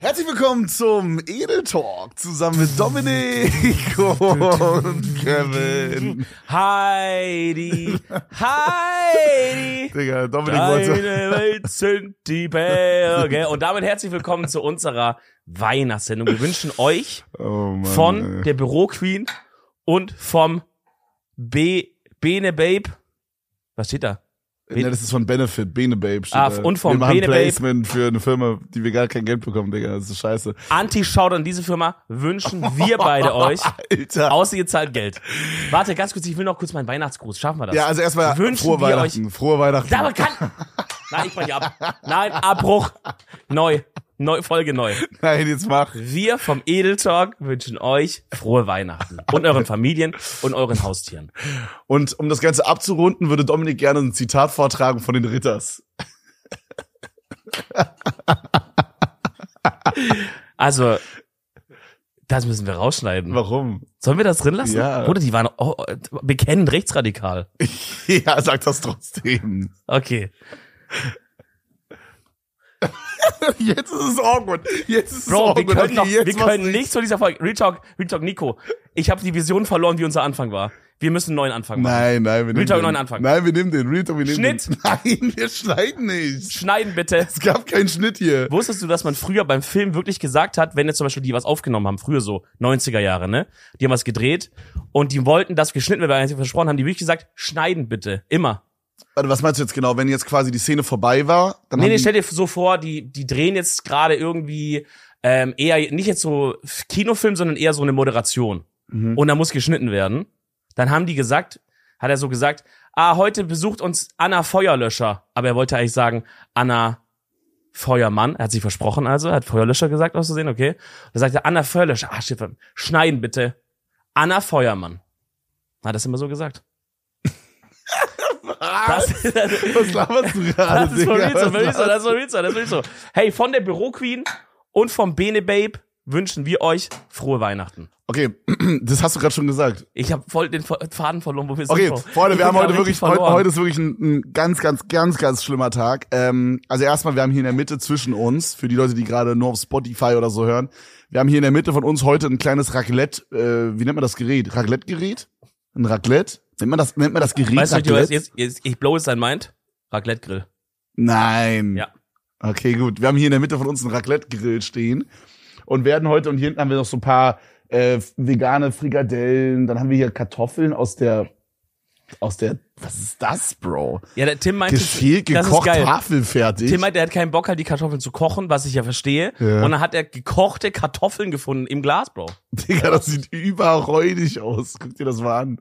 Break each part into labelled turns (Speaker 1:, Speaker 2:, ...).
Speaker 1: Herzlich willkommen zum Edel Talk zusammen mit Dominik und Kevin.
Speaker 2: Heidi, Heidi,
Speaker 1: Digga, Dominik wollte.
Speaker 2: deine Welt sind die Berge. Und damit herzlich willkommen zu unserer Weihnachtssendung. Wir wünschen euch
Speaker 1: Oh Mann,
Speaker 2: von
Speaker 1: ey.
Speaker 2: der Büroqueen und vom B Bene Babe. Was steht da?
Speaker 1: Ne, das ist von Benefit, Bene Babe. Steht
Speaker 2: Ah,
Speaker 1: da.
Speaker 2: und vom
Speaker 1: Wir machen
Speaker 2: Bene Babe.
Speaker 1: Placement für eine Firma, die wir gar kein Geld bekommen, Digga. Das ist scheiße.
Speaker 2: Anti-Shoutout an diese Firma wünschen wir beide euch.
Speaker 1: Alter.
Speaker 2: Außer ihr zahlt Geld. Warte, ganz kurz, ich will noch kurz meinen Weihnachtsgruß. Schaffen wir das?
Speaker 1: ja, also erstmal
Speaker 2: Wünschen
Speaker 1: frohe
Speaker 2: wir euch-
Speaker 1: Weihnachten. Frohe Weihnachten.
Speaker 2: Da man kann. Nein, ich breche ab. Nein, Abbruch. Neu. Neu, Folge neu.
Speaker 1: Nein, jetzt mach.
Speaker 2: Wir vom Edel Talk wünschen euch frohe Weihnachten und euren Familien und euren Haustieren.
Speaker 1: Und um das Ganze abzurunden, würde Dominik gerne ein Zitat vortragen von den Ritters.
Speaker 2: Also, das müssen wir rausschneiden.
Speaker 1: Warum?
Speaker 2: Sollen wir das drin lassen?
Speaker 1: Ja.
Speaker 2: Oder die waren oh, oh, bekennend rechtsradikal.
Speaker 1: ja, sag das trotzdem.
Speaker 2: Okay.
Speaker 1: Jetzt ist es awkward. Jetzt ist
Speaker 2: Bro,
Speaker 1: es
Speaker 2: wir
Speaker 1: awkward.
Speaker 2: können, noch,
Speaker 1: okay,
Speaker 2: wir
Speaker 1: jetzt mach's
Speaker 2: können nichts von dieser Folge. Real Talk, Real Talk, Nico. Ich habe die Vision verloren, wie unser Anfang war. Wir müssen einen neuen Anfang machen.
Speaker 1: Nein, nein, wir nehmen
Speaker 2: Talk
Speaker 1: den.
Speaker 2: neuen Anfang.
Speaker 1: Nein, wir nehmen den. Real Talk, wir nehmen
Speaker 2: Schnitt.
Speaker 1: Den. Nein, wir schneiden nicht.
Speaker 2: Schneiden bitte.
Speaker 1: Es gab keinen Schnitt hier.
Speaker 2: Wusstest du, dass man früher beim Film wirklich gesagt hat, wenn jetzt zum Beispiel die was aufgenommen haben, früher so, 90er Jahre, ne? Die haben was gedreht und die wollten das geschnitten werden, weil sie versprochen haben, die wirklich gesagt, schneiden bitte, immer.
Speaker 1: Warte, was meinst du jetzt genau? Wenn jetzt quasi die Szene vorbei war, dann
Speaker 2: Nee,
Speaker 1: haben
Speaker 2: nee,
Speaker 1: die-
Speaker 2: stell dir so vor, die, die drehen jetzt gerade irgendwie ähm, eher, nicht jetzt so Kinofilm, sondern eher so eine Moderation.
Speaker 1: Mhm.
Speaker 2: Und da muss geschnitten werden. Dann haben die gesagt, hat er so gesagt, ah, heute besucht uns Anna Feuerlöscher. Aber er wollte eigentlich sagen, Anna Feuermann. Er hat sich versprochen also, er hat Feuerlöscher gesagt auszusehen, okay. Und dann sagt er, Anna Feuerlöscher, ah, shit, schneiden bitte. Anna Feuermann. Hat das immer so gesagt.
Speaker 1: Ah,
Speaker 2: Das, das,
Speaker 1: was laberst du gerade?
Speaker 2: Ah, das ist von
Speaker 1: Digga?
Speaker 2: Rezo, von
Speaker 1: Was
Speaker 2: Rezo, das ist von Rezo, das ist von Rezo. Hey, von der Büroqueen und vom Bene Babe wünschen wir euch frohe Weihnachten.
Speaker 1: Okay, das hast du gerade schon gesagt.
Speaker 2: Ich habe voll den Ver- Faden verloren, wo wir sind.
Speaker 1: Okay,
Speaker 2: Bro.
Speaker 1: Freunde,
Speaker 2: Ich
Speaker 1: wir
Speaker 2: bin
Speaker 1: haben
Speaker 2: grad
Speaker 1: heute
Speaker 2: richtig
Speaker 1: wirklich, heute,
Speaker 2: verloren.
Speaker 1: heute ist wirklich ein, ein ganz, ganz, ganz, ganz schlimmer Tag. Ähm, also erstmal, wir haben hier in der Mitte zwischen uns, für die Leute, die gerade nur auf Spotify oder so hören, wir haben hier in der Mitte von uns heute ein kleines Raclette, äh, wie nennt man das Gerät? Raclette-Gerät? Ein Raclette? Nennt man das, nennt man das Gerät
Speaker 2: Weißt du, was
Speaker 1: Raclette?
Speaker 2: jetzt, jetzt, ich blow es sein meint? Raclette Grill.
Speaker 1: Nein.
Speaker 2: Ja.
Speaker 1: Okay, gut. Wir haben hier in der Mitte von uns einen Raclette-Grill stehen und werden heute, und hier hinten haben wir noch so ein paar äh, vegane Frikadellen, dann haben wir hier Kartoffeln aus der, aus der, was ist das, Bro?
Speaker 2: Ja, der Tim meinte,
Speaker 1: Geschält,
Speaker 2: das ist
Speaker 1: gekocht,
Speaker 2: geil.
Speaker 1: tafelfertig.
Speaker 2: Tim meinte, er hat keinen Bock, halt die Kartoffeln zu kochen, was ich ja verstehe.
Speaker 1: Ja.
Speaker 2: Und dann hat er gekochte Kartoffeln gefunden im Glas, Bro.
Speaker 1: Digga, das sieht überräudig aus. Guck dir das mal an.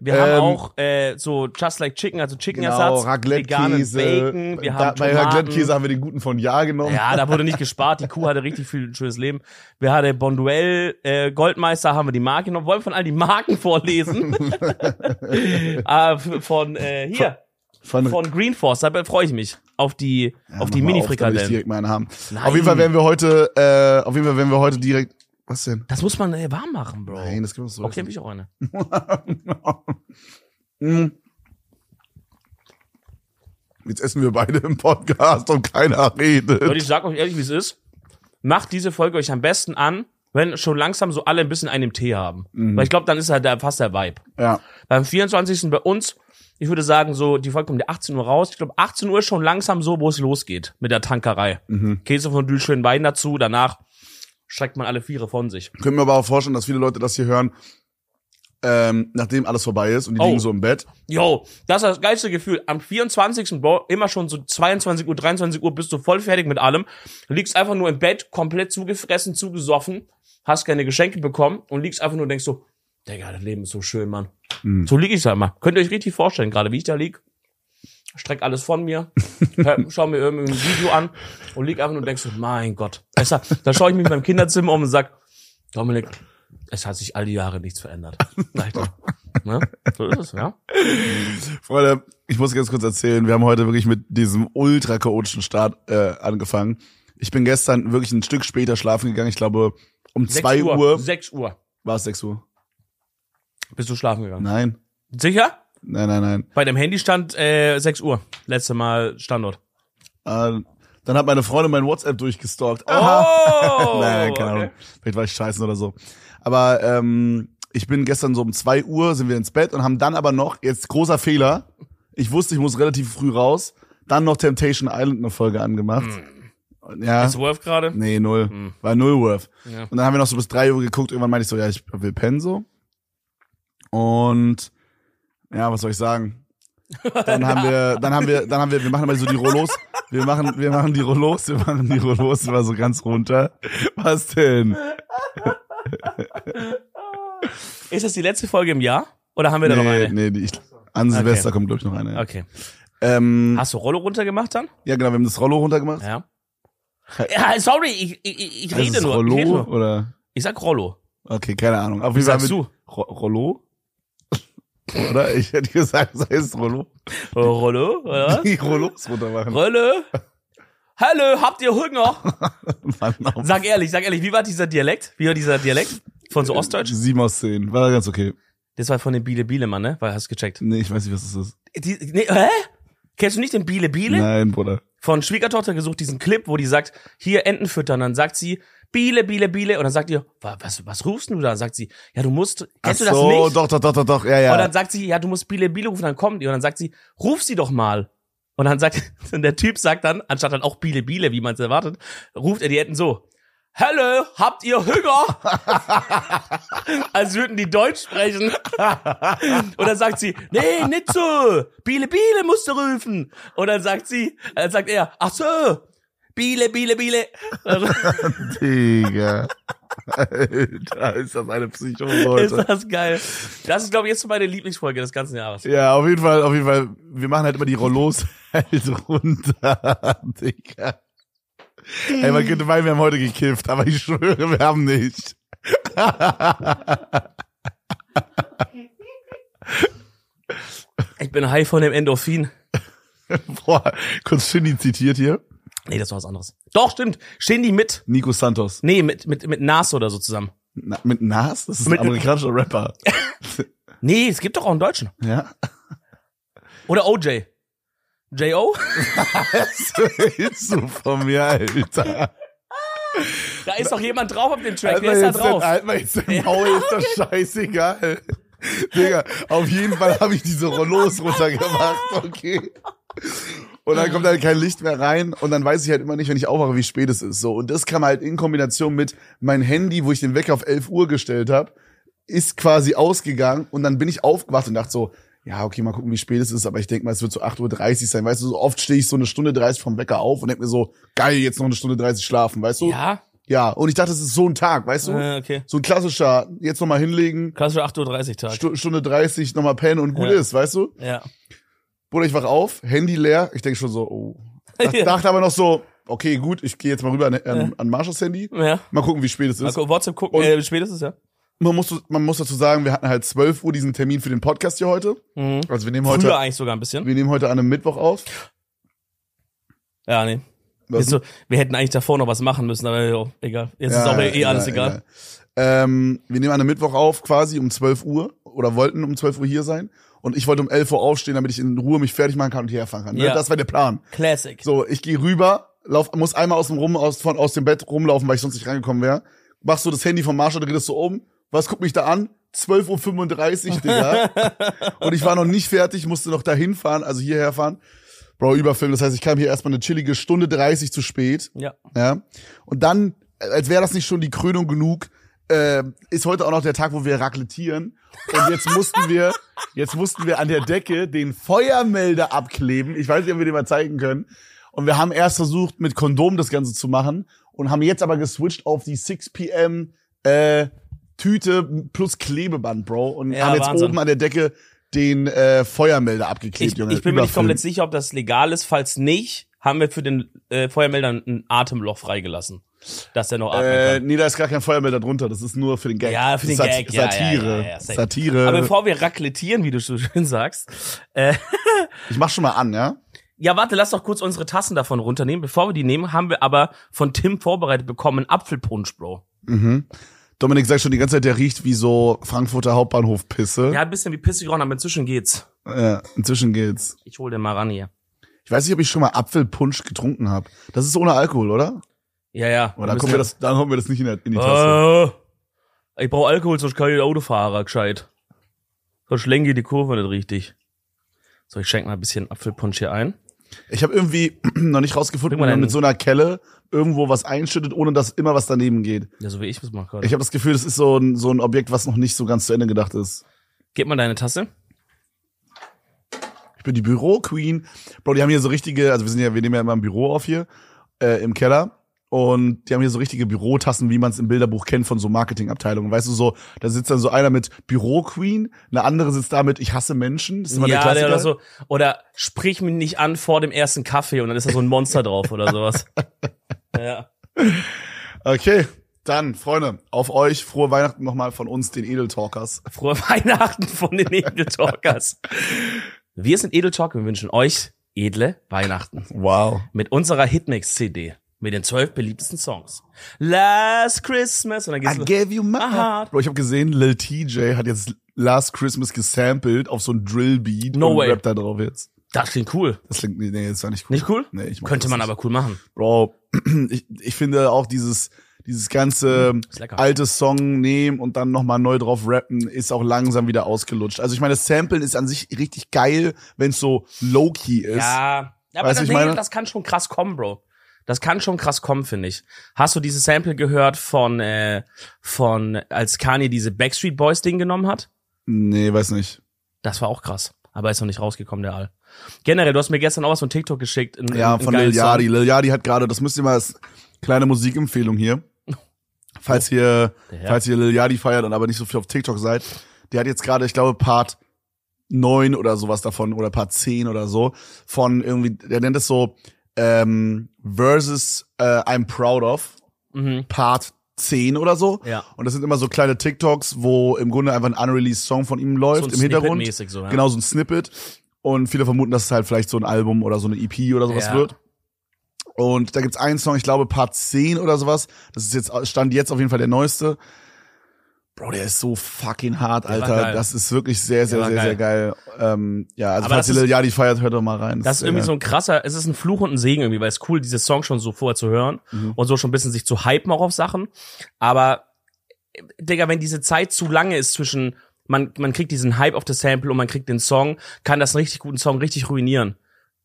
Speaker 2: Wir
Speaker 1: Ähm,
Speaker 2: haben auch äh, so Just Like Chicken, also Chicken-Ersatz, veganen
Speaker 1: Genau, Raclette-Käse. äh,
Speaker 2: Bacon, wir
Speaker 1: Da-
Speaker 2: haben
Speaker 1: Bei
Speaker 2: Tomaten.
Speaker 1: Raclette-Käse haben wir den guten von Ja genommen.
Speaker 2: Ja, da wurde nicht gespart. Die Kuh hatte richtig viel ein schönes Leben. Wir hatten Bonduell, äh, Goldmeister, haben wir die Marke genommen. Wollen wir von all die Marken vorlesen? ah, f- von äh, hier,
Speaker 1: Von,
Speaker 2: von Greenforce. Da freue ich mich auf die
Speaker 1: Ja, mach mal
Speaker 2: auf die
Speaker 1: damit ich
Speaker 2: Mini-Frikadellen.
Speaker 1: direkt meinen haben.
Speaker 2: Nein.
Speaker 1: Auf jeden Fall werden wir heute, äh, auf jeden Fall werden wir heute direkt, was denn?
Speaker 2: Das muss man äh, warm machen, Bro.
Speaker 1: Nein, das können wir so.
Speaker 2: okay, hab ich auch eine.
Speaker 1: Mm. Jetzt essen wir beide im Podcast und keiner
Speaker 2: Und
Speaker 1: redet.
Speaker 2: ich sag euch ehrlich, wie es ist. Macht diese Folge euch am besten an, wenn schon langsam so alle ein bisschen einen im Tee haben.
Speaker 1: Mhm.
Speaker 2: Weil ich glaube, dann ist halt der, fast der Vibe.
Speaker 1: Ja.
Speaker 2: Beim 24. bei uns, ich würde sagen, so, die Folge kommt ja 18 Uhr raus. Ich glaube, 18 Uhr ist schon langsam so, wo es losgeht mit der Tankerei. Käse von Dül, schönen Wein dazu. Danach schreckt man alle Viere von sich.
Speaker 1: Können wir aber auch vorstellen, dass viele Leute das hier hören, ähm, nachdem alles vorbei ist und die
Speaker 2: Oh.
Speaker 1: liegen so im Bett.
Speaker 2: Yo, das ist das geilste Gefühl. Am 24. Bro, immer schon so 22 Uhr, 23 Uhr bist du voll fertig mit allem. Du liegst einfach nur im Bett, komplett zugefressen, zugesoffen, hast keine Geschenke bekommen und liegst einfach nur und denkst so, Digga, das Leben ist so schön, Mann. So lieg ich da immer. Könnt ihr euch richtig vorstellen, gerade wie ich da lieg. Streck alles von mir, hör- schau mir irgendwie ein Video an und lieg einfach nur und denkst so, mein Gott. Besser. Da schaue ich mich in meinem Kinderzimmer um und sag, Dominik, es hat sich all die Jahre nichts verändert. Alter. Ne? So ist es, ja.
Speaker 1: Freunde, ich muss ganz kurz erzählen, wir haben heute wirklich mit diesem ultra chaotischen Start äh, angefangen. Ich bin gestern wirklich ein Stück später schlafen gegangen. Ich glaube, um 2 Uhr,
Speaker 2: Uhr. 6 Uhr
Speaker 1: war es 6 Uhr.
Speaker 2: bist du schlafen gegangen.
Speaker 1: Nein,
Speaker 2: Hm. Sicher?
Speaker 1: nein, nein, nein.
Speaker 2: Bei dem Handy stand äh, 6 Uhr. Letzte Mal Standort.
Speaker 1: Äh, Dann hat meine Freundin mein WhatsApp durchgestalkt. Aha.
Speaker 2: Oh!
Speaker 1: naja, keine Ahnung.
Speaker 2: okay.
Speaker 1: Vielleicht war ich scheißen oder so. Aber ähm, ich bin gestern so um 2 Uhr, sind wir ins Bett und haben dann aber noch, jetzt großer Fehler, ich wusste, ich muss relativ früh raus, dann noch Temptation Island eine Folge angemacht. Ja.
Speaker 2: Ist Wolf gerade?
Speaker 1: Nee, null.
Speaker 2: Hm.
Speaker 1: War null Worth.
Speaker 2: Ja.
Speaker 1: Und dann haben wir noch so bis 3 Uhr geguckt. Irgendwann meinte ich so, ja, ich will pennen so. Und ja, was soll ich sagen? Dann haben wir, dann haben wir, dann haben wir, wir machen immer so die Rollos. Wir machen, wir machen die Rollos, wir machen die Rollos immer so ganz runter. Was denn?
Speaker 2: Ist das die letzte Folge im Jahr? Oder haben wir da noch
Speaker 1: Nee,
Speaker 2: eine?
Speaker 1: nee, die, ich, an Silvester
Speaker 2: Okay.
Speaker 1: kommt, glaube ich, noch eine. ja.
Speaker 2: Okay.
Speaker 1: Ähm,
Speaker 2: Hast du Rollo runtergemacht dann?
Speaker 1: ja, genau, wir haben das Rollo runtergemacht.
Speaker 2: Ja. ja sorry, ich, ich- ich, ich
Speaker 1: Heißt
Speaker 2: rede
Speaker 1: es
Speaker 2: nur.
Speaker 1: Rollo
Speaker 2: Ich, rede nur.
Speaker 1: oder?
Speaker 2: ich sag Rollo.
Speaker 1: Okay, keine Ahnung. Auf
Speaker 2: Wie
Speaker 1: jeden Fall
Speaker 2: sagst
Speaker 1: haben
Speaker 2: du?
Speaker 1: wir- Ro Rollo? oder? Ich hätte gesagt, es heißt Rollo.
Speaker 2: Äh, Rollo? Oder? was?
Speaker 1: Die Rollos runter machen.
Speaker 2: Rollo? Hallo, habt ihr Hunger?
Speaker 1: Mann, auf.
Speaker 2: Sag ehrlich, sag ehrlich, wie war dieser Dialekt? Wie war dieser Dialekt? Von so Ostdeutsch?
Speaker 1: Sieben aus zehn. Äh, War ganz okay.
Speaker 2: Das war von dem Biele Biele, Mann, ne? Weil hast gecheckt.
Speaker 1: Nee, ich weiß nicht, was das ist.
Speaker 2: Die, nee, hä? Kennst du nicht den Biele Biele?
Speaker 1: Nein, Bruder.
Speaker 2: Von Schwiegertochter gesucht, diesen Clip, wo die sagt, hier Enten füttern. Dann sagt sie, Biele, Biele, Biele. Und dann sagt ihr, was, was, was rufst du da? Sagt sie, ja, du musst, kennst
Speaker 1: Ach
Speaker 2: du das
Speaker 1: so,
Speaker 2: nicht?
Speaker 1: doch, doch, doch, doch, doch. Ja,
Speaker 2: Und
Speaker 1: ja.
Speaker 2: dann sagt sie, ja, du musst Biele Biele rufen, dann kommt die. Und dann sagt sie, ruf sie doch mal. Und dann sagt, und der Typ sagt dann, anstatt dann auch Biele Biele, wie man es erwartet, ruft er die Enten so. Hallo, habt ihr Hunger? Als würden die Deutsch sprechen. Und dann sagt sie, nee, nicht so. Biele Biele musst du rufen. Und dann sagt sie, dann sagt er, ach so. Biele, Biele, Biele.
Speaker 1: Digga. Alter, ist das eine Psycho,
Speaker 2: Ist
Speaker 1: Leute.
Speaker 2: das geil. Das ist, glaube ich, jetzt meine Lieblingsfolge des ganzen Jahres.
Speaker 1: Ja, auf jeden Fall, auf jeden Fall. Wir machen halt immer die Rollos halt runter, Digga. Ey, man könnte meinen, wir haben heute gekifft, aber ich schwöre, wir haben nicht.
Speaker 2: Ich bin high von dem Endorphin.
Speaker 1: Boah, kurz Shindy zitiert hier.
Speaker 2: Nee, das war was anderes. Doch, stimmt. Shindy mit,
Speaker 1: Nico Santos.
Speaker 2: nee, mit, mit, mit Nas oder so zusammen.
Speaker 1: Na, mit Nas? Das ist ein
Speaker 2: Mit-
Speaker 1: amerikanischer Rapper.
Speaker 2: Nee, es gibt doch auch einen Deutschen.
Speaker 1: Ja.
Speaker 2: Oder OJ. J.O.?
Speaker 1: Ist so von mir, Alter.
Speaker 2: Da ist doch jemand drauf auf dem Track. Wer ist da
Speaker 1: jetzt den-
Speaker 2: drauf?
Speaker 1: halt mal jetzt den Maul, ist das scheißegal. Digga, auf jeden Fall habe ich diese Rollos runtergemacht, okay. Und dann kommt halt kein Licht mehr rein und dann weiß ich halt immer nicht, wenn ich aufwache, wie spät es ist. So und das kam halt in Kombination mit mein Handy, wo ich den Wecker auf 11 Uhr gestellt habe, ist quasi ausgegangen und dann bin ich aufgewacht und dachte so, ja, okay, mal gucken, wie spät es ist, aber ich denke mal, es wird so 8.30 Uhr sein. Weißt du, so oft stehe ich so eine Stunde 30 vom Wecker auf und denke mir so, geil, jetzt noch eine Stunde 30 schlafen, weißt du?
Speaker 2: Ja?
Speaker 1: Ja, und ich dachte, es ist so ein Tag, weißt du?
Speaker 2: Äh, okay.
Speaker 1: So ein klassischer, jetzt nochmal hinlegen,
Speaker 2: Klassischer 8.30 Uhr Tag.
Speaker 1: Stu- Stunde 30, nochmal pennen und gut
Speaker 2: Ja.
Speaker 1: ist, weißt du?
Speaker 2: Ja.
Speaker 1: Bruder, ich wach auf, Handy leer, ich denke schon so, oh. Dach, Dachte aber noch so, okay, gut, ich gehe jetzt mal rüber an, an, an Marshals Handy,
Speaker 2: Ja.
Speaker 1: mal gucken, wie spät es
Speaker 2: Mal
Speaker 1: ist.
Speaker 2: gucken, WhatsApp gucken,
Speaker 1: Und-
Speaker 2: äh, spätestens, ja.
Speaker 1: Man muss, man muss dazu sagen, wir hatten halt 12 Uhr diesen Termin für den Podcast hier heute.
Speaker 2: Mhm.
Speaker 1: Also wir nehmen
Speaker 2: Früher
Speaker 1: heute,
Speaker 2: eigentlich sogar ein bisschen.
Speaker 1: wir nehmen heute an einem Mittwoch auf.
Speaker 2: Ja, nee.
Speaker 1: Was-
Speaker 2: Ist so, wir hätten eigentlich davor noch was machen müssen, aber jo, egal. Jetzt ist
Speaker 1: Ja,
Speaker 2: auch
Speaker 1: ja,
Speaker 2: eh
Speaker 1: ja,
Speaker 2: alles
Speaker 1: ja,
Speaker 2: egal.
Speaker 1: ja. Ähm, wir nehmen an einem Mittwoch auf, quasi um 12 Uhr oder wollten um 12 Uhr hier sein. Und ich wollte um 11 Uhr aufstehen, damit ich in Ruhe mich fertig machen kann und hierher fahren kann. Ne?
Speaker 2: Ja.
Speaker 1: Das war der Plan.
Speaker 2: Classic.
Speaker 1: So, ich gehe rüber, lauf, muss einmal aus dem, Rum, aus, von, aus dem Bett rumlaufen, weil ich sonst nicht rangekommen wäre. Machst so das Handy vom Marsch und drehst so um. Was guckt mich da an? 12.35 Uhr, Digga. und ich war noch nicht fertig, musste noch dahin fahren, also hierher fahren. Bro, Überfilm. Das heißt, ich kam hier erstmal eine chillige Stunde 30 zu spät.
Speaker 2: Ja.
Speaker 1: Ja. Und dann, als wäre das nicht schon die Krönung genug, äh, ist heute auch noch der Tag, wo wir raclettieren. Und jetzt mussten wir, jetzt mussten wir an der Decke den Feuermelder abkleben. Ich weiß nicht, ob wir den mal zeigen können. Und wir haben erst versucht, mit Kondom das Ganze zu machen und haben jetzt aber geswitcht auf die 6 p.m. Äh, Tüte plus Klebeband, Bro. Und
Speaker 2: Ja,
Speaker 1: haben jetzt
Speaker 2: Wahnsinn.
Speaker 1: oben an der Decke den äh, Feuermelder abgeklebt,
Speaker 2: Ich,
Speaker 1: Junge.
Speaker 2: ich bin mir nicht
Speaker 1: Überfilm.
Speaker 2: komplett sicher, ob das legal ist. Falls nicht, haben wir für den äh, Feuermelder ein Atemloch freigelassen, dass er noch atmen kann.
Speaker 1: Äh, nee, da ist gar kein Feuermelder drunter. Das ist nur für den Gag.
Speaker 2: Ja, für den
Speaker 1: Sat-
Speaker 2: Gag, ja,
Speaker 1: Satire.
Speaker 2: ja, ja, ja, safe.
Speaker 1: Satire.
Speaker 2: Aber bevor wir raclettieren, wie du so schön sagst, äh,
Speaker 1: ich mach schon mal an, ja?
Speaker 2: ja, warte, lass doch kurz unsere Tassen davon runternehmen. Bevor wir die nehmen, haben wir aber von Tim vorbereitet bekommen einen Apfelpunsch, Bro.
Speaker 1: Dominik sagt schon die ganze Zeit, der riecht wie so Frankfurter Hauptbahnhof-Pisse.
Speaker 2: Der hat ein bisschen wie Pisse gerochen, aber inzwischen geht's.
Speaker 1: Ja, Äh, inzwischen geht's.
Speaker 2: Ich hol den mal ran hier.
Speaker 1: Ich Ich weiß nicht, ob ich schon mal Apfelpunsch getrunken habe. Das ist ohne Alkohol, oder?
Speaker 2: Ja, ja.
Speaker 1: Oder dann kommen wir das, dann haben wir das nicht in, der, in die Tasse.
Speaker 2: Äh, ich brauche Alkohol, sonst kann ich Autofahrer gescheit. Sonst lenke ich die Kurve nicht richtig. So, ich schenke mal ein bisschen Apfelpunsch hier ein.
Speaker 1: Ich habe irgendwie noch nicht rausgefunden,
Speaker 2: Trink
Speaker 1: wie
Speaker 2: mal
Speaker 1: man
Speaker 2: deinen-
Speaker 1: mit so einer Kelle irgendwo was einschüttet, ohne dass immer was daneben geht.
Speaker 2: Ja, so wie ich es mache gerade.
Speaker 1: Ich habe das Gefühl, das ist so ein, so ein Objekt, was noch nicht so ganz zu Ende gedacht ist.
Speaker 2: Gib mal deine Tasse.
Speaker 1: Ich bin die Büro-Queen. Bro, die haben hier so richtige, also wir sind ja, wir nehmen ja immer im Büro auf hier, äh, im Keller. Und die haben hier so richtige Bürotassen, wie man es im Bilderbuch kennt von so Marketingabteilungen. Weißt du, so, da sitzt dann so einer mit Büro-Queen, eine andere sitzt da mit Ich hasse Menschen. Das ist immer der
Speaker 2: Ja,
Speaker 1: Klassiker.
Speaker 2: oder so. Oder sprich mich nicht an vor dem ersten Kaffee und dann ist da so ein Monster drauf oder sowas. Ja.
Speaker 1: Okay, dann, Freunde, auf euch. Frohe Weihnachten nochmal von uns, den Edeltalkers.
Speaker 2: Frohe Weihnachten von den Edeltalkers. Wir sind Edeltalk und wir wünschen euch edle Weihnachten.
Speaker 1: Wow.
Speaker 2: Mit unserer Hitmix-CD. Mit den zwölf beliebtesten Songs. Last Christmas. Und dann geht's
Speaker 1: I
Speaker 2: los.
Speaker 1: gave you my
Speaker 2: My
Speaker 1: heart.
Speaker 2: heart.
Speaker 1: Bro, ich habe gesehen, Lil TJ hat jetzt Last Christmas gesampelt auf so ein Drillbeat
Speaker 2: No
Speaker 1: und
Speaker 2: way.
Speaker 1: rappt da drauf jetzt.
Speaker 2: Das klingt cool.
Speaker 1: Das klingt, nee, nee, das war nicht cool.
Speaker 2: Nicht cool?
Speaker 1: Nee, ich mag
Speaker 2: Könnte
Speaker 1: das
Speaker 2: man
Speaker 1: nicht.
Speaker 2: aber cool machen.
Speaker 1: Bro, ich, ich finde auch dieses, dieses ganze
Speaker 2: Ist lecker.
Speaker 1: alte Song nehmen und dann nochmal neu drauf rappen, ist auch langsam wieder ausgelutscht. Also ich meine, das Samplen ist an sich richtig geil, wenn es so low-key ist.
Speaker 2: Ja, aber
Speaker 1: Weißt du,
Speaker 2: das,
Speaker 1: ich meine-
Speaker 2: das kann schon krass kommen, Bro. Das kann schon krass kommen, finde ich. Hast du dieses Sample gehört von, äh, von, als Kanye diese Backstreet Boys Ding genommen hat?
Speaker 1: Nee, weiß nicht.
Speaker 2: Das war auch krass. Aber ist noch nicht rausgekommen, der All. Generell, du hast mir gestern auch was von TikTok geschickt. Ein,
Speaker 1: Ja,
Speaker 2: ein, ein
Speaker 1: von
Speaker 2: geiles
Speaker 1: Lil Yadi.
Speaker 2: Song.
Speaker 1: Lil Yadi hat gerade, das müsst ihr mal als kleine Musikempfehlung hier. Falls ihr,
Speaker 2: Der Herr.
Speaker 1: falls ihr Lil Yadi feiert und aber nicht so viel auf TikTok seid, der hat jetzt gerade, ich glaube, Part 9 oder sowas davon oder Part 10 oder so von irgendwie, der nennt es so ähm, versus äh, I'm proud of
Speaker 2: Mhm.
Speaker 1: Part 10 oder so.
Speaker 2: Ja.
Speaker 1: Und das sind immer so kleine TikToks, wo im Grunde einfach ein unreleased Song von ihm läuft im Hintergrund.
Speaker 2: Snippet-mäßig So, ja.
Speaker 1: Genau, so ein Snippet. Und viele vermuten, dass es halt vielleicht so ein Album oder so eine EP oder sowas
Speaker 2: Ja.
Speaker 1: wird. Und da gibt's einen Song, ich glaube Part 10 oder sowas. Das ist jetzt, stand jetzt auf jeden Fall der neueste. Bro, der ist so fucking hart,
Speaker 2: war
Speaker 1: Alter.
Speaker 2: geil.
Speaker 1: Das ist wirklich sehr, sehr,
Speaker 2: war
Speaker 1: sehr, sehr geil. Ähm, ja, also
Speaker 2: Aber
Speaker 1: falls
Speaker 2: das
Speaker 1: ihr Lil Yachty feiert, hört doch mal rein.
Speaker 2: Das ist irgendwie so
Speaker 1: sehr
Speaker 2: ein krasser, es ist ein Fluch und ein Segen irgendwie, weil es ist cool, diese Songs schon so vorher zu hören
Speaker 1: Mhm.
Speaker 2: und so schon ein bisschen sich zu hypen auch auf Sachen. Aber, äh, Digga, wenn diese Zeit zu lange ist zwischen, man, man kriegt diesen Hype auf das Sample und man kriegt den Song, kann das einen richtig guten Song richtig ruinieren.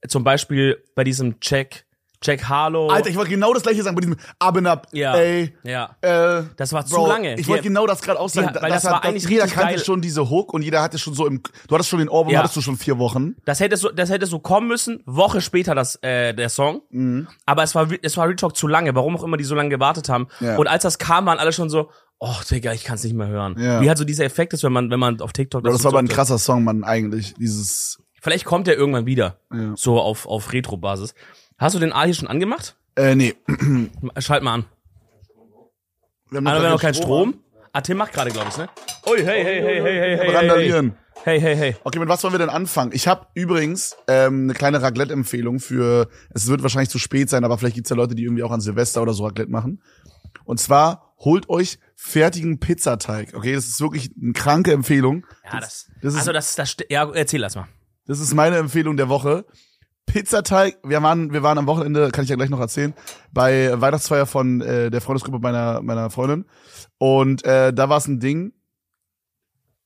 Speaker 2: Zum Beispiel bei diesem Jack, Jack Harlow.
Speaker 1: geil. Alter, ich wollte genau das gleiche sagen bei diesem Up and Up.
Speaker 2: Ja.
Speaker 1: Ey,
Speaker 2: ja.
Speaker 1: äh,
Speaker 2: Das war zu
Speaker 1: Bro,
Speaker 2: lange.
Speaker 1: Ich wollte
Speaker 2: Hier.
Speaker 1: genau das gerade auch sagen.
Speaker 2: Ja, weil das war
Speaker 1: hat-
Speaker 2: eigentlich
Speaker 1: jeder
Speaker 2: richtig
Speaker 1: kannte
Speaker 2: geil.
Speaker 1: schon diese Hook und jeder hatte schon so im, du hattest schon den Ohrwurm,
Speaker 2: Ja.
Speaker 1: hattest du schon vier Wochen.
Speaker 2: Das hätte so, das hätte so kommen müssen. Woche später das äh, der Song.
Speaker 1: Mhm.
Speaker 2: Aber es war es war Real Talk zu lange. Warum auch immer die so lange gewartet haben.
Speaker 1: Ja.
Speaker 2: Und als das kam, waren alle schon so, oh Digga, ich kann es nicht mehr hören.
Speaker 1: Ja.
Speaker 2: Wie halt so dieser Effekt ist, wenn man wenn man auf TikTok.
Speaker 1: Bro, das war aber ein
Speaker 2: so-
Speaker 1: krasser Song, Mann, eigentlich. Dieses.
Speaker 2: Vielleicht kommt der irgendwann wieder.
Speaker 1: Ja.
Speaker 2: So auf auf Retro Basis. Hast du den A hier schon angemacht?
Speaker 1: Äh, nee.
Speaker 2: Schalt mal an.
Speaker 1: Wir haben
Speaker 2: Aber wir haben noch keinen Strom.
Speaker 1: an.
Speaker 2: Ah, Tim macht gerade, glaube ich, ne? Ui, hey, hey, hey, hey, hey,
Speaker 1: Aber
Speaker 2: hey, hey.
Speaker 1: Randalieren.
Speaker 2: Hey, hey, hey.
Speaker 1: Okay, mit was wollen wir denn anfangen? Ich habe übrigens ähm, eine kleine Raclette-Empfehlung für. Es wird wahrscheinlich zu spät sein, aber vielleicht gibt's ja Leute, die irgendwie auch an Silvester oder so Raclette machen. Und zwar holt euch fertigen Pizzateig. Okay, das ist wirklich eine kranke Empfehlung.
Speaker 2: Ja, das,
Speaker 1: das ist-
Speaker 2: also das, das, ja, erzähl das mal.
Speaker 1: Das ist meine Empfehlung der Woche. Pizzateig, wir waren, wir waren am Wochenende, kann ich ja gleich noch erzählen, bei Weihnachtsfeier von äh, der Freundesgruppe meiner, meiner Freundin. Und äh, da war es ein Ding.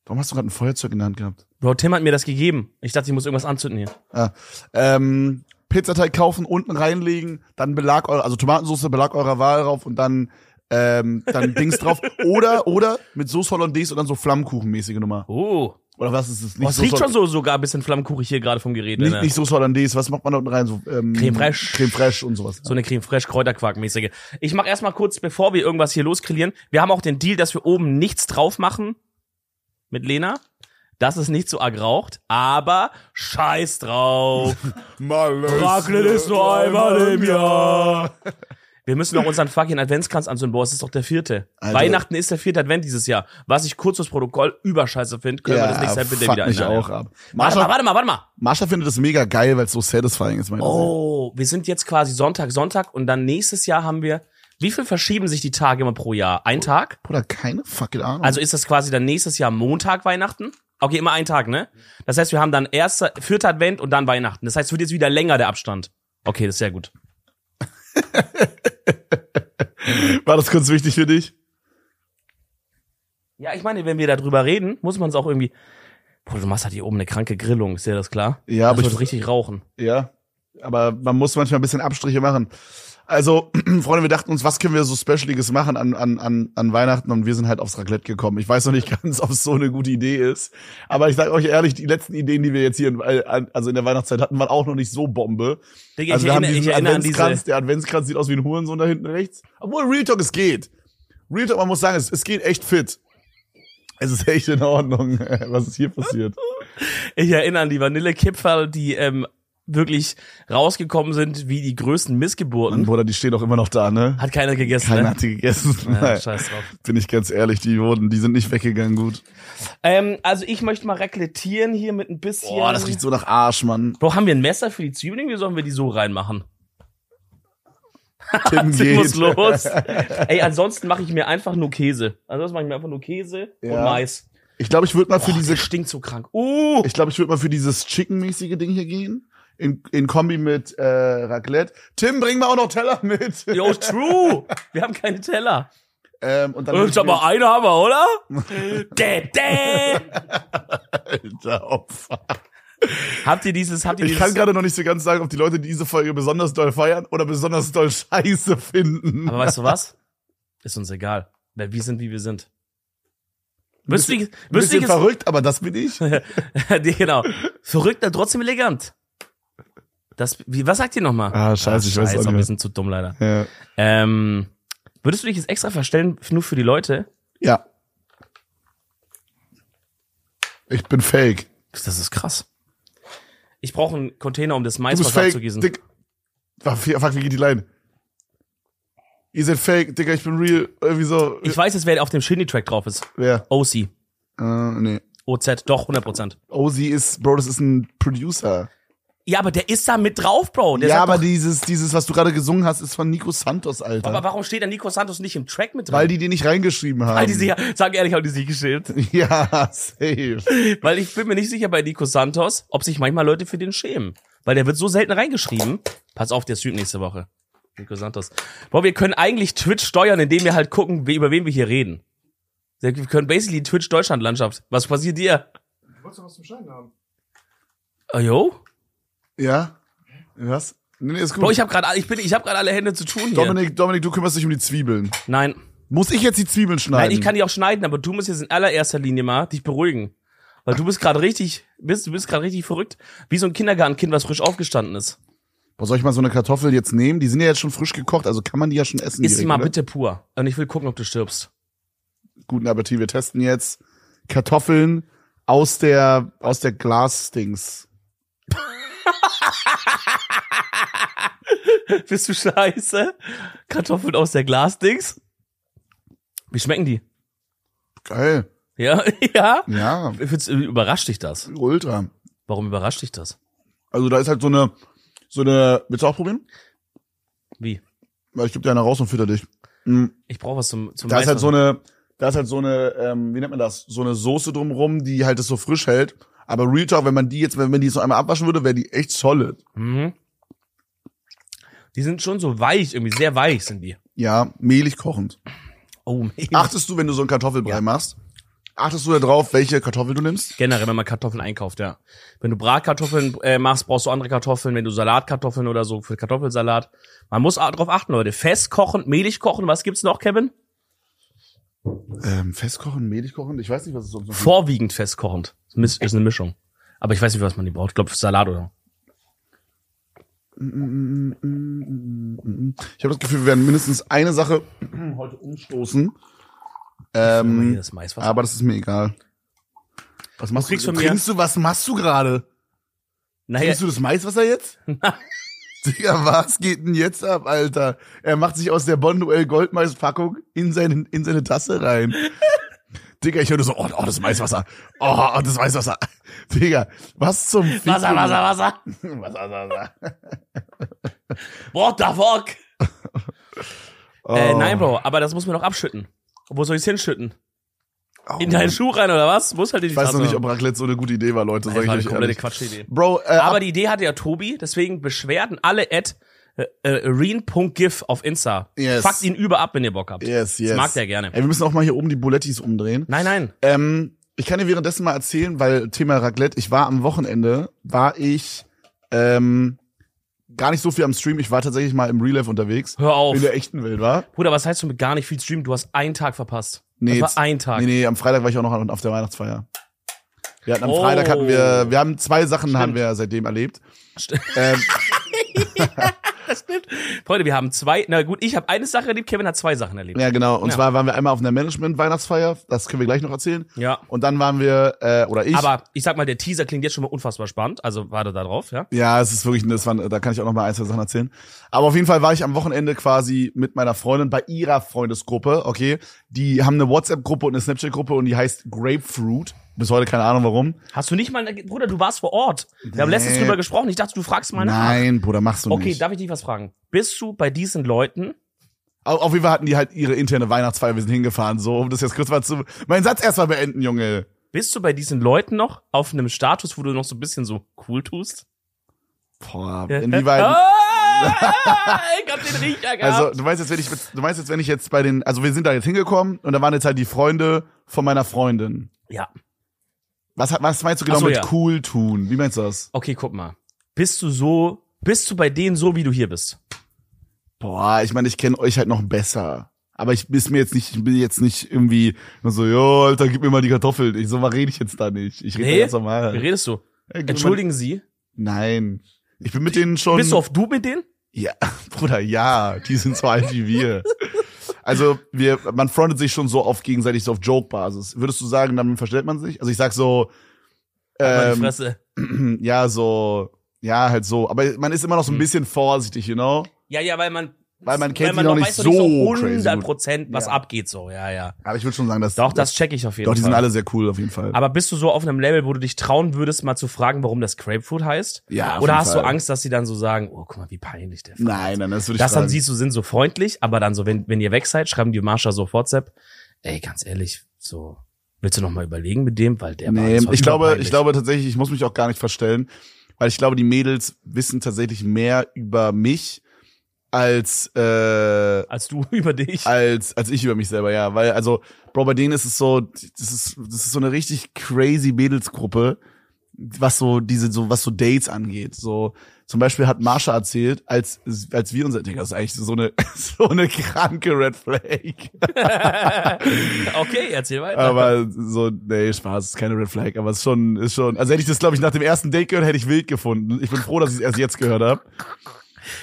Speaker 1: Warum hast du gerade ein Feuerzeug in der Hand gehabt?
Speaker 2: Bro, Tim hat mir das gegeben. Ich dachte, ich muss irgendwas anzünden hier.
Speaker 1: Ah, ähm, Pizzateig kaufen, unten reinlegen, dann Belag eurer, also Tomatensauce, Belag eurer Wahl drauf und dann, ähm, dann Dings drauf. Oder, oder mit Soße Hollandaise und dann so Flammkuchenmäßige Nummer.
Speaker 2: Oh.
Speaker 1: Oder was ist es?
Speaker 2: Boah, es riecht
Speaker 1: Hol-
Speaker 2: schon so sogar ein bisschen flammkuchig hier gerade vom Gerät.
Speaker 1: Nicht,
Speaker 2: ne?
Speaker 1: nicht Soße Hollandaise, was macht man da unten rein? So, ähm,
Speaker 2: Creme fraiche.
Speaker 1: Creme fraiche und sowas.
Speaker 2: so eine Creme Fraiche Kräuterquark-mäßige. Ich mach erstmal kurz, bevor wir irgendwas hier loskrillieren, wir haben auch den Deal, dass wir oben nichts drauf machen mit Lena. Das ist nicht so arg raucht, aber scheiß drauf. Raclette ist nur einmal im Jahr. Wir müssen noch unseren fucking Adventskranz anzünden. Boah, es ist doch der vierte.
Speaker 1: Alter.
Speaker 2: Weihnachten ist der vierte Advent dieses Jahr. Was ich kurz fürs Protokoll überscheiße finde, können wir das nächste Mal bitte
Speaker 1: fuck
Speaker 2: wieder
Speaker 1: mich
Speaker 2: einladen.
Speaker 1: auch ab.
Speaker 2: Warte mal,
Speaker 1: Marsha,
Speaker 2: warte mal, warte mal.
Speaker 1: Marsha findet es mega geil, weil es so satisfying ist. Meine
Speaker 2: Oh, wir sind jetzt quasi Sonntag, Sonntag und dann nächstes Jahr haben wir. Wie viel verschieben sich die Tage immer pro Jahr? Ein Tag?
Speaker 1: Bruder, keine fucking Ahnung.
Speaker 2: Also ist das quasi dann nächstes Jahr Montag Weihnachten? Okay, immer einen Tag, ne? Das heißt, wir haben dann erster, vierter Advent und dann Weihnachten. Das heißt, es wird jetzt wieder länger, der Abstand. Okay, das ist sehr gut.
Speaker 1: War das kurz wichtig für dich?
Speaker 2: Ja, ich meine, wenn wir darüber reden, muss man es auch irgendwie. Boah, du machst halt hier oben eine kranke Grillung, ist dir das klar?
Speaker 1: Ja,
Speaker 2: das
Speaker 1: aber
Speaker 2: wird
Speaker 1: ich-
Speaker 2: richtig rauchen.
Speaker 1: Ja, aber man muss manchmal ein bisschen Abstriche machen. Also, Freunde, wir dachten uns, was können wir so Specialiges machen an, an, an, an Weihnachten und wir sind halt aufs Raclette gekommen. Ich weiß noch nicht ganz, ob es so eine gute Idee ist, aber ich sage euch ehrlich, die letzten Ideen, die wir jetzt hier in, äh, an- also in der Weihnachtszeit hatten, waren auch noch nicht so Bombe.
Speaker 2: Digga,
Speaker 1: Also
Speaker 2: ich
Speaker 1: wir haben
Speaker 2: erinnere, ich
Speaker 1: diesen
Speaker 2: erinnere an
Speaker 1: Adventskranz,
Speaker 2: diese.
Speaker 1: der Adventskranz sieht aus wie ein Hurensohn da hinten rechts. Obwohl, Real Talk, es geht. Real Talk, man muss sagen, es, es geht echt fit. Es ist echt in Ordnung, was ist hier passiert.
Speaker 2: Ich erinnere an die Vanillekipferl, die ähm, wirklich rausgekommen sind wie die größten
Speaker 1: Mann,
Speaker 2: Missgeburten.
Speaker 1: Bruder, die stehen auch immer noch da, ne?
Speaker 2: Hat keiner gegessen,
Speaker 1: Keiner
Speaker 2: ne?
Speaker 1: hat die gegessen.
Speaker 2: Ja,
Speaker 1: Nein.
Speaker 2: scheiß drauf.
Speaker 1: Bin ich ganz ehrlich, die wurden, die sind nicht weggegangen gut.
Speaker 2: Ähm, also ich möchte mal reklettieren hier mit ein bisschen.
Speaker 1: Boah, das riecht so nach Arsch, Mann.
Speaker 2: Bro, haben wir ein Messer für die Zwiebeln oder sollen wir die so reinmachen?
Speaker 1: Tim
Speaker 2: Sie muss
Speaker 1: geht.
Speaker 2: los. Ey, ansonsten mache ich mir einfach nur Käse. Ansonsten mache ich mir einfach nur Käse und
Speaker 1: Ja.
Speaker 2: Mais.
Speaker 1: Ich glaube, ich würde mal für
Speaker 2: Boah,
Speaker 1: diese,
Speaker 2: der stinkt so krank. Uh!
Speaker 1: ich glaube, ich würde mal für dieses Chicken-mäßige Ding hier gehen. In, in Kombi mit äh, Raclette. Tim, bring mal auch noch Teller mit.
Speaker 2: Yo, true! Wir haben keine Teller.
Speaker 1: Ähm, und dann würd
Speaker 2: Äh,
Speaker 1: ich
Speaker 2: Sag
Speaker 1: mir-
Speaker 2: mal, einen haben wir, oder? Dä, dä.
Speaker 1: Alter, Opfer.
Speaker 2: habt ihr dieses, habt ihr
Speaker 1: Ich
Speaker 2: dieses...
Speaker 1: kann gerade noch nicht so ganz sagen, ob die Leute diese Folge besonders doll feiern oder besonders doll scheiße finden.
Speaker 2: Aber weißt du was? Ist uns egal. Weil wir sind, wie wir sind. Wüsste
Speaker 1: Bisschen
Speaker 2: ich es...
Speaker 1: verrückt, aber das bin ich.
Speaker 2: genau. Verrückt, aber trotzdem elegant. Das, wie, was sagt ihr nochmal?
Speaker 1: Ah, scheiße, ich weiß auch nicht
Speaker 2: wir
Speaker 1: mehr.
Speaker 2: sind zu dumm leider.
Speaker 1: Ja.
Speaker 2: Ähm, würdest du dich jetzt extra verstellen, f- nur für die Leute?
Speaker 1: ja. Ich bin fake.
Speaker 2: Das ist krass. Ich brauche einen Container, um das Mais
Speaker 1: Du bist
Speaker 2: was
Speaker 1: fake,
Speaker 2: abzugießen.
Speaker 1: Dick. Ah, fuck, fuck, wie geht die Line? Ihr seid fake, Digga, ich bin real. Irgendwie so.
Speaker 2: Ich weiß jetzt, wer auf dem Shindy-Track drauf ist.
Speaker 1: Wer?
Speaker 2: OC.
Speaker 1: Äh, nee.
Speaker 2: OZ, doch, 100%.
Speaker 1: Ozzy ist, Bro, das ist ein Producer.
Speaker 2: Ja, aber der ist da mit drauf, Bro. Der
Speaker 1: ja,
Speaker 2: sagt
Speaker 1: aber
Speaker 2: doch,
Speaker 1: dieses, dieses, was du gerade gesungen hast, ist von Nico Santos, Alter.
Speaker 2: aber warum steht der Nico Santos nicht im Track mit
Speaker 1: weil
Speaker 2: drin?
Speaker 1: die den nicht reingeschrieben haben.
Speaker 2: Weil die sich, sag ehrlich, haben die sich geschämt.
Speaker 1: ja, safe.
Speaker 2: Weil ich bin mir nicht sicher bei Nico Santos, ob sich manchmal Leute für den schämen. Weil der wird so selten reingeschrieben. Pass auf, der ist Süd nächste Woche. Nico Santos. Boah, wir können eigentlich Twitch steuern, indem wir halt gucken, we- über wen wir hier reden. Wir können basically Twitch Deutschland-Landschaft. Was passiert dir?
Speaker 3: Wolltest du was zum Schneiden haben?
Speaker 2: Oh, yo?
Speaker 1: Ja? Was? Nee, nee, ist gut.
Speaker 2: Bro, ich habe gerade ich bin ich habe gerade alle Hände zu tun hier.
Speaker 1: Dominik, Dominik, du kümmerst dich um die Zwiebeln.
Speaker 2: Nein.
Speaker 1: Muss ich jetzt die Zwiebeln schneiden?
Speaker 2: Nein, ich kann die auch schneiden, aber du musst jetzt in allererster Linie mal dich beruhigen. Weil du bist gerade richtig, bist, du bist gerade richtig verrückt, wie so ein Kindergartenkind, was frisch aufgestanden ist.
Speaker 1: Boah, soll ich mal so eine Kartoffel jetzt nehmen? Die sind ja jetzt schon frisch gekocht, also kann man die ja schon essen.
Speaker 2: Iss sie
Speaker 1: direkt, ne?
Speaker 2: mal
Speaker 1: oder?
Speaker 2: bitte pur. Und ich will gucken, ob du stirbst.
Speaker 1: guten Appetit. Wir testen jetzt Kartoffeln aus der aus der Glasdings.
Speaker 2: Bist du scheiße? Kartoffeln aus der Glasdings? Wie schmecken die?
Speaker 1: Geil.
Speaker 2: Ja, ja.
Speaker 1: Ja,
Speaker 2: Findest- Überrascht dich das?
Speaker 1: ultra.
Speaker 2: Warum überrascht dich das?
Speaker 1: Also da ist halt so eine so eine willst du auch probieren?
Speaker 2: Wie?
Speaker 1: Weil ich gebe dir eine raus und fütter dich. Mhm.
Speaker 2: Ich brauche was zum zum
Speaker 1: Da ist halt so
Speaker 2: Weißwein.
Speaker 1: eine da ist halt so eine ähm, wie nennt man das? So eine Soße drumrum, die halt es so frisch hält. Aber Real Talk, wenn man die jetzt, wenn man die so einmal abwaschen würde, wäre die echt solid.
Speaker 2: Mhm. Die sind schon so weich, irgendwie sehr weich sind die.
Speaker 1: Ja, mehlig kochend.
Speaker 2: Oh, mega.
Speaker 1: Achtest du, wenn du so einen Kartoffelbrei
Speaker 2: Ja.
Speaker 1: machst, achtest du da drauf, welche Kartoffel du nimmst?
Speaker 2: Generell, wenn man Kartoffeln einkauft, ja. Wenn du Bratkartoffeln äh, machst, brauchst du andere Kartoffeln. Wenn du Salatkartoffeln oder so für Kartoffelsalat. Man muss a- drauf achten, Leute. Fest kochen, mehlig kochen. Was gibt's noch, Kevin?
Speaker 1: Ähm, festkochen, mehlig kochen? Ich weiß nicht, was es sonst noch gibt.
Speaker 2: vorwiegend festkochend. Ist ist eine Mischung. Aber ich weiß nicht, was man die braucht. Ich glaube, Salat oder.
Speaker 1: Mm, Ich habe das Gefühl, wir werden mindestens eine Sache heute umstoßen.
Speaker 2: Immer hier
Speaker 1: Ähm,
Speaker 2: das Mais. Was?
Speaker 1: aber das ist mir egal. Was machst
Speaker 2: kriegst
Speaker 1: du?
Speaker 2: von mir-
Speaker 1: Trinkst du, was machst du gerade?
Speaker 2: Naja,
Speaker 1: Trinkst du das Maiswasser jetzt? Digga, was geht denn jetzt ab, Alter? Er macht sich aus der Bonduell Goldmaispackung in, seinen, in seine Tasse rein. Digga, ich höre nur so, oh, oh, das Maiswasser. Oh, oh, das Maiswasser. Digga, was zum Fick?
Speaker 2: Wasser, Wasser, Wasser.
Speaker 1: Wasser, Wasser.
Speaker 2: What the fuck?
Speaker 1: Oh.
Speaker 2: Äh, nein, Bro, aber das muss man doch abschütten. Wo soll ich hinschütten?
Speaker 1: Oh,
Speaker 2: in deinen
Speaker 1: Mann.
Speaker 2: Schuh rein oder was? Muss halt in die
Speaker 1: ich weiß
Speaker 2: Tasse.
Speaker 1: noch nicht, ob Raclette so eine gute Idee war, Leute. Sag
Speaker 2: das
Speaker 1: ich
Speaker 2: war eine
Speaker 1: euch
Speaker 2: komplette
Speaker 1: ehrlich.
Speaker 2: Quatschidee.
Speaker 1: Bro, äh,
Speaker 2: Aber
Speaker 1: aber
Speaker 2: die Idee hatte ja Tobi, deswegen beschwerden alle at äh, äh, reen.gif auf Insta.
Speaker 1: Yes.
Speaker 2: Fuckt ihn über ab, wenn ihr Bock habt.
Speaker 1: yes, yes.
Speaker 2: Das mag der gerne.
Speaker 1: Ey, wir müssen auch mal hier oben die Bulettis umdrehen.
Speaker 2: Nein, nein.
Speaker 1: Ähm, ich kann dir währenddessen mal erzählen, weil Thema Raclette, ich war am Wochenende, war ich ähm, gar nicht so viel am Stream, ich war tatsächlich mal im Relive unterwegs.
Speaker 2: Hör auf.
Speaker 1: In der echten Welt, war?
Speaker 2: Bruder, was heißt du mit gar nicht viel streamen? Du hast einen Tag verpasst.
Speaker 1: Nee,
Speaker 2: das
Speaker 1: jetzt-
Speaker 2: war ein Tag.
Speaker 1: Nee, nee, am Freitag war ich auch noch an- auf der Weihnachtsfeier. Wir hatten am
Speaker 2: Oh.
Speaker 1: Freitag hatten wir, wir haben zwei Sachen
Speaker 2: Stimmt.
Speaker 1: haben wir seitdem erlebt.
Speaker 2: Stimmt.
Speaker 1: Ähm,
Speaker 2: Das stimmt. Freunde, wir haben zwei. Na gut, ich habe eine Sache erlebt, Kevin hat zwei Sachen erlebt.
Speaker 1: ja, genau. Und
Speaker 2: Ja.
Speaker 1: zwar waren wir einmal auf einer Management-Weihnachtsfeier, das können wir gleich noch erzählen.
Speaker 2: Ja.
Speaker 1: Und dann waren wir, äh, oder ich.
Speaker 2: Aber ich sag mal, der Teaser klingt jetzt schon mal unfassbar spannend. Also warte da drauf, ja?
Speaker 1: ja, es ist wirklich, das waren, da kann ich auch noch mal ein, zwei Sachen erzählen. Aber auf jeden Fall war ich am Wochenende quasi mit meiner Freundin bei ihrer Freundesgruppe, okay? Die haben eine WhatsApp-Gruppe und eine Snapchat-Gruppe und die heißt Grapefruit. Bis heute keine Ahnung warum.
Speaker 2: Hast du nicht mal, Bruder, du warst vor Ort. Wir haben
Speaker 1: Nee.
Speaker 2: letztens drüber gesprochen. Ich dachte, du fragst mal nach.
Speaker 1: Nein, Bruder, machst du
Speaker 2: Oh, Okay,
Speaker 1: nicht.
Speaker 2: darf ich dich was fragen? Bist du bei diesen Leuten?
Speaker 1: Au- Auf jeden Fall hatten die halt ihre interne Weihnachtsfeier, wir sind hingefahren, so, um das jetzt kurz mal zu, meinen Satz erstmal beenden, Junge.
Speaker 2: Bist du bei diesen Leuten noch auf einem Status, wo du noch so ein bisschen so cool tust?
Speaker 1: Boah,
Speaker 2: Oh,
Speaker 1: inwieweit,
Speaker 2: Ah, ich hab den Riecher gehabt.
Speaker 1: also, du weißt jetzt, wenn ich, mit- du weißt jetzt, wenn ich jetzt bei den, also wir sind da jetzt hingekommen und da waren jetzt halt die Freunde von meiner Freundin.
Speaker 2: ja.
Speaker 1: Was, hat- was meinst du genau
Speaker 2: Ach so,
Speaker 1: mit
Speaker 2: ja.
Speaker 1: cool tun? Wie meinst du das?
Speaker 2: Okay, guck mal. Bist du so, bist du bei denen so, wie du hier bist?
Speaker 1: Boah, ich meine, ich kenne euch halt noch besser. Aber ich bin mir jetzt nicht, ich bin jetzt nicht irgendwie nur so, jo, Alter, gib mir mal die Kartoffeln. Ich, so mal rede ich jetzt da nicht. Ich rede
Speaker 2: Nee.
Speaker 1: ganz normal.
Speaker 2: Wie redest du?
Speaker 1: Ey, gib mir mal-
Speaker 2: Entschuldigen Sie.
Speaker 1: Nein. Ich bin mit denen schon.
Speaker 2: Bist du auf Du mit denen?
Speaker 1: Ja, Bruder, ja, die sind so alt wie wir. Also, wir, man frontet sich schon so oft gegenseitig so auf Joke-Basis. Würdest du sagen, dann verstellt man sich? Also ich sag so,
Speaker 2: Meine
Speaker 1: ähm,
Speaker 2: Halt Fresse. Hm.
Speaker 1: ja, so, ja, halt so. Aber man ist immer noch so ein bisschen vorsichtig, you know?
Speaker 2: Ja, ja, weil man,
Speaker 1: Weil man kennt
Speaker 2: weil man
Speaker 1: die noch
Speaker 2: noch
Speaker 1: nicht
Speaker 2: weiß,
Speaker 1: so,
Speaker 2: noch nicht so
Speaker 1: crazy. Gut.
Speaker 2: 100 was
Speaker 1: Ja.
Speaker 2: abgeht so. Ja, ja.
Speaker 1: Aber ich würde schon sagen, dass
Speaker 2: Doch, das check ich auf jeden
Speaker 1: doch, die
Speaker 2: Fall.
Speaker 1: sind alle sehr cool auf jeden Fall.
Speaker 2: Aber bist du so auf einem Level, wo du dich trauen würdest, mal zu fragen, warum das Grapefruit heißt?
Speaker 1: Ja, auf
Speaker 2: Oder
Speaker 1: jeden
Speaker 2: hast du
Speaker 1: Fall.
Speaker 2: Angst, dass sie dann so sagen, oh, guck mal, wie peinlich der
Speaker 1: nein, nein, das würde ich
Speaker 2: Dass dann
Speaker 1: sagen.
Speaker 2: siehst du, sind so freundlich, aber dann so, wenn, wenn ihr weg seid, schreiben die Marsha so auf WhatsApp, ey, ganz ehrlich, so, willst du noch mal überlegen mit dem, weil der war,
Speaker 1: nee,
Speaker 2: das war
Speaker 1: ich glaube,
Speaker 2: überpeinlich.
Speaker 1: ich glaube tatsächlich, ich muss mich auch gar nicht verstellen, weil ich glaube, die Mädels wissen tatsächlich mehr über mich als äh,
Speaker 2: Als du über dich.
Speaker 1: als als ich über mich selber, ja, weil also Bro, bei denen ist es so, das ist das ist so eine richtig crazy Mädelsgruppe, was so diese so was so Dates angeht, so zum Beispiel hat Marsha erzählt, als als wir unser Ding, das ist eigentlich so eine so eine kranke Red Flag,
Speaker 2: okay, erzähl weiter.
Speaker 1: aber so nee, Spaß, ist keine Red Flag, aber es ist schon ist schon, also hätte ich das glaube ich nach dem ersten Date gehört, hätte ich wild gefunden. Ich bin froh, dass ich es erst jetzt gehört habe.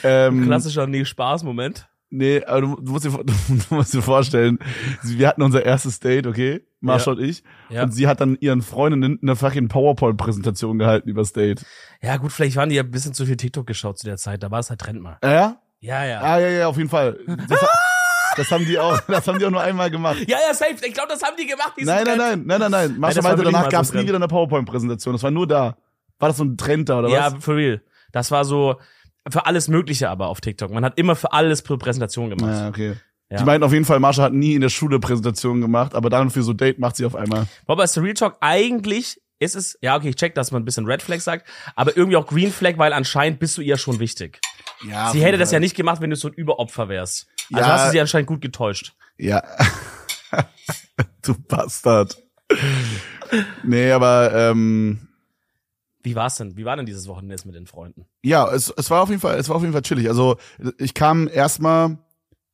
Speaker 1: Ähm,
Speaker 2: Klassischer Nee-Spaß-Moment.
Speaker 1: Nee, aber du, du, musst dir, vor- du musst dir vorstellen, sie- wir hatten unser erstes Date, okay? Marsha und ich.
Speaker 2: Ja.
Speaker 1: Und sie hat dann ihren Freundinnen eine fucking PowerPoint-Präsentation gehalten übers Date.
Speaker 2: Ja, gut, vielleicht waren die ja ein bisschen zu viel TikTok geschaut zu der Zeit, da war es halt Trend mal.
Speaker 1: Äh? Ja?
Speaker 2: Ja, ja.
Speaker 1: Ah, ja, ja, auf jeden Fall. Das, das haben die auch, das haben die auch nur einmal gemacht.
Speaker 2: Ja, ja, safe. Ich glaube, das haben die gemacht. diesen
Speaker 1: Nein, nein,
Speaker 2: Trend.
Speaker 1: nein, nein, nein, nein.
Speaker 2: Nein,
Speaker 1: Marsha
Speaker 2: das war
Speaker 1: meinte,
Speaker 2: wirklich
Speaker 1: danach
Speaker 2: mal so
Speaker 1: gab es
Speaker 2: ein Trend.
Speaker 1: nie wieder eine PowerPoint-Präsentation. Das war nur da. War das so ein Trend da, oder
Speaker 2: Ja,
Speaker 1: was?
Speaker 2: for real. Das war so für alles Mögliche aber auf TikTok. Man hat immer für alles Prä- Präsentation gemacht.
Speaker 1: Ja, okay.
Speaker 2: Ja.
Speaker 1: Die meinten auf jeden Fall, Marsha hat nie in der Schule Präsentationen gemacht, aber dann für so Date macht sie auf einmal.
Speaker 2: Bob, ist Real Talk eigentlich ist es, ja, okay, ich check, dass man ein bisschen Red Flag sagt, aber irgendwie auch Green Flag, weil anscheinend bist du ihr schon wichtig.
Speaker 1: Ja.
Speaker 2: Sie hätte das ja nicht gemacht, wenn du so ein Überopfer wärst. Also
Speaker 1: Ja.
Speaker 2: hast du sie anscheinend gut getäuscht.
Speaker 1: Ja. du Bastard. Nee, aber ähm,
Speaker 2: Wie war's denn? Wie war denn dieses Wochenende jetzt mit den Freunden?
Speaker 1: ja, es, es war auf jeden Fall, es war auf jeden Fall chillig. Also ich kam erstmal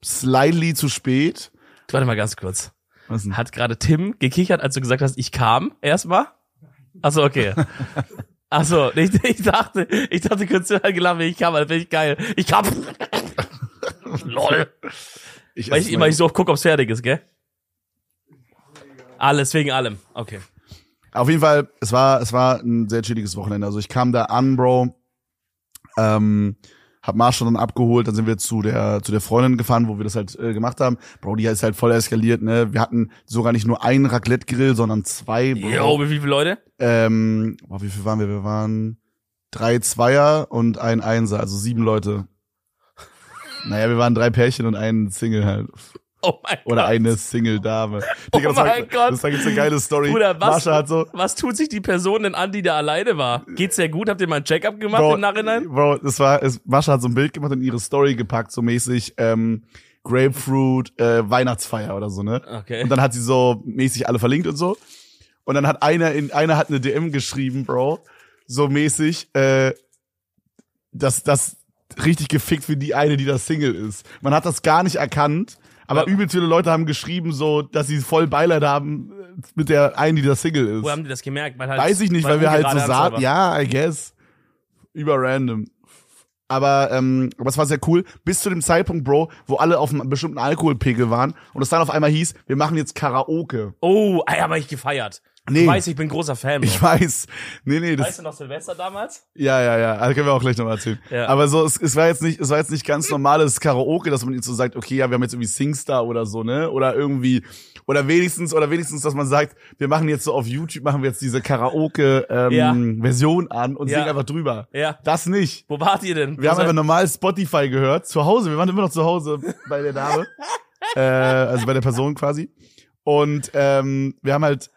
Speaker 1: slightly zu spät.
Speaker 2: Warte mal ganz kurz.
Speaker 1: Was denn?
Speaker 2: Hat gerade Tim gekichert, als du gesagt hast, ich kam erstmal? Achso, okay. Achso, ich, ich dachte, ich dachte, kurz du halt gelacht, wenn ich kam, das finde ich geil. Ich kam. Lol.
Speaker 1: Ich,
Speaker 2: Weil ich, weil ich so gucke, ob's fertig ist, gell? Alles wegen allem. Okay.
Speaker 1: auf jeden Fall, es war, es war ein sehr chilliges Wochenende. Also ich kam da an, Bro. Ähm, hab Marshall dann abgeholt, dann sind wir zu der zu der Freundin gefahren, wo wir das halt äh, gemacht haben. Bro, die ist halt voll eskaliert, ne? Wir hatten sogar nicht nur einen Raclette-Grill, sondern zwei, Bro.
Speaker 2: Yo, wie viele Leute?
Speaker 1: Ähm, boah, wie viel waren wir? Wir waren drei Zweier und ein Einser, also sieben Leute. Naja, wir waren drei Pärchen und ein Single halt.
Speaker 2: Oh mein
Speaker 1: Oder
Speaker 2: Gott.
Speaker 1: eine Single-Dame.
Speaker 2: Oh
Speaker 1: Digga, das war-
Speaker 2: mein Gott.
Speaker 1: Das war jetzt eine geile Story.
Speaker 2: Bruder, was,
Speaker 1: Marsha hat so,
Speaker 2: was tut sich die Person denn an, die da alleine war? Geht's sehr gut? Habt ihr mal ein Check-up gemacht im Nachhinein?
Speaker 1: Bro, das war, es, Mascha hat so ein Bild gemacht und ihre Story gepackt, so mäßig, ähm, Grapefruit, äh, Weihnachtsfeier oder so, ne?
Speaker 2: Okay.
Speaker 1: Und dann hat sie so mäßig alle verlinkt und so. Und dann hat einer in, einer hat eine DM geschrieben, Bro, so mäßig, äh, dass das richtig gefickt für die eine, die das Single ist. Man hat das gar nicht erkannt. Aber
Speaker 2: Ja.
Speaker 1: übelst viele Leute haben geschrieben, so, dass sie voll Beileid haben äh, mit der einen, die das Single ist.
Speaker 2: Wo haben die das gemerkt? Weil halt,
Speaker 1: Weiß ich nicht, weil, wir
Speaker 2: Uwe
Speaker 1: halt so
Speaker 2: gerade am Server
Speaker 1: sahen.
Speaker 2: war.
Speaker 1: Ja, I guess. Über random. Aber, ähm, aber es war sehr cool. Bis zu dem Zeitpunkt, Bro, wo alle auf einem bestimmten Alkoholpegel waren und es dann auf einmal hieß, wir machen jetzt Karaoke.
Speaker 2: Oh, ey, aber ich gefeiert.
Speaker 1: Nee.
Speaker 2: Du weißt, ich bin großer Fan.
Speaker 1: Ich
Speaker 2: Bro.
Speaker 1: weiß. Nee, nee,
Speaker 2: Weißt
Speaker 1: das.
Speaker 2: du noch Silvester damals?
Speaker 1: Ja, ja, ja. Also können wir auch gleich nochmal erzählen.
Speaker 2: Ja.
Speaker 1: Aber so, es, es war jetzt nicht, es war jetzt nicht ganz normales Karaoke, dass man jetzt so sagt, okay, ja, wir haben jetzt irgendwie Singstar oder so, ne? Oder irgendwie, oder wenigstens, oder wenigstens, dass man sagt, wir machen jetzt so auf YouTube, machen wir jetzt diese
Speaker 2: Ja.
Speaker 1: Karaoke-Version an und
Speaker 2: Ja.
Speaker 1: singen einfach drüber.
Speaker 2: Ja.
Speaker 1: Das nicht.
Speaker 2: Wo wart ihr denn?
Speaker 1: Wir
Speaker 2: Wo
Speaker 1: haben
Speaker 2: seid-
Speaker 1: einfach normal Spotify gehört. Zu Hause, wir waren immer noch zu Hause bei der Dame. äh, also bei der Person quasi. Und ähm, wir haben halt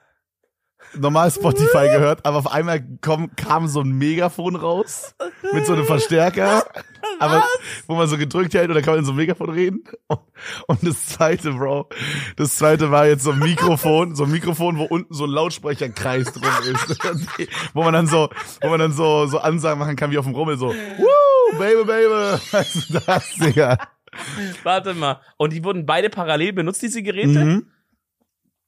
Speaker 1: normal Spotify gehört, aber auf einmal komm, kam so ein Megafon raus mit so einem Verstärker, aber wo man so gedrückt hält und dann kann man in so ein Megafon reden. Und das zweite, Bro, das zweite war jetzt so ein Mikrofon, so ein Mikrofon, wo unten so ein Lautsprecherkreis drin ist, wo man dann so, wo man dann so so Ansagen machen kann wie auf dem Rummel so, Woo, Oh, baby, baby, weißt du das, Digga?
Speaker 2: Warte mal. Und die wurden beide parallel benutzt, diese Geräte?
Speaker 1: Mhm.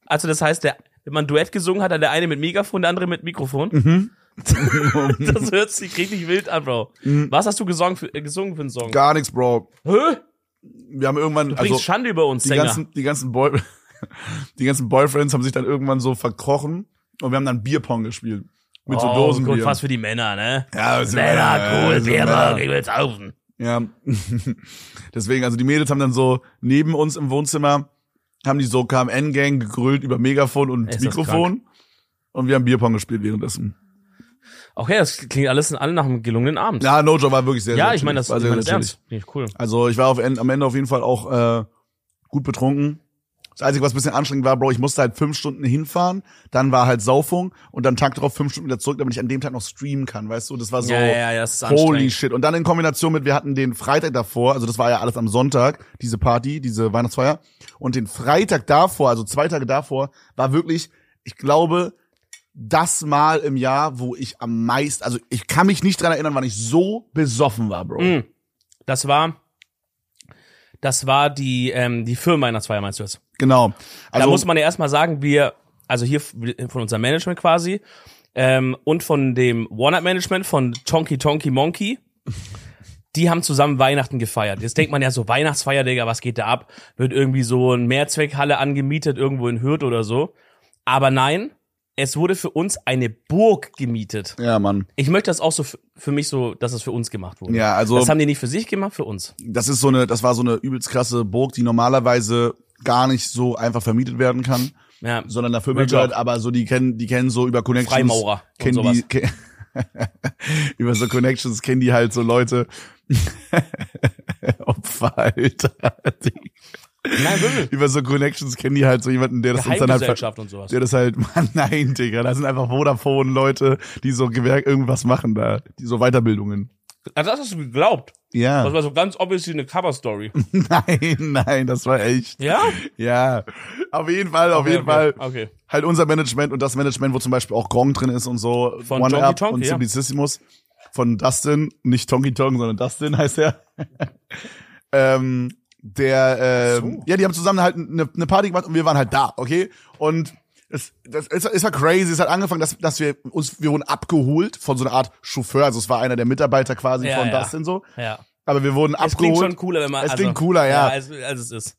Speaker 2: Also das heißt, der, wenn man Duett gesungen hat, hat der eine mit Megafon, der andere mit Mikrofon.
Speaker 1: Mhm.
Speaker 2: das hört sich richtig wild an, Bro.
Speaker 1: Mhm.
Speaker 2: Was hast du gesungen für, äh, gesungen für einen Song?
Speaker 1: Gar nichts, Bro.
Speaker 2: Hä?
Speaker 1: Wir haben irgendwann,
Speaker 2: Bringst
Speaker 1: also
Speaker 2: Schande über uns,
Speaker 1: die
Speaker 2: Sänger.
Speaker 1: ganzen, die ganzen Boy, die ganzen Boyfriends haben sich dann irgendwann so verkrochen und wir haben dann Bierpong gespielt mit so
Speaker 2: Oh,
Speaker 1: Dosenbier.
Speaker 2: Gut, was für die Männer, ne?
Speaker 1: ja, wir sind
Speaker 2: Männer, cool,
Speaker 1: wir sind
Speaker 2: Bierer,
Speaker 1: Männer.
Speaker 2: ich will saufen.
Speaker 1: Ja. Deswegen, also die Mädels haben dann so neben uns im Wohnzimmer, haben die so KMN-Gang gegrillt über Megafon und
Speaker 2: Ist das
Speaker 1: Mikrofon. Und wir haben Bierpong gespielt währenddessen.
Speaker 2: Okay, das klingt alles in allem nach einem gelungenen Abend. Ja,
Speaker 1: Ja, Nojo war wirklich sehr, sehr
Speaker 2: ich meine das,
Speaker 1: chillig. War
Speaker 2: ich
Speaker 1: sehr,
Speaker 2: meine das
Speaker 1: sehr
Speaker 2: ernst. Finde ich cool.
Speaker 1: chillig. Also ich war auf, en- am Ende auf jeden Fall auch äh, gut betrunken. Das Einzige, was ein bisschen anstrengend war, Bro, ich musste halt fünf Stunden hinfahren, dann war halt Saufung und dann Tag drauf fünf Stunden wieder zurück, damit ich an dem Tag noch streamen kann, weißt du? Das war so,
Speaker 2: ja, ja, ja, das ist
Speaker 1: Holy
Speaker 2: anstrengend.
Speaker 1: shit. Und dann in Kombination mit, wir hatten den Freitag davor, also das war ja alles am Sonntag, diese Party, diese Weihnachtsfeier. Und den Freitag davor, also zwei Tage davor, war wirklich, ich glaube, das Mal im Jahr, wo ich am meisten, also ich kann mich nicht dran erinnern, wann ich so besoffen war, Bro.
Speaker 2: Mhm. Das war, das war die, ähm, die Firmenweihnachtsfeier, meinst du das?
Speaker 1: Genau. Also,
Speaker 2: da muss man ja erstmal sagen, wir, also hier f- von unserem Management quasi ähm, und von dem One-Up-Management von Tonky Tonky Monkey, die haben zusammen Weihnachten gefeiert. Jetzt denkt man ja so, Weihnachtsfeier, Digga, was geht da ab? Wird irgendwie so ein Mehrzweckhalle angemietet, irgendwo in Hürth oder so. Aber nein, es wurde für uns eine Burg gemietet.
Speaker 1: ja, Mann.
Speaker 2: Ich möchte das auch so f- für mich so, dass es für uns gemacht wurde.
Speaker 1: Ja, also
Speaker 2: Das haben die nicht für sich gemacht, für uns.
Speaker 1: das ist so eine, das war so eine übelst krasse Burg, die normalerweise gar nicht so einfach vermietet werden kann,
Speaker 2: Ja.
Speaker 1: sondern der Firma
Speaker 2: Real
Speaker 1: gehört,
Speaker 2: talk.
Speaker 1: aber so die kennen, die kennen so über Connections.
Speaker 2: Freimaurer und
Speaker 1: kennen
Speaker 2: sowas.
Speaker 1: die, ke- über so Connections kennen die halt so Leute. Opfer, Alter. Die,
Speaker 2: Nein, wirklich.
Speaker 1: über so Connections kennen die halt so jemanden, der das uns dann halt ver-
Speaker 2: Geheimgesellschaft und sowas.
Speaker 1: der das halt, Mann, nein, Digga, das sind einfach Vodafone-Leute, die so Gewerk irgendwas machen da, die so Weiterbildungen.
Speaker 2: Also das hast du geglaubt. Das
Speaker 1: Ja.
Speaker 2: war so ganz obviously eine Cover-Story.
Speaker 1: Nein, nein, das war echt.
Speaker 2: Ja?
Speaker 1: Ja. Auf jeden Fall, auf jeden Fall.
Speaker 2: Okay.
Speaker 1: halt unser Management und das Management, wo zum Beispiel auch Gong drin ist und so,
Speaker 2: Von
Speaker 1: One
Speaker 2: Tonky
Speaker 1: Up
Speaker 2: Tonky,
Speaker 1: und
Speaker 2: ja.
Speaker 1: Simplicissimus von Dustin, nicht Tonky Tonk, sondern Dustin heißt er. ähm, der, ähm,
Speaker 2: Ach so.
Speaker 1: ja, die haben zusammen halt eine ne Party gemacht und wir waren halt da, okay? Und es, das, es, es war crazy, es hat angefangen, dass, dass wir uns, wir wurden abgeholt von so einer Art Chauffeur, also es war einer der Mitarbeiter quasi
Speaker 2: Ja,
Speaker 1: von
Speaker 2: ja.
Speaker 1: Dustin so,
Speaker 2: Ja.
Speaker 1: aber wir wurden
Speaker 2: Es klingt schon
Speaker 1: abgeholt.
Speaker 2: cooler, wenn man. also
Speaker 1: Es klingt cooler, ja.
Speaker 2: als, als es ist.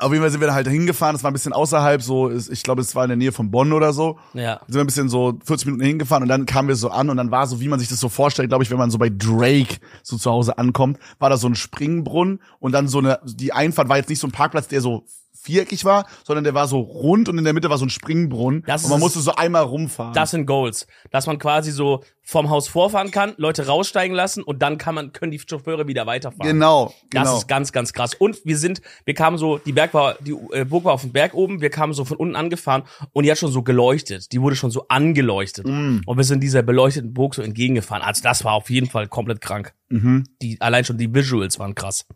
Speaker 1: Auf jeden Fall sind wir da halt hingefahren, es war ein bisschen außerhalb, so, ist- ich glaube, es war in der Nähe von Bonn oder so.
Speaker 2: Ja.
Speaker 1: sind wir ein bisschen so 40 Minuten hingefahren und dann kamen wir so an und dann war so, wie man sich das so vorstellt, glaube ich, wenn man so bei Drake so zu Hause ankommt, war da so ein Springbrunnen und dann so eine, die Einfahrt war jetzt nicht so ein Parkplatz, der so viereckig war, sondern der war so rund und in der Mitte war so ein Springbrunnen.
Speaker 2: Das
Speaker 1: und man
Speaker 2: ist-
Speaker 1: musste so einmal rumfahren.
Speaker 2: Das sind Goals. Dass man quasi so vom Haus vorfahren kann, Leute raussteigen lassen und dann kann man, können die Chauffeure wieder weiterfahren.
Speaker 1: genau,
Speaker 2: Das
Speaker 1: genau.
Speaker 2: ist ganz, ganz krass. Und wir sind, wir kamen so, die Berg war, die äh, Burg war auf dem Berg oben, wir kamen so von unten angefahren und die hat schon so geleuchtet. Die wurde schon so angeleuchtet.
Speaker 1: Mm.
Speaker 2: Und wir sind dieser beleuchteten Burg so entgegengefahren. Also das war auf jeden Fall komplett krank.
Speaker 1: Mhm.
Speaker 2: Die, allein schon die Visuals waren krass.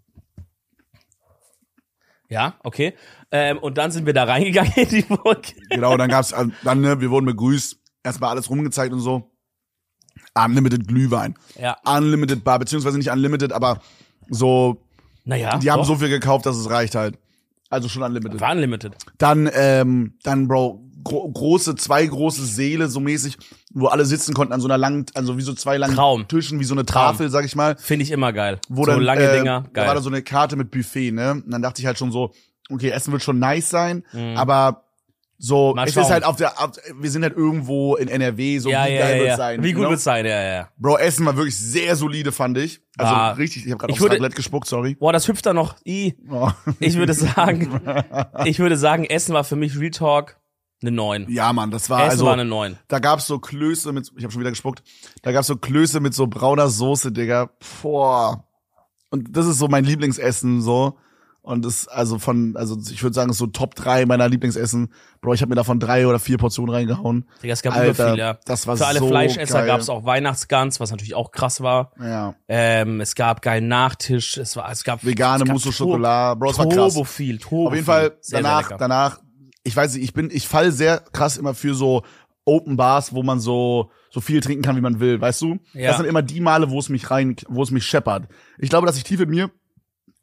Speaker 2: Ja, okay. Ähm, und dann sind wir da reingegangen in die Burg.
Speaker 1: genau, dann gab's äh, dann ne, wir wurden begrüßt, erstmal alles rumgezeigt und so. Unlimited Glühwein,
Speaker 2: Ja.
Speaker 1: Unlimited Bar, beziehungsweise nicht Unlimited, aber so,
Speaker 2: Naja.
Speaker 1: die haben
Speaker 2: doch.
Speaker 1: so viel gekauft, dass es reicht halt. Also schon Unlimited.
Speaker 2: War unlimited.
Speaker 1: Dann, ähm, dann, Bro, gro große, zwei große Säle, so mäßig, wo alle sitzen konnten an so einer langen, also wie so zwei langen
Speaker 2: Traum.
Speaker 1: Tischen, wie so eine Tafel, sag ich mal.
Speaker 2: Finde ich immer geil.
Speaker 1: Wo
Speaker 2: so
Speaker 1: dann,
Speaker 2: lange
Speaker 1: äh,
Speaker 2: Dinger,
Speaker 1: Da war da
Speaker 2: geil.
Speaker 1: so eine Karte mit Buffet, ne? Und dann dachte ich halt schon so, okay, Essen wird schon nice sein, aber so,
Speaker 2: Mhm. Mal
Speaker 1: es
Speaker 2: schauen.
Speaker 1: ist halt auf der, auf, wir sind halt irgendwo in NRW, so
Speaker 2: ja,
Speaker 1: wie
Speaker 2: ja,
Speaker 1: geil
Speaker 2: ja,
Speaker 1: wird's
Speaker 2: ja.
Speaker 1: sein.
Speaker 2: Wie gut
Speaker 1: genau?
Speaker 2: wird's sein, ja, ja, ja.
Speaker 1: Bro, Essen war wirklich sehr solide, fand ich. Also
Speaker 2: War-
Speaker 1: richtig, ich habe gerade
Speaker 2: Ich
Speaker 1: aufs
Speaker 2: würde-
Speaker 1: Tablett gespuckt, sorry.
Speaker 2: Boah, das hüpft da noch. I.
Speaker 1: Oh.
Speaker 2: Ich würde sagen, ich würde sagen, Essen war für mich Real Talk eine 9.
Speaker 1: Ja, Mann, das war
Speaker 2: Essen
Speaker 1: also.
Speaker 2: war eine 9.
Speaker 1: Da gab's so Klöße mit, ich habe schon wieder gespuckt, da gab's so Klöße mit so brauner Soße, Digga. Boah. Und das ist so mein Lieblingsessen so. Und das, also von, also ich würde sagen, ist so Top 3 meiner Lieblingsessen. Bro, ich habe mir davon drei oder vier Portionen reingehauen.
Speaker 2: Digga, es gab
Speaker 1: Alter,
Speaker 2: über viel, ja.
Speaker 1: das war
Speaker 2: Für alle
Speaker 1: so
Speaker 2: Fleischesser
Speaker 1: geil.
Speaker 2: gab es auch Weihnachtsgans, was natürlich auch krass war.
Speaker 1: Ja.
Speaker 2: Ähm, es gab geilen Nachtisch, es war, es gab
Speaker 1: Vegane
Speaker 2: es gab
Speaker 1: Mousse au
Speaker 2: Tur-
Speaker 1: Schokolade. Bro, das war krass.
Speaker 2: Turbo viel, Turbo
Speaker 1: Auf jeden
Speaker 2: viel.
Speaker 1: Fall
Speaker 2: Sehr,
Speaker 1: danach,
Speaker 2: sehr lecker.
Speaker 1: danach, ich weiß nicht, ich bin, ich fall sehr krass immer für so Open Bars, wo man so so viel trinken kann, wie man will, weißt du?
Speaker 2: Ja.
Speaker 1: Das sind immer die Male, wo es mich rein, wo es mich scheppert. Ich glaube, dass ich tief in mir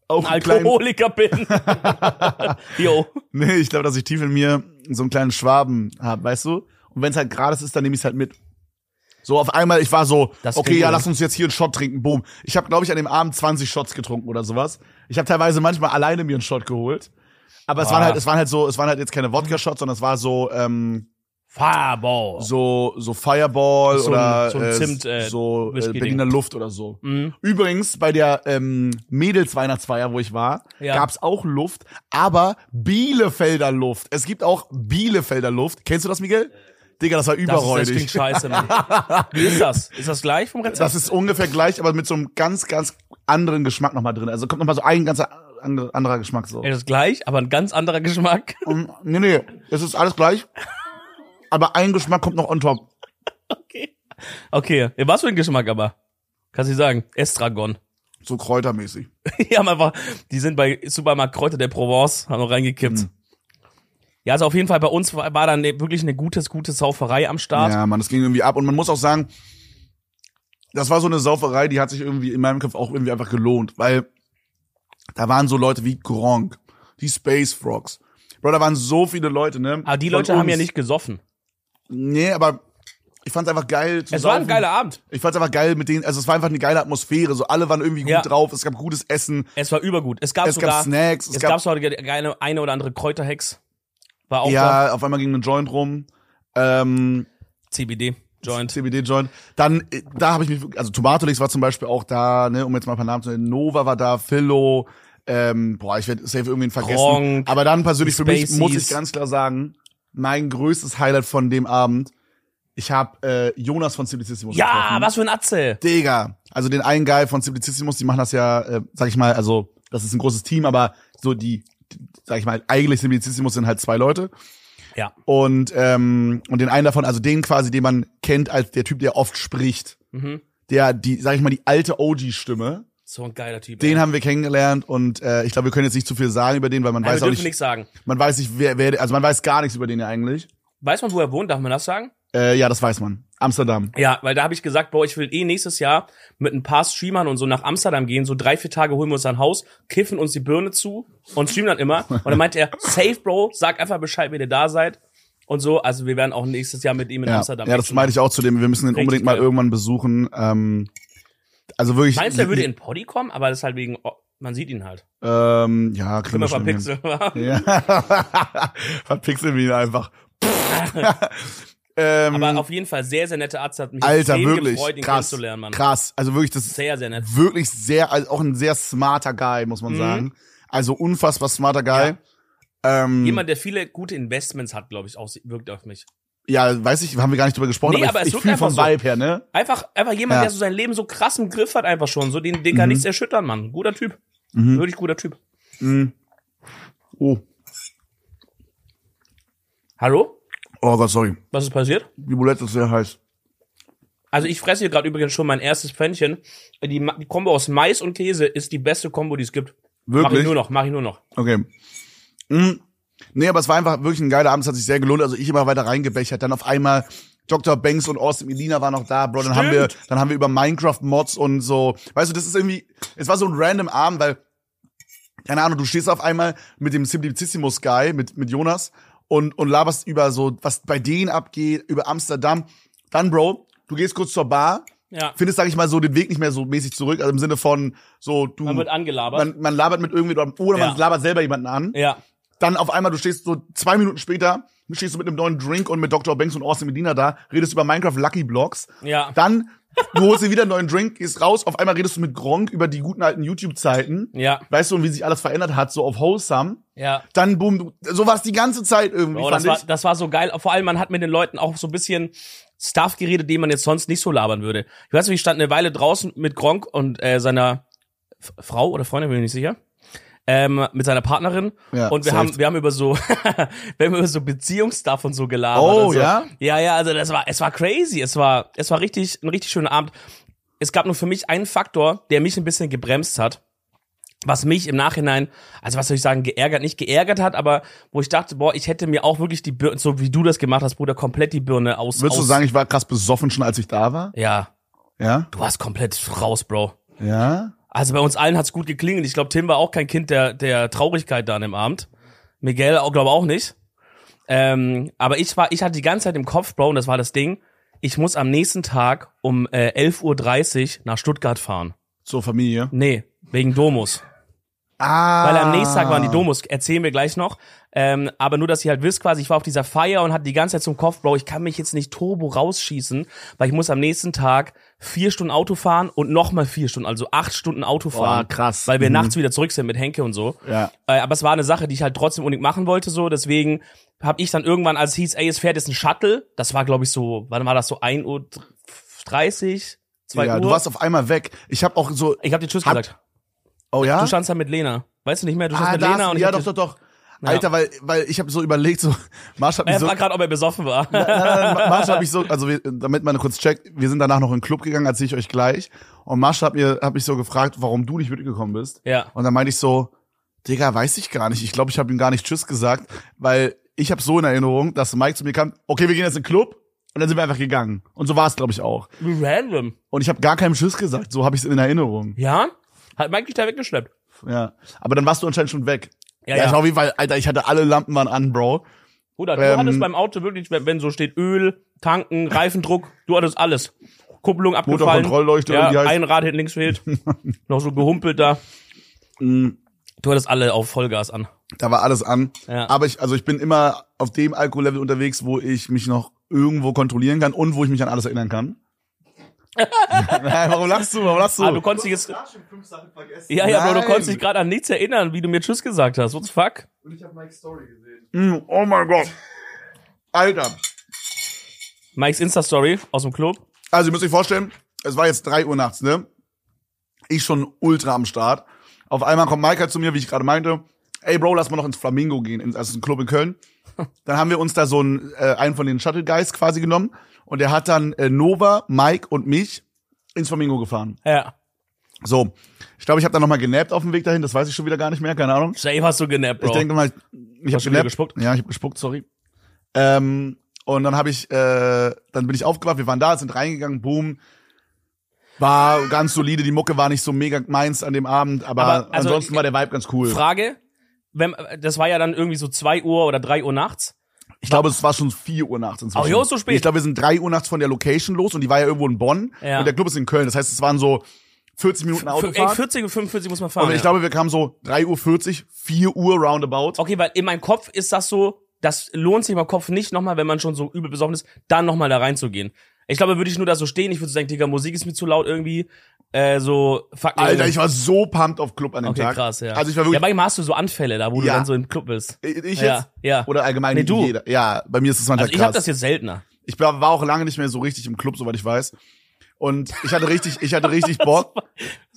Speaker 1: auch
Speaker 2: Ein
Speaker 1: einen kleinen,
Speaker 2: Alkoholiker bin. jo.
Speaker 1: nee, ich glaube, dass ich tief in mir so einen kleinen Schwaben habe, weißt du? Und wenn es halt gratis ist, dann nehme ich es halt mit. So auf einmal, ich war so,
Speaker 2: Das
Speaker 1: okay,
Speaker 2: klingt
Speaker 1: ja,
Speaker 2: gut.
Speaker 1: lass uns jetzt hier einen Shot trinken, boom. Ich habe, glaube ich, an dem Abend 20 Shots getrunken oder sowas. Ich habe teilweise manchmal alleine mir einen Shot geholt. Aber es
Speaker 2: Boah.
Speaker 1: waren halt, es waren halt so, es waren halt jetzt keine Wodka-Shots, sondern es war so, ähm,
Speaker 2: Fabo.
Speaker 1: so, so Fireball
Speaker 2: So ein-
Speaker 1: oder
Speaker 2: so ein Zimt, äh,
Speaker 1: so äh,
Speaker 2: Whisky-Ding.
Speaker 1: Berliner Luft oder so.
Speaker 2: Mhm.
Speaker 1: Übrigens, bei der ähm, Mädelsweihnachtsfeier, wo ich war,
Speaker 2: Ja.
Speaker 1: gab's auch Luft, aber Bielefelder Luft. Es gibt auch Bielefelder Luft. Kennst du das, Miguel? Digga, das war
Speaker 2: Das, ist, das
Speaker 1: überräudig.
Speaker 2: klingt
Speaker 1: Das,
Speaker 2: scheiße, Mann. Wie ist das? Ist das gleich vom Rezept?
Speaker 1: ist ungefähr gleich, aber mit so einem ganz, ganz anderen Geschmack nochmal drin. Also kommt nochmal so ein ganzer andre- anderer Geschmack so.
Speaker 2: Ey, das ist gleich, aber ein ganz anderer Geschmack.
Speaker 1: Und, nee, nee, es ist alles gleich, aber ein Geschmack kommt noch on top.
Speaker 2: Okay. Okay. Ja, Was für ein Geschmack aber? Kannst du sagen? Estragon.
Speaker 1: So kräutermäßig.
Speaker 2: Die haben einfach, die sind bei Supermarkt Kräuter der Provence, haben noch reingekippt.
Speaker 1: Hm.
Speaker 2: Ja, also auf jeden Fall bei uns war, war dann wirklich eine gutes, gute Sauferei am Start.
Speaker 1: Ja, man, das ging irgendwie ab. Und man muss auch sagen, das war so eine Sauferei, die hat sich irgendwie in meinem Kopf auch irgendwie einfach gelohnt, weil da waren so Leute wie Gronk, die Space Frogs. Bro, da waren so viele Leute, ne?
Speaker 2: Aber die
Speaker 1: Von
Speaker 2: Leute haben
Speaker 1: uns.
Speaker 2: ja nicht gesoffen.
Speaker 1: Nee, aber ich fand's einfach geil. Zu
Speaker 2: Es war ein
Speaker 1: saufen.
Speaker 2: geiler Abend.
Speaker 1: Ich fand's einfach geil mit denen, also es war einfach eine geile Atmosphäre, so alle waren irgendwie gut
Speaker 2: Ja.
Speaker 1: drauf, es gab gutes Essen,
Speaker 2: Es war übergut. Es gab
Speaker 1: es
Speaker 2: sogar,
Speaker 1: gab Snacks,
Speaker 2: es gab sogar die- eine, eine oder andere Kräuterhex. War auch da.
Speaker 1: ja, auf einmal ging ein Joint rum. Ähm,
Speaker 2: CBD. Joint.
Speaker 1: CBD-Joint. Dann, äh, da habe ich mich, also Tomatolix war zum Beispiel auch da, ne, um jetzt mal ein paar Namen zu nennen. Nova war da, Philo, ähm, boah, ich werde safe irgendwen vergessen.
Speaker 2: Gronk,
Speaker 1: Aber dann persönlich für mich
Speaker 2: Spaceys.
Speaker 1: muss ich ganz klar sagen, mein größtes Highlight von dem Abend, ich habe äh, Jonas von Simplicissimus
Speaker 2: Ja,
Speaker 1: getroffen.
Speaker 2: was für ein Atze.
Speaker 1: Digga. Also den einen Guy von Simplicissimus, die machen das ja, äh, sag ich mal, also das ist ein großes Team, aber so die, die sag ich mal, eigentlich Simplicissimus sind halt zwei Leute.
Speaker 2: Ja.
Speaker 1: Und, ähm, und den einen davon, also den quasi, den man kennt als der Typ, der oft spricht.
Speaker 2: Mhm.
Speaker 1: Der, die, sag ich mal, die alte OG-Stimme.
Speaker 2: So ein geiler Typ.
Speaker 1: Den
Speaker 2: ey.
Speaker 1: haben wir kennengelernt und äh, ich glaube, wir können jetzt nicht zu viel sagen über den, weil man
Speaker 2: Nein,
Speaker 1: weiß
Speaker 2: wir
Speaker 1: auch
Speaker 2: Also dürfen
Speaker 1: nicht,
Speaker 2: nichts sagen.
Speaker 1: man weiß nicht, wer, wer, also man weiß gar nichts über den ja eigentlich.
Speaker 2: Weiß man, wo er wohnt? Darf man das sagen?
Speaker 1: Äh, ja, das weiß man. Amsterdam.
Speaker 2: Ja, weil da habe ich gesagt, boah, ich will eh nächstes Jahr mit ein paar Streamern und so nach Amsterdam gehen, so drei, vier Tage holen wir uns ein Haus, kiffen uns die Birne zu und streamen dann immer. Und dann meinte er, safe, Bro, sag einfach Bescheid, wenn ihr da seid. Und so, also wir werden auch nächstes Jahr mit ihm in
Speaker 1: Ja,
Speaker 2: Amsterdam. genau.
Speaker 1: ja das meinte ich auch zu dem. Wir müssen den
Speaker 2: Richtig
Speaker 1: unbedingt mal
Speaker 2: geil.
Speaker 1: irgendwann besuchen. Ähm, also wirklich.
Speaker 2: Meinst du, er würde in Poddy kommen? Aber das ist halt wegen, oh, man sieht ihn halt.
Speaker 1: Ähm, ja, kriegen wir
Speaker 2: Immer
Speaker 1: schon hin.
Speaker 2: verpixelt. wa?
Speaker 1: Ja. Verpixeln wir ihn einfach. ähm,
Speaker 2: Aber auf jeden Fall sehr, sehr nette Arzt hat mich
Speaker 1: Alter,
Speaker 2: extrem
Speaker 1: wirklich.
Speaker 2: gefreut, ihn
Speaker 1: krass,
Speaker 2: kennenzulernen, Mann.
Speaker 1: krass. Also wirklich, das ist
Speaker 2: Sehr, sehr nett.
Speaker 1: wirklich
Speaker 2: Mhm.
Speaker 1: sehr, also auch ein sehr smarter Guy, muss man sagen. Also unfassbar smarter Guy. Ähm,
Speaker 2: Jemand, der viele gute Investments hat, glaube ich, auch, wirkt auf mich.
Speaker 1: ja, weiß ich, haben wir gar nicht drüber gesprochen,
Speaker 2: Nee,
Speaker 1: aber,
Speaker 2: aber es
Speaker 1: ich, ich
Speaker 2: wirkt
Speaker 1: fühle
Speaker 2: einfach
Speaker 1: vom
Speaker 2: so.
Speaker 1: Vibe her, ne?
Speaker 2: Einfach, einfach jemand,
Speaker 1: Ja.
Speaker 2: der so sein Leben so krass im Griff hat, einfach schon. So, den, den kann nichts erschüttern, Mann. Guter Typ. Wirklich guter Typ.
Speaker 1: Mhm. Oh.
Speaker 2: Hallo?
Speaker 1: oh Gott, sorry.
Speaker 2: Was ist passiert?
Speaker 1: Die Bulette ist sehr heiß.
Speaker 2: Also ich fresse hier gerade übrigens schon mein erstes Pfännchen. Die, Ma- die Kombo aus Mais und Käse ist die beste Kombo, die es gibt. Mach ich
Speaker 1: Wirklich?
Speaker 2: nur noch, mach ich nur noch.
Speaker 1: Okay. Mhm. Nee, aber es war einfach wirklich ein geiler Abend, es hat sich sehr gelohnt. Also ich immer weiter reingebechert. Dann auf einmal Dr. Banks und Austin Elina waren noch da, Bro. Dann haben wir, dann haben wir über Minecraft-Mods und so. Weißt du, das ist irgendwie, es war so ein random Abend, weil, keine Ahnung, du stehst auf einmal mit dem Simplicissimus Guy, mit, mit Jonas und, und laberst über so, was bei denen abgeht, über Amsterdam. Dann, Bro, du gehst kurz zur Bar,
Speaker 2: Ja.
Speaker 1: findest, sag ich mal, so den Weg nicht mehr so mäßig zurück, also im Sinne von, so, du,
Speaker 2: Man wird angelabert.
Speaker 1: man, man labert mit irgendwie, oder
Speaker 2: Ja.
Speaker 1: man labert selber jemanden an
Speaker 2: ja.
Speaker 1: dann auf einmal, du stehst so zwei Minuten später, stehst du mit einem neuen Drink und mit Dr. Banks und Austin Medina da, redest über Minecraft Lucky Blocks.
Speaker 2: Ja.
Speaker 1: Dann, du holst dir wieder einen neuen Drink, gehst raus, auf einmal redest du mit Gronk über die guten alten YouTube-Zeiten.
Speaker 2: Ja.
Speaker 1: Weißt du, und wie sich alles verändert hat, so auf Wholesome.
Speaker 2: Ja.
Speaker 1: Dann, boom, du, so war es die ganze Zeit irgendwie,
Speaker 2: Oh,
Speaker 1: fand
Speaker 2: das, war,
Speaker 1: ich.
Speaker 2: das war so geil. Vor allem, man hat mit den Leuten auch so ein bisschen Stuff geredet, den man jetzt sonst nicht so labern würde. Ich weiß nicht, ich stand eine Weile draußen mit Gronk und äh, seiner F Frau oder Freundin, bin ich nicht sicher. Ähm, mit seiner Partnerin.
Speaker 1: Ja,
Speaker 2: und wir
Speaker 1: safe.
Speaker 2: haben, wir haben über so, wir haben über so Beziehungsstuff und so gelabert.
Speaker 1: Oh,
Speaker 2: und so.
Speaker 1: ja?
Speaker 2: Ja, ja, also das war, es war crazy. Es war, es war richtig, ein richtig schöner Abend. Es gab nur für mich einen Faktor, der mich ein bisschen gebremst hat was mich im Nachhinein, also was soll ich sagen, geärgert, nicht geärgert hat, aber wo ich dachte, boah, ich hätte mir auch wirklich die Birne, so wie du das gemacht hast, Bruder, komplett die Birne aus.
Speaker 1: Würdest du
Speaker 2: aus-
Speaker 1: sagen, ich war krass besoffen schon, als ich da war?
Speaker 2: Ja,
Speaker 1: Ja?
Speaker 2: du warst komplett raus, Bro.
Speaker 1: Ja?
Speaker 2: Also bei uns allen hat's gut geklingelt. Ich glaube, Tim war auch kein Kind der, der Traurigkeit da an dem Abend. Miguel auch, glaube auch nicht. Ähm, aber ich war, ich hatte die ganze Zeit im Kopf, Bro, und das war das Ding. Ich muss am nächsten Tag um äh, 11.30 Uhr nach Stuttgart fahren.
Speaker 1: Zur Familie.
Speaker 2: Nee, wegen Domus.
Speaker 1: Ah.
Speaker 2: Weil am nächsten Tag waren die Domus, erzählen wir gleich noch. Ähm, aber nur, dass ihr halt wisst, quasi, ich war auf dieser Feier und hatte die ganze Zeit zum Kopf, Bro, ich kann mich jetzt nicht turbo rausschießen, weil ich muss am nächsten Tag vier Stunden Auto fahren und nochmal vier Stunden, also acht Stunden Auto fahren.
Speaker 1: krass.
Speaker 2: Weil wir
Speaker 1: Mhm.
Speaker 2: nachts wieder zurück sind mit Henke und so.
Speaker 1: Ja.
Speaker 2: Äh, aber es war eine Sache, die ich halt trotzdem unbedingt machen wollte, so. Deswegen habe ich dann irgendwann, als es hieß, ey, es fährt jetzt ein Shuttle, das war, glaube ich, so, wann war das so 1.30 Uhr, 2
Speaker 1: Ja,
Speaker 2: Uhr?
Speaker 1: du warst auf einmal weg. Ich habe auch so,
Speaker 2: ich habe dir Tschüss
Speaker 1: Hab-
Speaker 2: gesagt.
Speaker 1: oh ja?
Speaker 2: Du standst da mit Lena. Weißt du nicht mehr? Du standst
Speaker 1: Ah,
Speaker 2: mit
Speaker 1: das,
Speaker 2: Lena und ich
Speaker 1: ja,
Speaker 2: hab dir-
Speaker 1: doch, doch, doch. Alter, weil, weil ich habe so überlegt, so, Marsch hat mich
Speaker 2: Er
Speaker 1: so,
Speaker 2: fragt gerade, ob er besoffen war.
Speaker 1: nein, nein, Marsch hat mich so, also wir, damit man kurz checkt, wir sind danach noch in den Club gegangen, erzähle ich euch gleich. Und Marsch hat mir, hat mich so gefragt, warum du nicht mitgekommen bist.
Speaker 2: Ja.
Speaker 1: Und dann meinte ich so, Digga, weiß ich gar nicht. Ich glaube, ich habe ihm gar nicht Tschüss gesagt, weil ich habe so in Erinnerung, dass Mike zu mir kam, okay, wir gehen jetzt in den Club. Und dann sind wir einfach gegangen. Und so war es, glaube ich, auch.
Speaker 2: Random.
Speaker 1: Und ich habe gar keinem Tschüss gesagt. So habe ich es in Erinnerung.
Speaker 2: Ja? Hat Mike dich da weggeschleppt?
Speaker 1: Ja. Aber dann warst du anscheinend schon weg.
Speaker 2: Ja,
Speaker 1: ich
Speaker 2: ja.
Speaker 1: war Auf jeden Fall, Alter, ich hatte alle Lampen waren an, Bro.
Speaker 2: Bruder, du
Speaker 1: Ähm,
Speaker 2: hattest beim Auto wirklich, wenn, wenn so steht Öl, Tanken, Reifendruck, du hattest alles. Kupplung abgefallen.
Speaker 1: Motorkontrollleuchte,
Speaker 2: ja,
Speaker 1: wie heißt-
Speaker 2: ein Rad hinten links fehlt. noch so gehumpelt da. Du hattest alle auf Vollgas an.
Speaker 1: Mm, Da war alles an.
Speaker 2: Ja.
Speaker 1: Aber ich, also ich bin immer auf dem Alkohollevel unterwegs, wo ich mich noch irgendwo kontrollieren kann und wo ich mich an alles erinnern kann. Nein, warum lachst du? Warum lachst du?
Speaker 2: Aber Ah, du konntest dich jetzt.
Speaker 3: Da schon fünf Sachen vergessen.
Speaker 2: Ja, ja, Bro, du
Speaker 1: Nein.
Speaker 2: konntest dich gerade an nichts erinnern, wie du mir Tschüss gesagt hast. What the fuck?
Speaker 3: Und ich habe Mike's Story gesehen.
Speaker 1: Mm, oh mein Gott. Alter.
Speaker 2: Mikes Insta-Story aus dem Club.
Speaker 1: Also ihr müsst euch vorstellen, es war jetzt drei Uhr nachts, ne? Ich schon ultra am Start. Auf einmal kommt Maika zu mir, wie ich gerade meinte. Ey Bro, lass mal noch ins Flamingo gehen, ins also ein Club in Köln. Dann haben wir uns da so einen, äh, einen von den Shuttle Guys quasi genommen und der hat dann äh, Nova, Mike und mich ins Flamingo gefahren.
Speaker 2: Ja.
Speaker 1: So, ich glaube, ich habe da noch mal genappt auf dem Weg dahin, das weiß ich schon wieder gar nicht mehr, keine Ahnung.
Speaker 2: Safe hast du genappt, Bro.
Speaker 1: Ich denke mal, ich habe
Speaker 2: Hast du wieder
Speaker 1: genappt.
Speaker 2: gespuckt?
Speaker 1: Ja, ich habe gespuckt, sorry. Ähm, und dann habe ich, äh, dann bin ich aufgewacht, wir waren da, sind reingegangen, boom. War ganz solide, die Mucke war nicht so mega meins an dem Abend, aber,
Speaker 2: Aber, also,
Speaker 1: ansonsten war der Vibe ganz cool.
Speaker 2: Frage. Wenn, das war ja dann irgendwie so 2 Uhr oder 3 Uhr nachts.
Speaker 1: Ich glaube, es war schon 4 Uhr nachts inzwischen.
Speaker 2: Ach jo, so spät.
Speaker 1: Ich glaube, wir sind 3 Uhr nachts von der Location los und die war ja irgendwo in Bonn
Speaker 2: Ja.
Speaker 1: und der Club ist in Köln. Das heißt, es waren so 40 Minuten
Speaker 2: Für- Ey,
Speaker 1: Autofahrt.
Speaker 2: 40 und 45 muss man fahren.
Speaker 1: Und ich
Speaker 2: ja.
Speaker 1: glaube, wir kamen so 3 Uhr 40, 4 Uhr roundabout.
Speaker 2: Okay, weil in meinem Kopf ist das so, das lohnt sich im Kopf nicht nochmal, wenn man schon so übel besoffen ist, dann nochmal da reinzugehen. Ich glaube, würde ich nur da so stehen. Ich würde so denken, Digga, Musik ist mir zu laut irgendwie. Äh, so, fuck.
Speaker 1: Alter,
Speaker 2: irgendwie.
Speaker 1: ich war so pumped auf Club an dem
Speaker 2: Okay,
Speaker 1: Tag.
Speaker 2: krass, ja.
Speaker 1: Also ich war
Speaker 2: ja,
Speaker 1: wirklich,
Speaker 2: manchmal hast du so Anfälle da, wo du
Speaker 1: Ja.
Speaker 2: dann so im Club bist.
Speaker 1: ich jetzt
Speaker 2: ja, ja.
Speaker 1: oder allgemein
Speaker 2: Nee, du.
Speaker 1: jeder. Ja, bei mir ist es manchmal
Speaker 2: Also ich
Speaker 1: krass.
Speaker 2: habe das jetzt seltener.
Speaker 1: Ich war war auch lange nicht mehr so richtig im Club, soweit ich weiß. Und ich hatte richtig, ich hatte richtig Bock.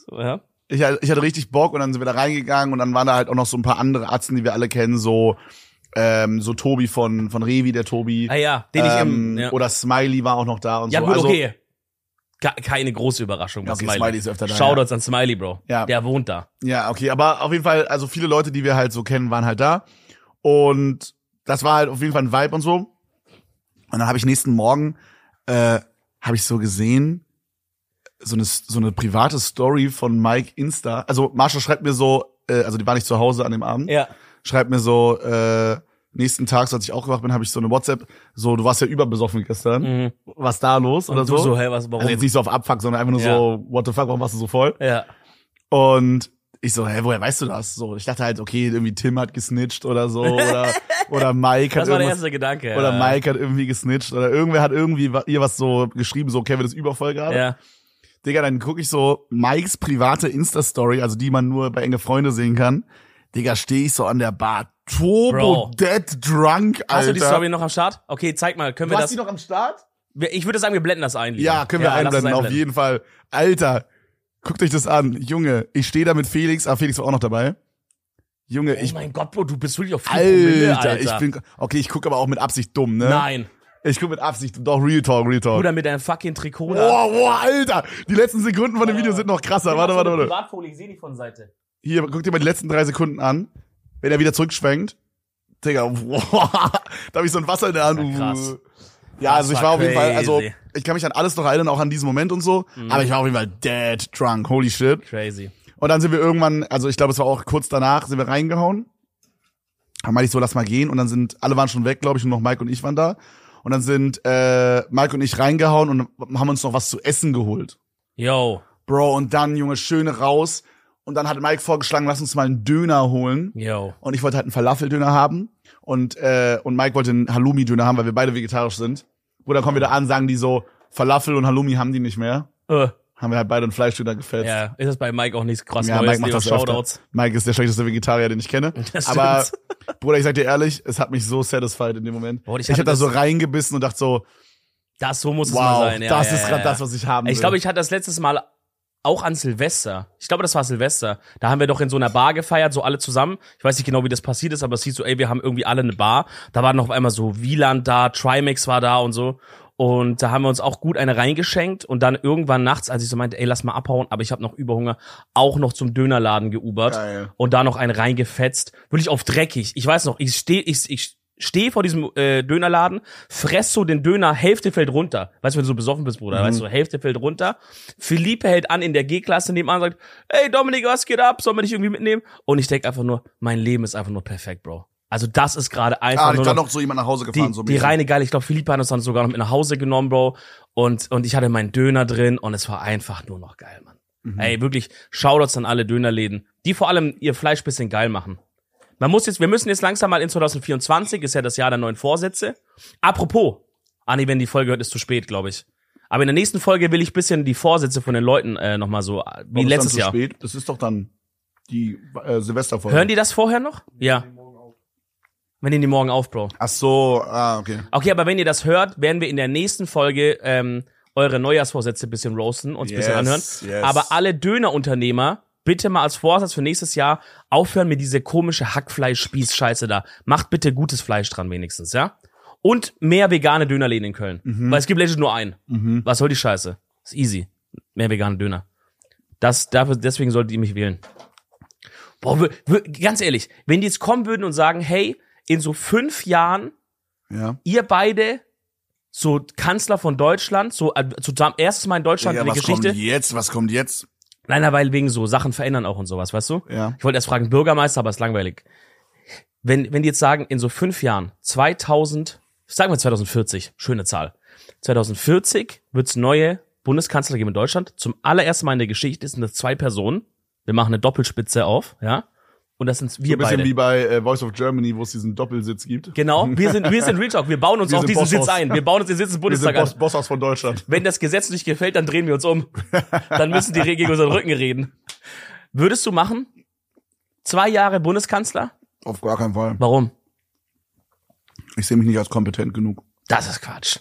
Speaker 2: So, ja.
Speaker 1: Ich hatte, ich hatte richtig Bock und dann sind wir da reingegangen und dann waren da halt auch noch so ein paar andere Atzen, die wir alle kennen, so ähm, so Tobi von von Revi, der Tobi.
Speaker 2: Ah ja, den ich
Speaker 1: ähm,
Speaker 2: im, ja.
Speaker 1: Oder Smiley war auch noch da und
Speaker 2: ja
Speaker 1: so.
Speaker 2: gut,
Speaker 1: also,
Speaker 2: okay. Ke- keine große Überraschung.
Speaker 1: Ja,
Speaker 2: bei
Speaker 1: okay, Smiley ist öfter da,
Speaker 2: Shoutouts an Smiley, Bro.
Speaker 1: Ja.
Speaker 2: Der wohnt da.
Speaker 1: Ja, okay, aber auf jeden Fall, also viele Leute, die wir halt so kennen, waren halt da. Und das war halt auf jeden Fall ein Vibe und so. Und dann habe ich nächsten Morgen, äh, habe ich so gesehen, so eine, so eine private Story von Mike Insta. Also Marsha schreibt mir so, äh, also die war nicht zu Hause an dem Abend,
Speaker 2: Ja.
Speaker 1: schreibt mir so, äh, nächsten Tag, so als ich aufgewacht bin, habe ich so eine WhatsApp, so, du warst ja überbesoffen gestern,
Speaker 2: Mhm.
Speaker 1: was da los
Speaker 2: Und
Speaker 1: oder
Speaker 2: du
Speaker 1: so.
Speaker 2: so, hä, was, warum?
Speaker 1: also jetzt nicht so auf Abfuck, sondern einfach nur
Speaker 2: Ja.
Speaker 1: so, what the fuck, warum warst du so voll?
Speaker 2: ja.
Speaker 1: Und ich so, hä, woher weißt du das? So, ich dachte halt, okay, irgendwie Tim hat gesnitcht oder so oder oder Mike hat
Speaker 2: Das war der
Speaker 1: irgendwas,
Speaker 2: erste Gedanke.
Speaker 1: oder
Speaker 2: ja.
Speaker 1: Mike hat irgendwie gesnitcht oder irgendwer hat irgendwie wa- ihr was so geschrieben, so Kevin ist übervoll gerade.
Speaker 2: Ja.
Speaker 1: Digga, dann gucke ich so Mikes private Insta Story, also die man nur bei enge Freunde sehen kann. Digga, stehe ich so an der Bar, turbo
Speaker 2: Bro.
Speaker 1: dead drunk, Alter.
Speaker 2: Hast du die Story noch am Start? Okay, zeig mal. Können
Speaker 1: du
Speaker 2: wir
Speaker 1: hast
Speaker 2: das?
Speaker 1: die noch am Start?
Speaker 2: Wir- Ich würde sagen, wir blenden das ein. Lieber.
Speaker 1: Ja, können wir
Speaker 2: lass uns
Speaker 1: einblenden, auf jeden Fall. Alter, guckt euch das an. Junge, ich stehe da mit Felix, ah, Felix war auch noch dabei. Junge,
Speaker 2: Oh
Speaker 1: ich
Speaker 2: mein Gott, Bro, du bist wirklich auf vier Promille,
Speaker 1: Alter,
Speaker 2: Alter.
Speaker 1: ich bin. Okay, ich gucke aber auch mit Absicht dumm, ne?
Speaker 2: Nein.
Speaker 1: Ich gucke mit Absicht, doch, Real Talk, Real Talk.
Speaker 2: Bruder, mit deinem fucking Trikot. da.
Speaker 1: Boah, boah, Alter! Die letzten Sekunden von dem Video sind noch krasser. Warte, warte, warte.
Speaker 2: Privatfolie, ich sehe die von Seite.
Speaker 1: Hier, guck dir mal die letzten drei Sekunden an. Wenn er wieder zurückschwenkt. Digga, boah, da hab ich so ein Wasser in der Hand.
Speaker 2: Ja, krass.
Speaker 1: Ja, also
Speaker 2: Das
Speaker 1: ich
Speaker 2: war
Speaker 1: war auf jeden Fall, also
Speaker 2: crazy. Mhm.
Speaker 1: ich kann mich an alles noch erinnern, auch an diesen Moment und so, aber ich war auf jeden Fall dead drunk, holy shit.
Speaker 2: Crazy.
Speaker 1: Und dann sind wir irgendwann, also ich glaube, es war auch kurz danach, sind wir reingehauen. Dann meinte ich so, lass mal gehen. Und dann sind, alle waren schon weg, glaube ich, nur noch Mike und ich waren da. Und dann sind äh, Mike und ich reingehauen und haben uns noch was zu essen geholt.
Speaker 2: Yo,
Speaker 1: Bro, und dann, Junge, schöne raus. Und dann hat Mike vorgeschlagen, lass uns mal einen Döner holen.
Speaker 2: yo.
Speaker 1: Und ich wollte halt einen Falafeldöner haben. Und, äh, und Mike wollte einen Halloumi-Döner haben, weil wir beide vegetarisch sind. Bruder, kommen wir da an, sagen die so, Falafel und Halloumi haben die nicht mehr.
Speaker 2: Äh,
Speaker 1: Haben wir halt beide einen Fleischdöner gefetzt.
Speaker 2: ja, ist das bei Mike auch nichts krass
Speaker 1: Ja,
Speaker 2: Neues?
Speaker 1: Mike macht
Speaker 2: Leo,
Speaker 1: das öfter.
Speaker 2: Shoutouts.
Speaker 1: Mike ist der schlechteste Vegetarier, den ich kenne.
Speaker 2: Das stimmt.
Speaker 1: Aber Bruder, ich sag dir ehrlich, es hat mich so satisfied in dem Moment.
Speaker 2: Boah, ich
Speaker 1: ich
Speaker 2: hatte
Speaker 1: hab da
Speaker 2: das-
Speaker 1: so reingebissen und dachte so,
Speaker 2: Das, so muss es mal
Speaker 1: wow,
Speaker 2: sein. Ja,
Speaker 1: das
Speaker 2: ja,
Speaker 1: ist
Speaker 2: ja,
Speaker 1: gerade
Speaker 2: ja.
Speaker 1: das, was ich haben will.
Speaker 2: Ich glaube, ich hatte das letztes Mal auch an Silvester. Ich glaube, das war Silvester. Da haben wir doch in so einer Bar gefeiert, so alle zusammen. Ich weiß nicht genau, wie das passiert ist, aber es hieß so, ey, wir haben irgendwie alle eine Bar. Da waren noch auf einmal so Wieland da, Trimax war da und so. Und da haben wir uns auch gut eine reingeschenkt und dann irgendwann nachts, als ich so meinte, ey, lass mal abhauen, aber ich habe noch Überhunger, auch noch zum Dönerladen geubert
Speaker 1: Geil.
Speaker 2: und da noch einen reingefetzt. Wirklich auf dreckig. Ich weiß noch, ich stehe ich, ich steh vor diesem äh, Dönerladen, fress so den Döner, Hälfte fällt runter. Weißt du, wenn du so besoffen bist,
Speaker 1: Mhm.
Speaker 2: Bruder, weißt du, Hälfte fällt runter. Felipe hält an in der G-Klasse nebenan und sagt, ey Dominik, was geht ab? Sollen wir dich irgendwie mitnehmen? Und ich denk einfach nur, mein Leben ist einfach nur perfekt, Bro. Also das ist gerade einfach
Speaker 1: ah, ich
Speaker 2: nur
Speaker 1: dann
Speaker 2: noch
Speaker 1: noch so jemand nach Hause gefahren.
Speaker 2: die,
Speaker 1: so
Speaker 2: die
Speaker 1: mäßig.
Speaker 2: reine Geile. Ich glaube, Philippe hat uns dann sogar noch mit nach Hause genommen, Bro. Und, und ich hatte meinen Döner drin und es war einfach nur noch geil, Mann.
Speaker 1: Mhm.
Speaker 2: Ey, wirklich, Shoutouts an alle Dönerläden, die vor allem ihr Fleisch bisschen geil machen. Man muss jetzt, wir müssen jetzt langsam mal in 2024, ist ja das Jahr der neuen Vorsätze. Apropos, Anni, wenn die Folge hört, ist zu spät, glaube ich. Aber in der nächsten Folge will ich bisschen die Vorsätze von den Leuten äh, nochmal so, äh, wie
Speaker 1: Warum ist
Speaker 2: letztes
Speaker 1: dann zu
Speaker 2: Jahr.
Speaker 1: Spät? Das ist doch dann die äh, Silvesterfolge.
Speaker 2: Hören die das vorher noch? Ja. Wir nehmen die morgen auf, Bro.
Speaker 1: Ach so, ah, okay.
Speaker 2: Okay, aber wenn ihr das hört, werden wir in der nächsten Folge ähm, eure Neujahrsvorsätze ein bisschen roasten, uns ein bisschen
Speaker 1: Yes,
Speaker 2: anhören.
Speaker 1: yes.
Speaker 2: Aber alle Dönerunternehmer, bitte mal als Vorsatz für nächstes Jahr aufhören mit diese komische Hackfleisch-Spieß-Scheiße da. Macht bitte gutes Fleisch dran wenigstens, ja? Und mehr vegane Dönerläden in Köln.
Speaker 1: Mhm.
Speaker 2: Weil es gibt legit nur einen. Was soll die Scheiße? Ist easy. Mehr vegane Döner. Das, dafür, deswegen solltet ihr mich wählen. Boah, wir, wir, ganz ehrlich, wenn die jetzt kommen würden und sagen, hey, in so fünf Jahren
Speaker 1: Ja.
Speaker 2: ihr beide so Kanzler von Deutschland, so äh, zusammen, erstes Mal in Deutschland
Speaker 1: Digga,
Speaker 2: in der
Speaker 1: was
Speaker 2: Geschichte.
Speaker 1: kommt jetzt? Was kommt jetzt?
Speaker 2: Nein, nein, weil wegen so Sachen verändern auch und sowas, weißt du?
Speaker 1: Ja.
Speaker 2: Ich wollte erst fragen, Bürgermeister, aber ist langweilig. Wenn, wenn die jetzt sagen, in so fünf Jahren, 2000, sagen wir 2040, schöne Zahl. 2040 wird's neue Bundeskanzler geben in Deutschland. Zum allerersten Mal in der Geschichte sind das zwei Personen. Wir machen eine Doppelspitze auf, ja. Und das sind
Speaker 1: So
Speaker 2: wir
Speaker 1: ein bisschen
Speaker 2: beide.
Speaker 1: wie bei äh, Voice of Germany, wo es diesen Doppelsitz gibt.
Speaker 2: Genau, wir sind, wir sind Real Talk. Wir bauen uns
Speaker 1: Wir
Speaker 2: auch
Speaker 1: sind
Speaker 2: diesen
Speaker 1: Boss
Speaker 2: Sitz
Speaker 1: aus.
Speaker 2: ein. Wir bauen uns den Sitz des
Speaker 1: Wir sind
Speaker 2: Bundestag an.
Speaker 1: Boss, Bosshaus von Deutschland.
Speaker 2: Wenn das Gesetz nicht gefällt, dann drehen wir uns um. Dann müssen die Regeln unseren Rücken reden. Würdest du machen? Zwei Jahre Bundeskanzler?
Speaker 1: Auf gar keinen Fall.
Speaker 2: Warum?
Speaker 1: Ich sehe mich nicht als kompetent genug.
Speaker 2: Das ist Quatsch.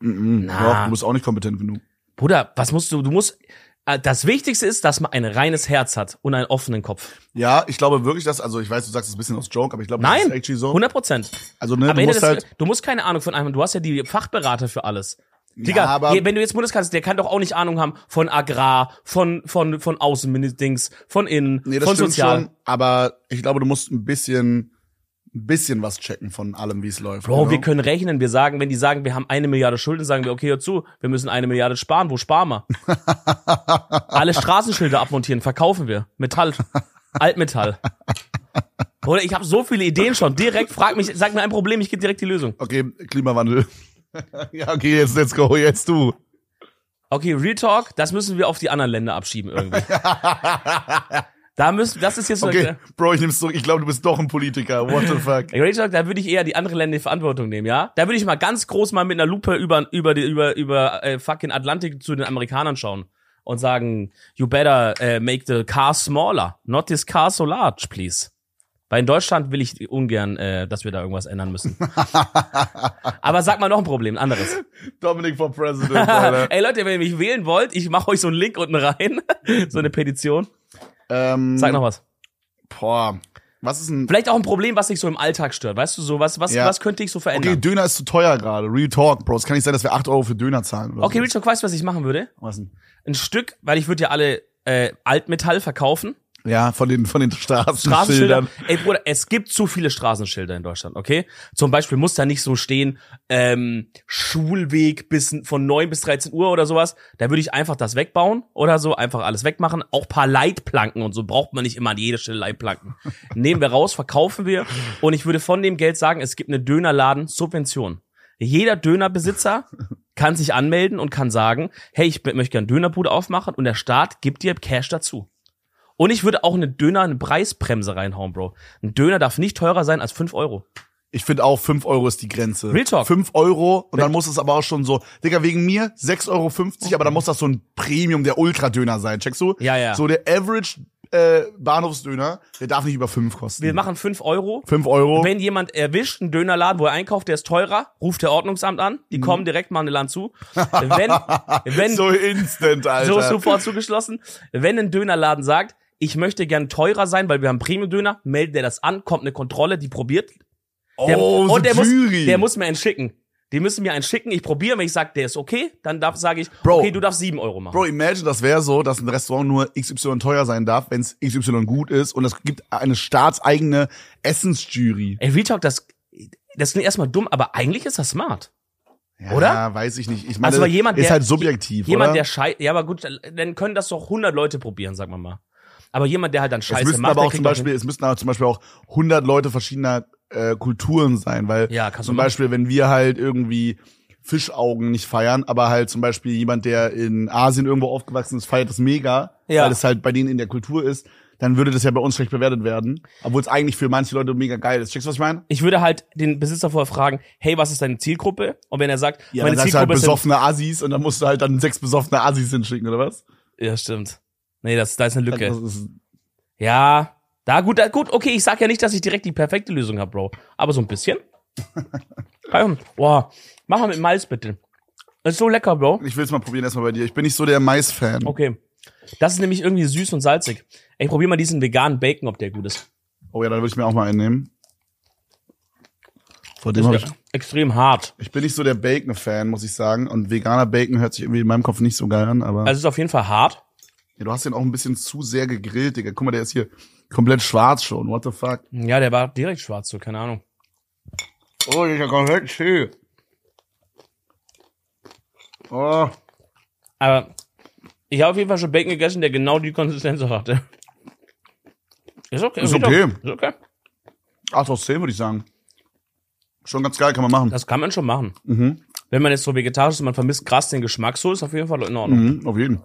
Speaker 1: Mhm.
Speaker 2: Na.
Speaker 1: Doch, du bist auch nicht kompetent genug.
Speaker 2: Bruder, was musst du, du musst, äh, das Wichtigste ist, dass man ein reines Herz hat und einen offenen Kopf.
Speaker 1: Ja, ich glaube wirklich, dass, also ich weiß, du sagst es ein bisschen aus Joke, aber ich glaube, das
Speaker 2: Nein,
Speaker 1: ist actually so.
Speaker 2: 100 Prozent.
Speaker 1: Also ne,
Speaker 2: Am
Speaker 1: du
Speaker 2: Ende
Speaker 1: musst
Speaker 2: des,
Speaker 1: halt.
Speaker 2: du musst keine Ahnung von einem, du hast ja die Fachberater für alles.
Speaker 1: ja,
Speaker 2: Digga,
Speaker 1: aber
Speaker 2: je- wenn du jetzt Bundeskanzler, der kann doch auch nicht Ahnung haben von Agrar, von, von, von Außenministerdings, von Innen,
Speaker 1: nee, das
Speaker 2: von
Speaker 1: stimmt
Speaker 2: Sozial.
Speaker 1: schon, aber ich glaube, du musst ein bisschen, ein bisschen was checken von allem, wie es läuft.
Speaker 2: Bro,
Speaker 1: you
Speaker 2: wir
Speaker 1: know?
Speaker 2: können rechnen. Wir sagen, wenn die sagen, wir haben eine Milliarde Schulden, sagen wir, okay, hör zu, wir müssen eine Milliarde sparen. Wo sparen wir? Alle Straßenschilder abmontieren, verkaufen wir. Metall. Altmetall. Oder ich habe so viele Ideen schon. Direkt, frag mich, sag mir ein Problem, ich gebe direkt die Lösung.
Speaker 1: Okay, Klimawandel. ja, okay, jetzt let's go, jetzt du.
Speaker 2: Okay, Real Talk, das müssen wir auf die anderen Länder abschieben irgendwie. da müssen, das ist jetzt so
Speaker 1: Okay, Bro, ich nehm's zurück. Ich glaube, du bist doch ein Politiker. What the fuck?
Speaker 2: Real Talk, da würde ich eher die anderen Länder in Verantwortung nehmen, ja? Da würde ich mal ganz groß mal mit einer Lupe über über die, über über äh, fucking Atlantik zu den Amerikanern schauen und sagen, you better äh, make the car smaller, not this car so large, please. Weil in Deutschland will ich ungern, äh, dass wir da irgendwas ändern müssen. Aber sag mal noch ein Problem, ein anderes.
Speaker 1: Dominic for President, Alter.
Speaker 2: Ey Leute, wenn ihr mich wählen wollt, ich mache euch so einen Link unten rein, so eine Petition.
Speaker 1: ähm,
Speaker 2: Sag noch was.
Speaker 1: Boah. Was ist ein.
Speaker 2: Vielleicht auch ein Problem, was dich so im Alltag stört, weißt du, so was was
Speaker 1: Ja.
Speaker 2: was könnte ich so verändern?
Speaker 1: Okay, Döner ist zu teuer gerade. Real Talk, Bro. Es kann nicht sein, dass wir 8 Euro für Döner zahlen. Oder
Speaker 2: Okay,
Speaker 1: so.
Speaker 2: Real Talk, weißt du, was ich machen würde?
Speaker 1: Was denn?
Speaker 2: ein Stück, weil ich würde ja alle äh, Altmetall verkaufen.
Speaker 1: Ja, von den, von den Straßenschildern.
Speaker 2: Straßenschilder. Ey Bruder, es gibt zu viele Straßenschilder in Deutschland, okay? Zum Beispiel muss da nicht so stehen, ähm, Schulweg bis von 9 bis 13 Uhr oder sowas. Da würde ich einfach das wegbauen oder so, einfach alles wegmachen. Auch paar Leitplanken und so braucht man nicht immer an jeder Stelle Leitplanken. Nehmen wir raus, verkaufen wir und ich würde von dem Geld sagen, es gibt eine Dönerladen-Subvention. Jeder Dönerbesitzer kann sich anmelden und kann sagen, hey, ich möchte gerne Dönerbude aufmachen und der Staat gibt dir Cash dazu. Und ich würde auch eine Döner, eine Preisbremse reinhauen, Bro. Ein Döner darf nicht teurer sein als 5 Euro.
Speaker 1: Ich finde auch, 5 Euro ist die Grenze.
Speaker 2: Real Talk.
Speaker 1: 5 Euro und dann muss es aber auch schon so, Digga, wegen mir 6,50 Euro, aber dann muss das so ein Premium der Ultra-Döner sein, checkst du?
Speaker 2: Ja, ja.
Speaker 1: So der Average äh, Bahnhofsdöner, der darf nicht über 5 kosten.
Speaker 2: Wir machen 5 Euro.
Speaker 1: 5 Hm. Euro.
Speaker 2: Wenn jemand erwischt, einen Dönerladen, wo er einkauft, der ist teurer, ruft der Ordnungsamt an, die kommen direkt mal eine Land zu. Wenn, wenn
Speaker 1: Hm. so instant, Alter.
Speaker 2: so sofort zugeschlossen, wenn ein Dönerladen sagt, ich möchte gern teurer sein, weil wir haben Premium-Döner, meldet der das an, kommt eine Kontrolle, die probiert, Der,
Speaker 1: oh,
Speaker 2: und der muss,
Speaker 1: Jury.
Speaker 2: der muss mir einen schicken. Die müssen mir einen schicken. Ich probiere, wenn ich sage, der ist okay, dann darf, sage ich,
Speaker 1: Bro.
Speaker 2: okay, du darfst sieben Euro machen.
Speaker 1: Bro, imagine, das wäre so, dass ein Restaurant nur XY teuer sein darf, wenn es XY gut ist und es gibt eine staatseigene Essensjury.
Speaker 2: Ey, Real Talk, das, das klingt erstmal dumm, aber eigentlich ist das smart.
Speaker 1: Ja,
Speaker 2: Oder?
Speaker 1: weiß ich nicht. Ich meine,
Speaker 2: Also, aber jemand,
Speaker 1: ist
Speaker 2: der-
Speaker 1: halt subjektiv,
Speaker 2: Jemand,
Speaker 1: oder?
Speaker 2: der scheiße, ja, aber gut, dann können das doch 100 Leute probieren, sagen wir mal. Aber jemand, der halt dann
Speaker 1: es
Speaker 2: scheiße
Speaker 1: müssten
Speaker 2: macht,
Speaker 1: aber
Speaker 2: der
Speaker 1: auch
Speaker 2: kriegt
Speaker 1: zum
Speaker 2: doch
Speaker 1: Beispiel, es müssten aber zum Beispiel auch 100 Leute verschiedener äh, Kulturen sein, weil
Speaker 2: Ja, kannst du
Speaker 1: zum
Speaker 2: machen.
Speaker 1: Beispiel, wenn wir halt irgendwie Fischaugen nicht feiern, aber halt zum Beispiel jemand, der in Asien irgendwo aufgewachsen ist, feiert das mega,
Speaker 2: Ja.
Speaker 1: weil es halt bei denen in der Kultur ist, dann würde das ja bei uns schlecht bewertet werden, obwohl es eigentlich für manche Leute mega geil ist. Checkst du, was ich meine?
Speaker 2: ich würde halt den Besitzer vorher fragen, hey, was ist deine Zielgruppe? Und wenn er sagt,
Speaker 1: Ja,
Speaker 2: meine
Speaker 1: dann sagst du halt
Speaker 2: Zielgruppe ist
Speaker 1: besoffene Assis und dann musst du halt dann sechs besoffene Assis hinschicken, oder was? Also,
Speaker 2: ja, stimmt. Nee, das, da ist eine Lücke.
Speaker 1: Das ist,
Speaker 2: Ja, da gut, da, gut, okay, ich sag ja nicht, dass ich direkt die perfekte Lösung habe, Bro. Aber so ein bisschen. Komm, Boah, mach mal mit Malz bitte. Das ist so lecker, Bro.
Speaker 1: ich will's mal probieren erstmal bei dir. Ich bin nicht so der Mais-Fan.
Speaker 2: Okay. Das ist nämlich irgendwie süß und salzig. Ich probier mal diesen veganen Bacon, ob der gut ist.
Speaker 1: Oh ja, dann würde ich mir auch mal einen nehmen. Vor dem
Speaker 2: Das
Speaker 1: habe
Speaker 2: ist
Speaker 1: ich.
Speaker 2: ja extrem hart.
Speaker 1: Ich bin nicht so der Bacon-Fan, muss ich sagen. Und veganer Bacon hört sich irgendwie in meinem Kopf nicht so geil an, aber.
Speaker 2: Also es ist auf jeden Fall hart.
Speaker 1: ja, du hast den auch ein bisschen zu sehr gegrillt, Digga. Guck mal, der ist hier komplett schwarz schon. What the fuck?
Speaker 2: Ja, der war direkt schwarz, so, keine Ahnung.
Speaker 1: Oh, der ist ja komplett schön. Oh.
Speaker 2: Aber ich habe auf jeden Fall schon Bacon gegessen, der genau die Konsistenz auch hatte. Ist okay.
Speaker 1: Ist
Speaker 2: geht
Speaker 1: okay.
Speaker 2: doch. Ist okay.
Speaker 1: 8 aus 10, würde ich sagen. Schon ganz geil, kann man machen.
Speaker 2: Das kann man schon machen.
Speaker 1: Mhm.
Speaker 2: Wenn man jetzt so vegetarisch ist und man vermisst krass den Geschmack, so ist auf jeden Fall in Ordnung.
Speaker 1: Mhm, auf jeden. mhm,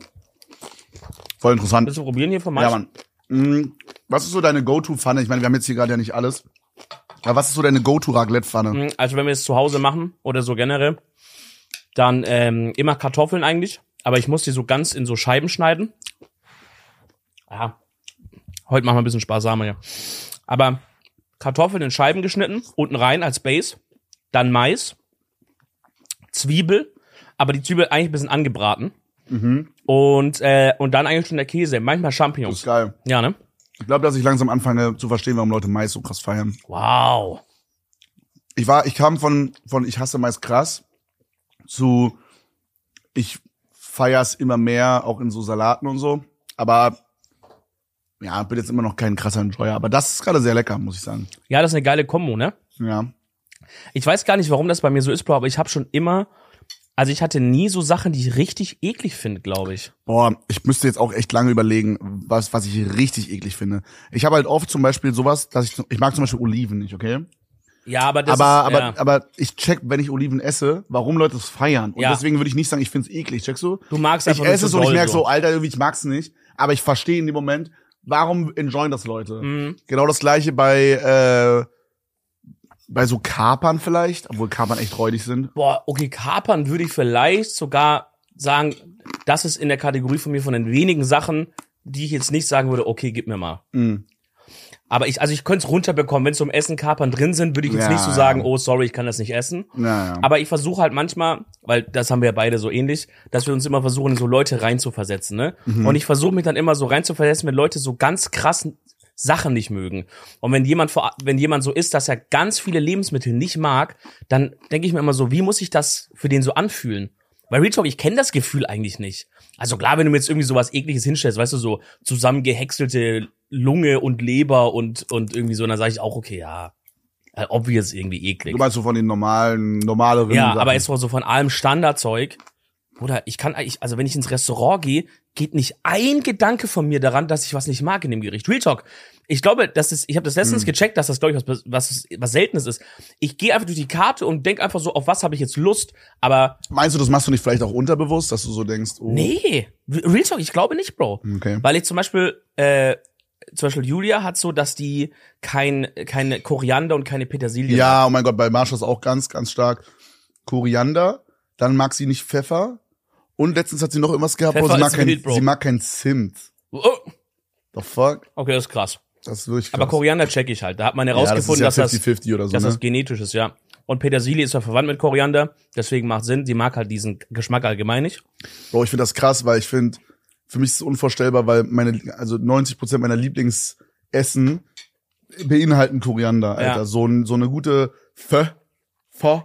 Speaker 1: Voll interessant.
Speaker 2: Willst du probieren hier von Mais?
Speaker 1: Ja, Mann. Mhm. Was ist so deine Go-To-Pfanne? Ich meine, wir haben jetzt hier gerade ja nicht alles. Aber was ist so deine Go-To-Raclette-Pfanne?
Speaker 2: Mhm, Also wenn wir es zu Hause machen oder so generell, dann ähm, immer Kartoffeln eigentlich. Aber ich muss die so ganz in so Scheiben schneiden. Ja, heute machen wir ein bisschen sparsamer ja. Aber Kartoffeln in Scheiben geschnitten, unten rein als Base, dann Mais, Zwiebel, aber die Zwiebel eigentlich ein bisschen angebraten. Und, äh, und dann eigentlich schon der Käse, manchmal
Speaker 1: Mhm. Das ist
Speaker 2: Champignons.
Speaker 1: geil.
Speaker 2: Ja, ne?
Speaker 1: Ich glaube, dass ich langsam anfange zu verstehen, warum Leute Mais so krass feiern.
Speaker 2: Wow.
Speaker 1: Ich war, ich kam von, von ich hasse Mais krass zu ich feier's immer mehr, auch in so Salaten und so. Aber ja, bin jetzt immer noch kein krasser Enjoyer. Aber das ist gerade sehr lecker, muss ich sagen.
Speaker 2: Ja, das ist eine geile Kombo, ne?
Speaker 1: Ja.
Speaker 2: Ich weiß gar nicht, warum das bei mir so ist, Bro, aber ich habe schon immer, also ich hatte nie so Sachen, die ich richtig eklig finde, glaube ich.
Speaker 1: Boah, ich müsste jetzt auch echt lange überlegen, was, was ich richtig eklig finde. Ich habe halt oft zum Beispiel sowas, dass ich, ich mag zum Beispiel Oliven nicht, okay?
Speaker 2: Ja, aber das
Speaker 1: aber,
Speaker 2: ist,
Speaker 1: aber,
Speaker 2: ja.
Speaker 1: aber ich check, wenn ich Oliven esse, warum Leute es feiern. Und
Speaker 2: Ja.
Speaker 1: deswegen würde ich nicht sagen, ich find's eklig, checkst du?
Speaker 2: du magst
Speaker 1: Ich
Speaker 2: einfach
Speaker 1: esse es und ich
Speaker 2: doll
Speaker 1: merke so, Alter, irgendwie, ich mag's nicht. Aber ich verstehe in dem Moment, warum enjoyen das Leute?
Speaker 2: Mhm.
Speaker 1: Genau das gleiche bei, äh, bei so Kapern vielleicht, obwohl Kapern echt räudig sind.
Speaker 2: Boah, okay, Kapern würde ich vielleicht sogar sagen, das ist in der Kategorie von mir von den wenigen Sachen, die ich jetzt nicht sagen würde, okay, gib mir mal.
Speaker 1: Mhm.
Speaker 2: Aber ich, also ich könnte es runterbekommen, wenn zum Essen Kapern drin sind, würde ich jetzt
Speaker 1: Ja,
Speaker 2: nicht so
Speaker 1: ja.
Speaker 2: sagen, oh, sorry, ich kann das nicht essen.
Speaker 1: Naja.
Speaker 2: Aber ich versuche halt manchmal, weil das haben wir ja beide so ähnlich, dass wir uns immer versuchen, in so Leute reinzuversetzen, ne? Und ich versuche mich dann immer so reinzuversetzen, wenn Leute so ganz krassen Sachen nicht mögen. Und wenn jemand vor, wenn jemand so ist, dass er ganz viele Lebensmittel nicht mag, dann denke ich mir immer so, wie muss ich das für den so anfühlen? Weil Real Talk, ich kenne das Gefühl eigentlich nicht. Also klar, wenn du mir jetzt irgendwie sowas ekliges hinstellst, weißt du, so zusammengehäckselte Lunge und Leber und, und irgendwie so, dann sage ich auch, okay, ja, äh, obvious irgendwie eklig.
Speaker 1: Du meinst so von den normalen, normaleren
Speaker 2: Ja,
Speaker 1: Sachen.
Speaker 2: aber ist doch so von allem Standardzeug. Bruder, ich kann eigentlich, also wenn ich ins Restaurant gehe, geht nicht ein Gedanke von mir daran, dass ich was nicht mag in dem Gericht. Real Talk. Ich glaube, das ist, ich habe das letztens
Speaker 1: Hm.
Speaker 2: gecheckt, dass das, glaube ich, was, was, was Seltenes ist. Ich gehe einfach durch die Karte und denk einfach so, auf was habe ich jetzt Lust, aber
Speaker 1: Meinst du, das machst du nicht vielleicht auch unterbewusst, dass du so denkst, oh,
Speaker 2: nee. Real Talk, ich glaube nicht, Bro.
Speaker 1: okay.
Speaker 2: Weil ich zum Beispiel, äh, zum Beispiel Julia hat so, dass die kein, keine Koriander und keine Petersilie
Speaker 1: Ja, oh mein Gott, bei Marshall ist auch ganz, ganz stark Koriander. Dann mag sie nicht Pfeffer. Und letztens hat sie noch irgendwas gehabt,
Speaker 2: Pfeffer
Speaker 1: Bro, sie, mag
Speaker 2: ist
Speaker 1: kein,
Speaker 2: wild, Bro.
Speaker 1: sie mag kein Zimt.
Speaker 2: mag. Oh,
Speaker 1: The fuck?
Speaker 2: okay, das ist krass.
Speaker 1: Das ist wirklich krass.
Speaker 2: Aber Koriander check ich halt. Da hat man herausgefunden,
Speaker 1: ja,
Speaker 2: dass das
Speaker 1: 50-50 oder so,
Speaker 2: dass
Speaker 1: ne?
Speaker 2: das genetisch ist, ja. Und Petersilie ist ja verwandt mit Koriander, deswegen macht Sinn. Die mag halt diesen Geschmack allgemein nicht.
Speaker 1: Bro, ich finde das krass, weil ich finde, für mich ist es unvorstellbar, weil meine, also 90% meiner Lieblingsessen beinhalten Koriander,
Speaker 2: Ja.
Speaker 1: Alter. So, ein- so eine gute Pfö, Pfö,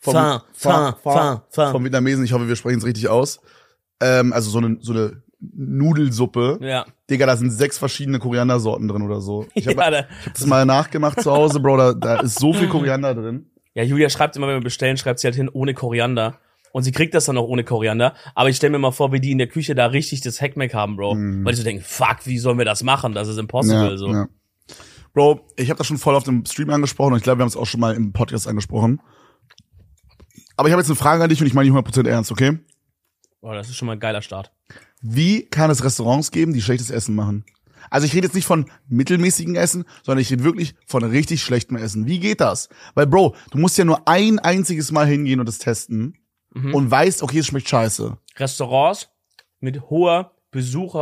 Speaker 1: vom,
Speaker 2: Pfö,
Speaker 1: Pfö,
Speaker 2: Pfö, Pfö, Pfö.
Speaker 1: vom Vietnamesen, ich hoffe, wir sprechen es richtig aus. Ähm, also so eine, so eine Nudelsuppe.
Speaker 2: Ja.
Speaker 1: Digga, da sind sechs verschiedene Koriandersorten drin oder so. Ich habe
Speaker 2: ja, da,
Speaker 1: hab das mal nachgemacht zu Hause, Bro, da, da ist so viel Koriander drin.
Speaker 2: ja, Julia schreibt immer, wenn wir bestellen, schreibt sie halt hin, ohne Koriander. Und sie kriegt das dann auch ohne Koriander. Aber ich stelle mir mal vor, wie die in der Küche da richtig das Hackmeck haben, Bro.
Speaker 1: Mhm.
Speaker 2: Weil die so denken, fuck, wie sollen wir das machen? Das ist impossible. so.
Speaker 1: Bro, ich habe das schon voll auf dem Stream angesprochen und ich glaube, wir haben es auch schon mal im Podcast angesprochen. Aber ich habe jetzt eine Frage an dich und ich meine die 100% ernst, okay?
Speaker 2: Oh, das ist schon mal ein geiler Start.
Speaker 1: Wie kann es Restaurants geben, die schlechtes Essen machen? Also ich rede jetzt nicht von mittelmäßigem Essen, sondern ich rede wirklich von richtig schlechtem Essen. Wie geht das? Weil, Bro, du musst ja nur ein einziges Mal hingehen und es testen
Speaker 2: Mhm.
Speaker 1: und weißt, okay, es schmeckt scheiße.
Speaker 2: Restaurants mit hoher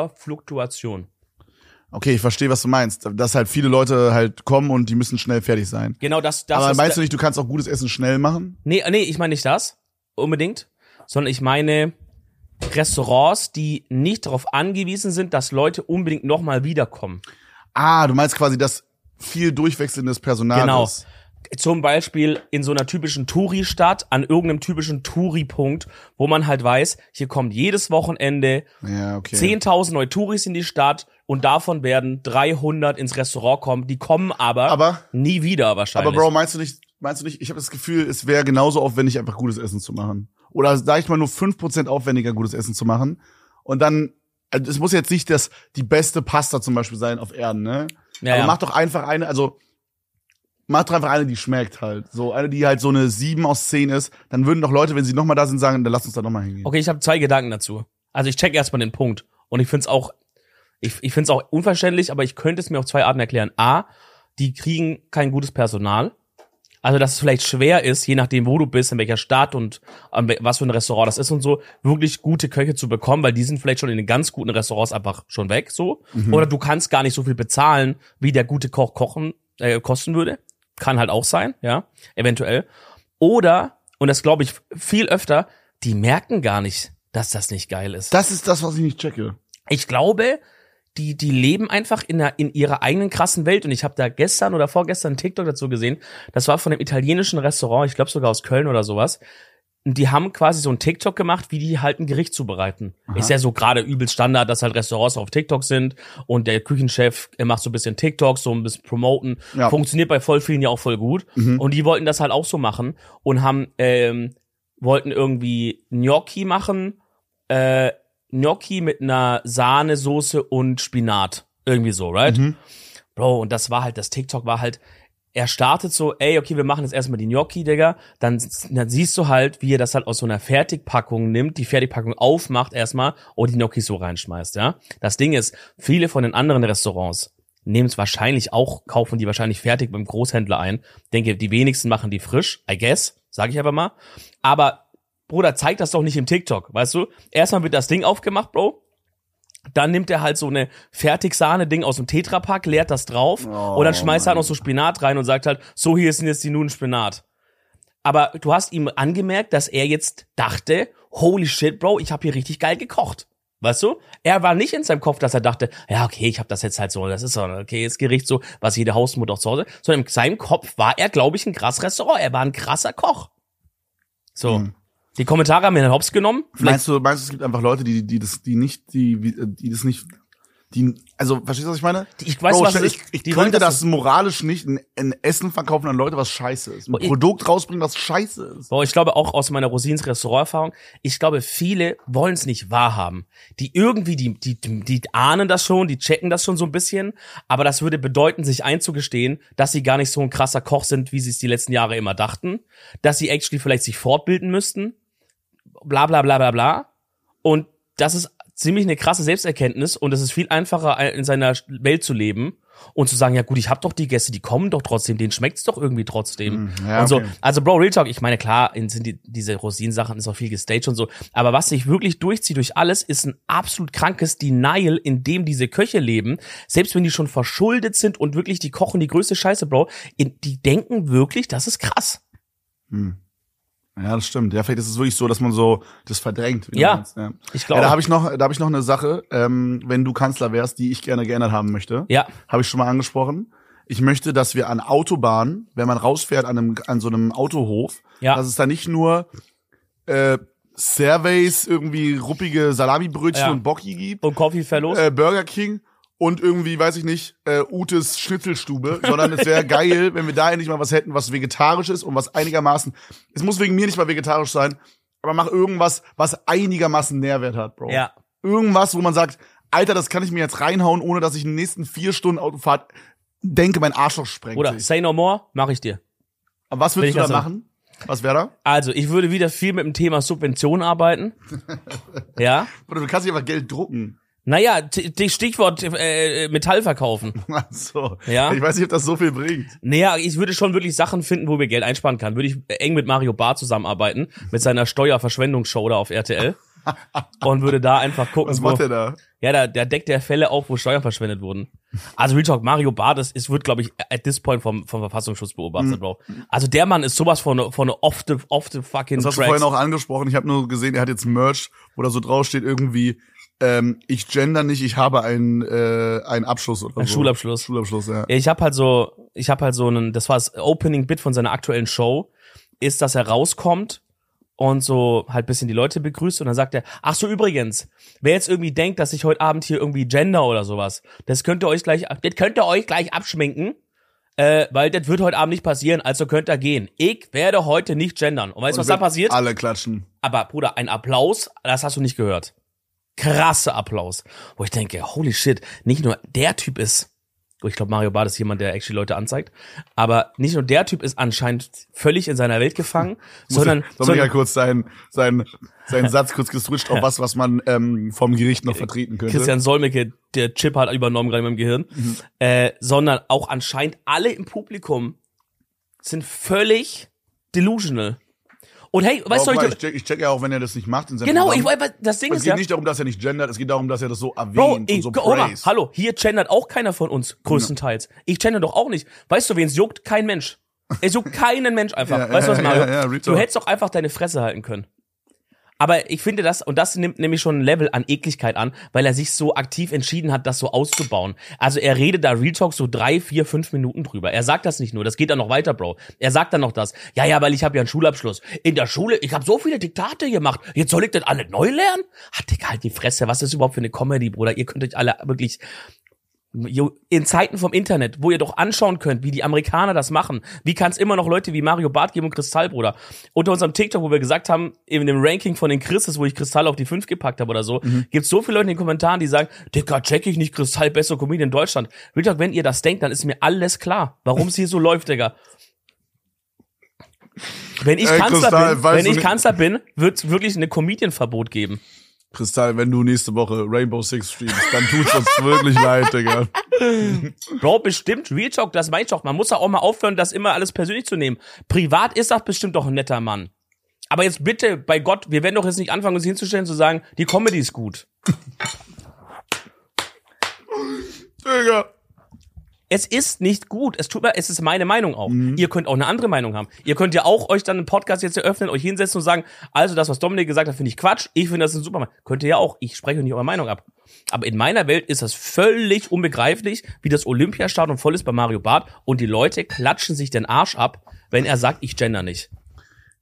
Speaker 2: Besucherfluktuation.
Speaker 1: Okay, ich verstehe, was du meinst. Dass halt viele Leute halt kommen und die müssen schnell fertig sein.
Speaker 2: Genau das, das
Speaker 1: Aber
Speaker 2: ist
Speaker 1: meinst
Speaker 2: der-
Speaker 1: du nicht, du kannst auch gutes Essen schnell machen?
Speaker 2: Nee, nee, ich meine nicht das unbedingt, sondern ich meine Restaurants, die nicht darauf angewiesen sind, dass Leute unbedingt nochmal wiederkommen.
Speaker 1: Ah, du meinst quasi, dass viel durchwechselndes Personal
Speaker 2: Genau.
Speaker 1: ist.
Speaker 2: Zum Beispiel in so einer typischen Touri-Stadt, an irgendeinem typischen Touri-Punkt, wo man halt weiß, hier kommen jedes Wochenende
Speaker 1: Ja, okay.
Speaker 2: 10.000 neue Touris in die Stadt und davon werden 300 ins Restaurant kommen. Die kommen aber,
Speaker 1: Aber-
Speaker 2: nie wieder
Speaker 1: Aber
Speaker 2: wahrscheinlich.
Speaker 1: Bro, meinst du nicht, meinst du nicht, ich habe das Gefühl, es wäre genauso aufwendig, einfach gutes Essen zu machen. Oder sag ich mal nur 5% aufwendiger, gutes Essen zu machen. Und dann, also es muss jetzt nicht das, die beste Pasta zum Beispiel sein auf Erden, ne?
Speaker 2: Ja,
Speaker 1: Aber
Speaker 2: ja.
Speaker 1: mach doch einfach eine, also, mach doch einfach eine, die schmeckt halt. So, eine, die halt so eine 7 aus 10 ist. Dann würden doch Leute, wenn sie nochmal da sind, sagen, dann lass uns da nochmal hingehen.
Speaker 2: Okay, ich habe zwei Gedanken dazu. Also ich check erstmal den Punkt und ich find's auch, ich, ich finde es auch unverständlich, aber ich könnte es mir auf zwei Arten erklären. A, die kriegen kein gutes Personal. Also, dass es vielleicht schwer ist, je nachdem, wo du bist, in welcher Stadt und an wel- was für ein Restaurant das ist und so, wirklich gute Köche zu bekommen, weil die sind vielleicht schon in den ganz guten Restaurants einfach schon weg, so.
Speaker 1: Mhm.
Speaker 2: Oder du kannst gar nicht so viel bezahlen, wie der gute Koch kochen, äh, kosten würde. Kann halt auch sein, ja, eventuell. Oder, und das glaube ich viel öfter, die merken gar nicht, dass das nicht geil ist.
Speaker 1: Das ist das, was ich nicht checke.
Speaker 2: Ich glaube, die, die leben einfach in, der, in ihrer eigenen krassen Welt. Und ich habe da gestern oder vorgestern einen TikTok dazu gesehen. Das war von einem italienischen Restaurant, ich glaube sogar aus Köln oder sowas. Und die haben quasi so ein TikTok gemacht, wie die halt ein Gericht zubereiten. Ist ja so gerade übel Standard, dass halt Restaurants auf TikTok sind und der Küchenchef er macht so ein bisschen TikTok, so ein bisschen promoten.
Speaker 1: Ja.
Speaker 2: Funktioniert bei voll vielen ja auch voll gut.
Speaker 1: Mhm.
Speaker 2: Und die wollten das halt auch so machen und haben, ähm, wollten irgendwie Gnocchi machen, äh, Gnocchi mit einer Sahnesoße und Spinat. Irgendwie so, right?
Speaker 1: Mhm.
Speaker 2: Bro, und das war halt, das TikTok war halt, er startet so, ey, okay, wir machen jetzt erstmal die Gnocchi, Digga. Dann, dann siehst du halt, wie er das halt aus so einer Fertigpackung nimmt, die Fertigpackung aufmacht erstmal und die Gnocchi so reinschmeißt, ja. Das Ding ist, viele von den anderen Restaurants nehmen es wahrscheinlich auch, kaufen die wahrscheinlich fertig beim Großhändler ein. Denke, die wenigsten machen die frisch, I guess, sage ich einfach mal. Aber, Bruder, zeig das doch nicht im TikTok, weißt du? Erstmal wird das Ding aufgemacht, Bro. Dann nimmt er halt so eine Fertigsahne-Ding aus dem Tetrapack, leert das drauf und dann schmeißt er halt noch so Spinat rein und sagt halt, so hier sind jetzt die Nudeln Spinat. Aber du hast ihm angemerkt, dass er jetzt dachte, holy shit, Bro, ich habe hier richtig geil gekocht. Weißt du? Er war nicht in seinem Kopf, dass er dachte, ja, okay, ich habe das jetzt halt so, das ist so, okay, das Gericht so, was jede Hausmutter auch zu Hause, sondern in seinem Kopf war er, glaube ich, ein krass Restaurant. Er war ein krasser Koch. So.
Speaker 1: Mhm. Hm.
Speaker 2: Die Kommentare haben mir den Hops genommen. Vielleicht
Speaker 1: Meinst du, meinst du, es gibt einfach Leute, die, die das, die nicht, die, äh, die das nicht, die, also, verstehst du, was ich meine?
Speaker 2: Ich weiß, was
Speaker 1: stell-
Speaker 2: es
Speaker 1: ich,
Speaker 2: ist.
Speaker 1: ich
Speaker 2: Die wollen,
Speaker 1: könnte
Speaker 2: dass
Speaker 1: das moralisch nicht ein, ein Essen verkaufen an Leute, was scheiße ist. Ein
Speaker 2: ich-
Speaker 1: Produkt rausbringen, was scheiße ist.
Speaker 2: Oh, Boah, ich glaube auch aus meiner Rosins Restauranterfahrung, ich glaube, viele wollen es nicht wahrhaben. Die irgendwie, die, die, die, die ahnen das schon, die checken das schon so ein bisschen, aber das würde bedeuten, sich einzugestehen, dass sie gar nicht so ein krasser Koch sind, wie sie es die letzten Jahre immer dachten, dass sie actually vielleicht sich fortbilden müssten, bla bla bla bla bla. Und das ist ziemlich eine krasse Selbsterkenntnis und es ist viel einfacher, äh, in seiner Welt zu leben und zu sagen, ja gut, ich habe doch die Gäste, die kommen doch trotzdem, denen schmeckt's doch irgendwie trotzdem.
Speaker 1: Hm, ja,
Speaker 2: und so.
Speaker 1: okay.
Speaker 2: Also Bro, Real Talk, ich meine, klar, in- sind die, diese Rosinensachen ist auch viel gestaged und so, aber was sich wirklich durchzieht durch alles, ist ein absolut krankes Denial, in dem diese Köche leben, selbst wenn die schon verschuldet sind und wirklich, die kochen die größte Scheiße, Bro, in, die denken wirklich, das ist krass.
Speaker 1: Ja, das stimmt. Ja, vielleicht ist es wirklich so, dass man so das verdrängt. wie du
Speaker 2: Ja,
Speaker 1: meinst, ja.
Speaker 2: ich glaube.
Speaker 1: Ja, da habe ich noch, da habe ich noch eine Sache, ähm, wenn du Kanzler wärst, die ich gerne geändert haben möchte.
Speaker 2: Ja.
Speaker 1: Habe ich schon mal angesprochen. Ich möchte, dass wir an Autobahnen, wenn man rausfährt an einem, an so einem Autohof,
Speaker 2: Ja.
Speaker 1: dass es da nicht nur äh, Surveys, irgendwie ruppige Salamibrötchen
Speaker 2: Ja.
Speaker 1: und Bocki gibt,
Speaker 2: Und Coffee verlost.
Speaker 1: äh, Burger King und irgendwie, weiß ich nicht, äh, Utes Schnitzelstube, sondern es wäre geil, wenn wir da endlich mal was hätten, was vegetarisch ist und was einigermaßen, es muss wegen mir nicht mal vegetarisch sein, aber mach irgendwas, was einigermaßen Nährwert hat, Bro.
Speaker 2: Ja.
Speaker 1: Irgendwas, wo man sagt, Alter, das kann ich mir jetzt reinhauen, ohne dass ich in den nächsten vier Stunden Autofahrt denke, mein Arschloch sprengt
Speaker 2: Oder
Speaker 1: sich.
Speaker 2: say no more, mache ich dir.
Speaker 1: Aber was
Speaker 2: Will
Speaker 1: würdest
Speaker 2: ich
Speaker 1: du da
Speaker 2: was
Speaker 1: machen? Was wäre da?
Speaker 2: Also, ich würde wieder viel mit dem Thema Subvention arbeiten. ja.
Speaker 1: Oder du kannst dich einfach Geld drucken.
Speaker 2: Naja, t- t- Stichwort äh, Metall verkaufen.
Speaker 1: Also,
Speaker 2: Ja.
Speaker 1: ich weiß nicht, ob das so viel bringt.
Speaker 2: Naja, ich würde schon wirklich Sachen finden, wo wir Geld einsparen kann. Würde ich eng mit Mario Barth zusammenarbeiten, mit seiner Steuerverschwendungsshow da auf RTL. und würde da einfach gucken.
Speaker 1: Was
Speaker 2: wo-
Speaker 1: macht er da?
Speaker 2: Ja, da, da deckt der Fälle auf, wo Steuern verschwendet wurden. Also Real Talk, Mario Barth, das ist, wird, glaube ich, at this point vom, vom Verfassungsschutz
Speaker 1: Mhm.
Speaker 2: beobachtet, Bro. Also der Mann ist sowas von, von off the, off the fucking
Speaker 1: Das hast du
Speaker 2: tracks.
Speaker 1: vorhin auch angesprochen. Ich habe nur gesehen, er hat jetzt Merch, wo da so drauf steht irgendwie, ähm, ich gender nicht, ich habe einen, äh, einen Abschluss oder
Speaker 2: Ein
Speaker 1: so.
Speaker 2: Schulabschluss.
Speaker 1: Schulabschluss, ja.
Speaker 2: Ja, ich habe halt so, ich habe halt so einen, das war das Opening-Bit von seiner aktuellen Show, ist, dass er rauskommt und so halt bisschen die Leute begrüßt und dann sagt er, ach so übrigens, wer jetzt irgendwie denkt, dass ich heute Abend hier irgendwie gender oder sowas, das könnt ihr euch gleich, das könnt ihr euch gleich abschminken, äh, weil das wird heute Abend nicht passieren, also könnt ihr gehen. Ich werde heute nicht gendern. Und weißt du, was da
Speaker 1: wird
Speaker 2: passiert?
Speaker 1: Alle klatschen.
Speaker 2: Aber Bruder, ein Applaus, das hast du nicht gehört. Krasse Applaus. Wo ich denke, holy shit, nicht nur der Typ ist oh, Ich glaube, Mario Barth ist jemand, der actually Leute anzeigt. Aber nicht nur der Typ ist anscheinend völlig in seiner Welt gefangen, sondern,
Speaker 1: Soll man ja
Speaker 2: sondern
Speaker 1: kurz seinen, seinen, seinen Satz kurz geswitcht auf was, was man ähm, vom Gericht noch vertreten könnte.
Speaker 2: Christian Solmecke, der Chip hat übernommen gerade in meinem Gehirn,
Speaker 1: Mhm.
Speaker 2: äh, sondern auch anscheinend alle im Publikum sind völlig delusional. Und hey, weißt
Speaker 1: Aber
Speaker 2: du,
Speaker 1: guck mal, ich
Speaker 2: ich,
Speaker 1: check, ich check ja auch, wenn er das nicht macht in seinem
Speaker 2: genau, ich,
Speaker 1: Programm.
Speaker 2: weil das Ding
Speaker 1: Es
Speaker 2: ist
Speaker 1: geht
Speaker 2: ja,
Speaker 1: nicht darum, dass er nicht gendert, es geht darum, dass er das so erwähnt
Speaker 2: Bro,
Speaker 1: und
Speaker 2: ey,
Speaker 1: so
Speaker 2: Oma,
Speaker 1: praised.
Speaker 2: hallo, hier gendert auch keiner von uns, größtenteils. Ich gender doch auch nicht. Weißt du, wen es juckt? Kein Mensch. Es juckt keinen Mensch einfach.
Speaker 1: Ja,
Speaker 2: weißt du was,
Speaker 1: ja,
Speaker 2: Mario?
Speaker 1: ja, ja, Rito.
Speaker 2: du hättest doch einfach deine Fresse halten können. Aber ich finde das, und das nimmt nämlich schon ein Level an Ekligkeit an, weil er sich so aktiv entschieden hat, das so auszubauen. Also er redet da Real Talk so drei, vier, fünf Minuten drüber. Er sagt das nicht nur, das geht dann noch weiter, Bro. Er sagt dann noch das. Ja, ja, weil ich habe ja einen Schulabschluss. In der Schule, ich habe so viele Diktate gemacht. Jetzt soll ich das alle neu lernen? Ach, Digga, halt die Fresse. Was ist überhaupt für eine Comedy, Bruder? Ihr könnt euch alle wirklich Jo, in Zeiten vom Internet, wo ihr doch anschauen könnt, wie die Amerikaner das machen. Wie kann es immer noch Leute wie Mario Barth geben und Kristallbruder? Unter unserem TikTok, wo wir gesagt haben, in dem Ranking von den Christes, wo ich Kristall auf die 5 gepackt habe oder so,
Speaker 1: Mhm.
Speaker 2: gibt's so viele Leute in den Kommentaren, die sagen, Dicker, check ich nicht, Kristall, bessere Comedian in Deutschland. Real Talk, wenn ihr das denkt, dann ist mir alles klar, warum es hier so läuft, Digga. Wenn ich
Speaker 1: Ey,
Speaker 2: Kanzler
Speaker 1: Kristall,
Speaker 2: bin,
Speaker 1: weißt
Speaker 2: wenn
Speaker 1: du
Speaker 2: ich
Speaker 1: nicht-
Speaker 2: Kanzler bin, wird's wirklich eine Comedian-Verbot geben.
Speaker 1: Kristall, wenn du nächste Woche Rainbow Six streamst, dann tut's uns wirklich leid, Digga.
Speaker 2: Bro, bestimmt Real Talk, das meine ich doch. Man muss ja auch mal aufhören, das immer alles persönlich zu nehmen. Privat ist das bestimmt doch ein netter Mann. Aber jetzt bitte, bei Gott, wir werden doch jetzt nicht anfangen, uns hinzustellen und zu sagen, die Comedy ist gut.
Speaker 1: Digga.
Speaker 2: Es ist nicht gut. Es tut mir, es ist meine Meinung auch.
Speaker 1: Mhm.
Speaker 2: Ihr könnt auch eine andere Meinung haben. Ihr könnt ja auch euch dann einen Podcast jetzt eröffnen, euch hinsetzen und sagen, also das, was Dominik gesagt hat, finde ich Quatsch. Ich finde, das ist ein Supermann. Könnt ihr ja auch. Ich spreche nicht eure Meinung ab. Aber in meiner Welt ist das völlig unbegreiflich, wie das Olympiastadion voll ist bei Mario Barth und die Leute klatschen sich den Arsch ab, wenn er sagt, ich gender nicht.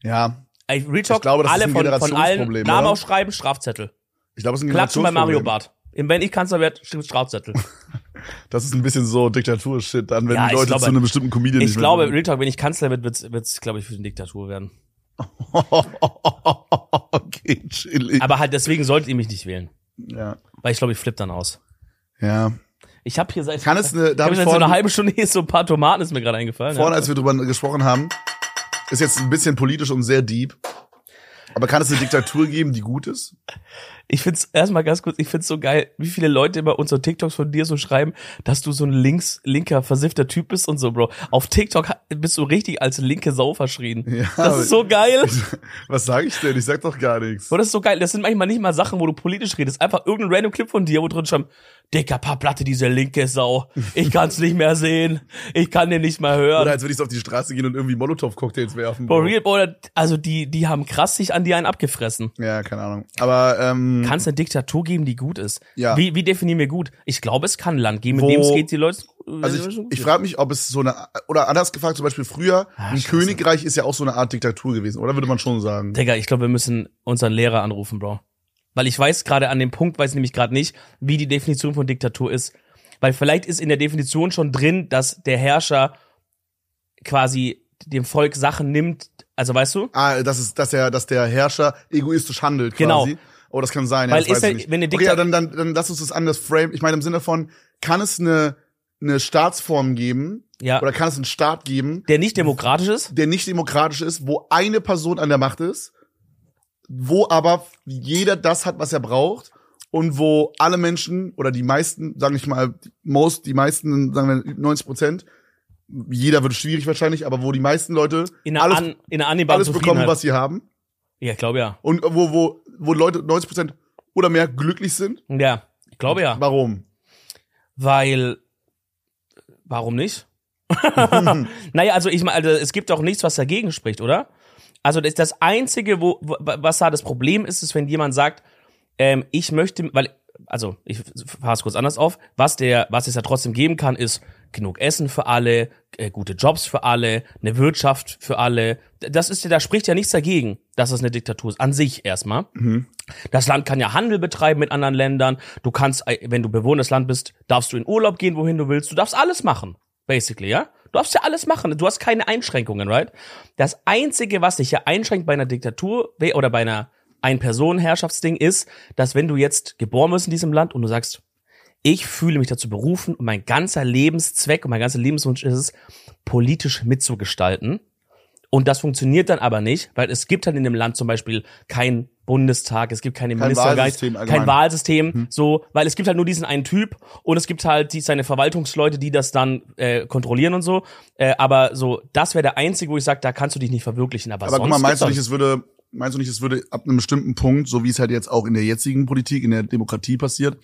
Speaker 1: Ja,
Speaker 2: Ey, Real Talk,
Speaker 1: Ich glaube, das
Speaker 2: alle
Speaker 1: ist ein
Speaker 2: von, von allen
Speaker 1: Generationsproblem,
Speaker 2: Namen
Speaker 1: oder?
Speaker 2: aufschreiben, Strafzettel.
Speaker 1: ich glaube, es ist ein
Speaker 2: Klatschen bei Mario
Speaker 1: Generationsproblem.
Speaker 2: Barth. Wenn ich Kanzler werde, stimmt Strafzettel.
Speaker 1: Das ist ein bisschen so Diktatur-Shit dann, wenn
Speaker 2: Ja,
Speaker 1: die
Speaker 2: ich
Speaker 1: Leute
Speaker 2: glaube-
Speaker 1: zu einem bestimmten Comedian
Speaker 2: Ich
Speaker 1: nicht
Speaker 2: glaube,
Speaker 1: mehr
Speaker 2: Real Talk, wenn ich Kanzler werde, wird es, glaube ich, für eine Diktatur werden.
Speaker 1: okay, chillig.
Speaker 2: Aber halt deswegen solltet ihr mich nicht wählen.
Speaker 1: ja.
Speaker 2: Weil ich glaube, ich flipp dann aus.
Speaker 1: ja.
Speaker 2: Ich habe hier seit,
Speaker 1: Kann es eine, da
Speaker 2: ich
Speaker 1: habe
Speaker 2: hab
Speaker 1: ich
Speaker 2: seit so
Speaker 1: vorhin,
Speaker 2: einer halben Stunde hier so ein paar Tomaten ist mir gerade eingefallen.
Speaker 1: vorhin,
Speaker 2: ja.
Speaker 1: als wir drüber gesprochen haben, ist jetzt ein bisschen politisch und sehr deep. Aber kann es eine Diktatur geben, die gut ist?
Speaker 2: Ich find's erstmal ganz kurz, ich find's so geil, wie viele Leute immer unsere TikToks von dir so schreiben, dass du so ein links linker versiffter Typ bist und so, Bro. Auf TikTok ha- bist du richtig als linke Sau verschrien.
Speaker 1: Ja,
Speaker 2: das ist so geil.
Speaker 1: Was sage ich denn? Ich sag doch gar nichts.
Speaker 2: Bro, das ist so geil. Das sind manchmal nicht mal Sachen, wo du politisch redest. Einfach irgendein random Clip von dir, wo drin schreibt, dicker paar Platte, diese linke Sau. Ich kann's nicht mehr sehen. Ich kann den nicht mehr hören.
Speaker 1: Oder als würde ich so auf die Straße gehen und irgendwie Molotow-Cocktails werfen.
Speaker 2: Bro, real, Bro, das- also die, die haben krass sich an dir einen abgefressen.
Speaker 1: Ja, keine Ahnung. Aber ähm,
Speaker 2: Kann es eine Diktatur geben, die gut ist?
Speaker 1: Ja.
Speaker 2: Wie, wie definieren wir gut? Ich glaube, es kann ein Land geben,
Speaker 1: Wo-
Speaker 2: in dem es geht, die Leute.
Speaker 1: Also ich, ich frage mich, ob es so eine oder anders gefragt, zum Beispiel früher, ein
Speaker 2: Ah, scheiße.
Speaker 1: Königreich ist ja auch so eine Art Diktatur gewesen, oder würde man schon sagen?
Speaker 2: Digga, ich glaube, wir müssen unseren Lehrer anrufen, Bro. Weil ich weiß gerade an dem Punkt, weiß nämlich gerade nicht, wie die Definition von Diktatur ist. Weil vielleicht ist in der Definition schon drin, dass der Herrscher quasi dem Volk Sachen nimmt. Also weißt du?
Speaker 1: Ah, das ist, dass der, dass der Herrscher egoistisch handelt
Speaker 2: Genau.
Speaker 1: quasi. Oh, das kann sein, ja,
Speaker 2: Weil
Speaker 1: das
Speaker 2: ist
Speaker 1: weiß
Speaker 2: ja-
Speaker 1: ich nicht.
Speaker 2: wenn eine
Speaker 1: okay,
Speaker 2: Dikta-
Speaker 1: ja, dann, dann, dann lass uns das anders frame. Ich meine im Sinne von, kann es eine, eine Staatsform geben
Speaker 2: Ja.
Speaker 1: oder kann es einen Staat geben,
Speaker 2: Der nicht demokratisch ist?
Speaker 1: der nicht demokratisch ist, wo eine Person an der Macht ist, wo aber jeder das hat, was er braucht und wo alle Menschen oder die meisten, sage ich mal, most, die meisten, sagen wir 90 Prozent, jeder wird schwierig wahrscheinlich, aber wo die meisten Leute
Speaker 2: In einer,
Speaker 1: alles,
Speaker 2: an, in einer annehmbaren
Speaker 1: alles bekommen,
Speaker 2: Zufriedenheit.
Speaker 1: was sie haben
Speaker 2: ja, ich glaube ja.
Speaker 1: und wo, wo, wo Leute 90 Prozent oder mehr glücklich sind.
Speaker 2: Ja, ich glaube ja.
Speaker 1: Warum?
Speaker 2: Weil, warum nicht? naja, also ich meine, also es gibt auch nichts, was dagegen spricht, oder? Also das, das Einzige, wo, wo- was da das Problem ist, ist, wenn jemand sagt, ähm, ich möchte, weil, also ich fahre es kurz anders auf, was der, was es ja trotzdem geben kann, ist genug Essen für alle, äh, gute Jobs für alle, eine Wirtschaft für alle. Das ist ja, da spricht ja nichts dagegen, dass es eine Diktatur ist, an sich erstmal. Das Land kann ja Handel betreiben mit anderen Ländern. Du kannst, äh, wenn du Bewohner des Landes bist, darfst du in Urlaub gehen, wohin du willst. Du darfst alles machen, basically, ja? Du darfst ja alles machen. Du hast keine Einschränkungen, right? Das Einzige, was dich ja einschränkt bei einer Diktatur we- oder bei einer Ein-Personen-Herrschaftsding ist, dass wenn du jetzt geboren bist in diesem Land und du sagst, ich fühle mich dazu berufen und mein ganzer Lebenszweck und mein ganzer Lebenswunsch ist es, politisch mitzugestalten. Und das funktioniert dann aber nicht, weil es gibt dann in dem Land zum Beispiel keinen Bundestag, es gibt keine
Speaker 1: Kein
Speaker 2: Ministergeist,
Speaker 1: Wahlsystem allgemein. Mhm.
Speaker 2: kein Wahlsystem, so, weil es gibt halt nur diesen einen Typ und es gibt halt die, seine Verwaltungsleute, die das dann äh, kontrollieren und so. Äh, aber so, das wäre der einzige, wo ich sage, da kannst du dich nicht verwirklichen. Aber,
Speaker 1: Aber guck
Speaker 2: sonst
Speaker 1: mal, meinst du
Speaker 2: gibt's
Speaker 1: nicht, es würde, meinst du nicht, es würde ab einem bestimmten Punkt, so wie es halt jetzt auch in der jetzigen Politik, in der Demokratie passiert,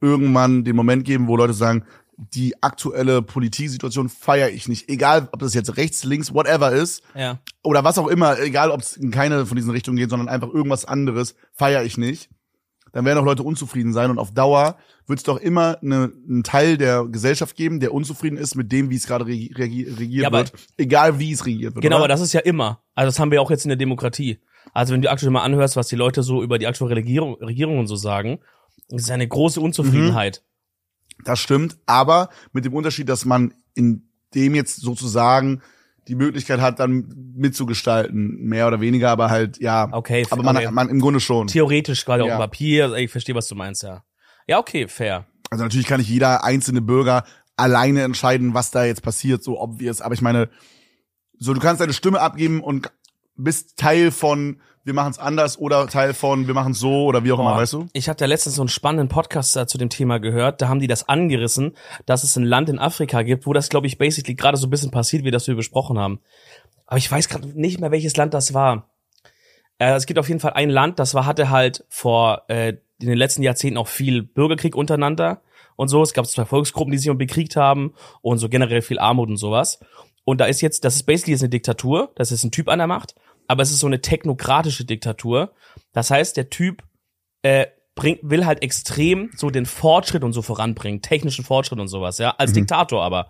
Speaker 1: irgendwann den Moment geben, wo Leute sagen, die aktuelle Politiksituation feiere ich nicht. Egal, ob das jetzt rechts, links, whatever ist,
Speaker 2: doch- ja.
Speaker 1: oder was auch immer, egal ob es in keine von diesen Richtungen geht, sondern einfach irgendwas anderes, feiere ich nicht. Dann werden auch Leute unzufrieden sein und auf Dauer wird es doch immer eine, einen Teil der Gesellschaft geben, der unzufrieden ist mit dem, wie es gerade regi regi regiert
Speaker 2: Ja, aber-
Speaker 1: wird, egal wie es regiert wird.
Speaker 2: Genau,
Speaker 1: oder?
Speaker 2: aber das ist ja immer. Also das haben wir auch jetzt in der Demokratie. Also wenn du aktuell mal anhörst, was die Leute so über die aktuelle Regierung, Regierung und so sagen, das ist eine große Unzufriedenheit.
Speaker 1: Mhm. Das stimmt, aber mit dem Unterschied, dass man in dem jetzt sozusagen die Möglichkeit hat, dann mitzugestalten, mehr oder weniger, aber halt ja.
Speaker 2: Okay,
Speaker 1: aber man,
Speaker 2: okay.
Speaker 1: man im Grunde schon.
Speaker 2: Theoretisch gerade
Speaker 1: Ja.
Speaker 2: auf dem Papier. Also ich verstehe, was du meinst, ja. Ja, okay, fair.
Speaker 1: Also natürlich kann nicht jeder einzelne Bürger alleine entscheiden, was da jetzt passiert, so obvious. Aber ich meine, so du kannst deine Stimme abgeben und bist Teil von wir machen es anders oder Teil von wir machen so oder wie auch immer,
Speaker 2: Boah,
Speaker 1: weißt du?
Speaker 2: Ich habe da letztens so einen spannenden Podcast da zu dem Thema gehört. Da haben die das angerissen, dass es ein Land in Afrika gibt, wo das, glaube ich, basically gerade so ein bisschen passiert, wie das wir besprochen haben. Aber ich weiß gerade nicht mehr, welches Land das war. Äh, es gibt auf jeden Fall ein Land, das war, hatte halt vor äh, in den letzten Jahrzehnten auch viel Bürgerkrieg untereinander und so. Es gab zwei Volksgruppen, die sich und bekriegt haben und so generell viel Armut und sowas. Und da ist jetzt, das ist basically jetzt eine Diktatur, das ist ein Typ an der Macht, aber es ist so eine technokratische Diktatur. Das heißt, der Typ äh, bringt, will halt extrem so den Fortschritt und so voranbringen, technischen Fortschritt und sowas, ja,
Speaker 1: Mhm.
Speaker 2: als Diktator aber.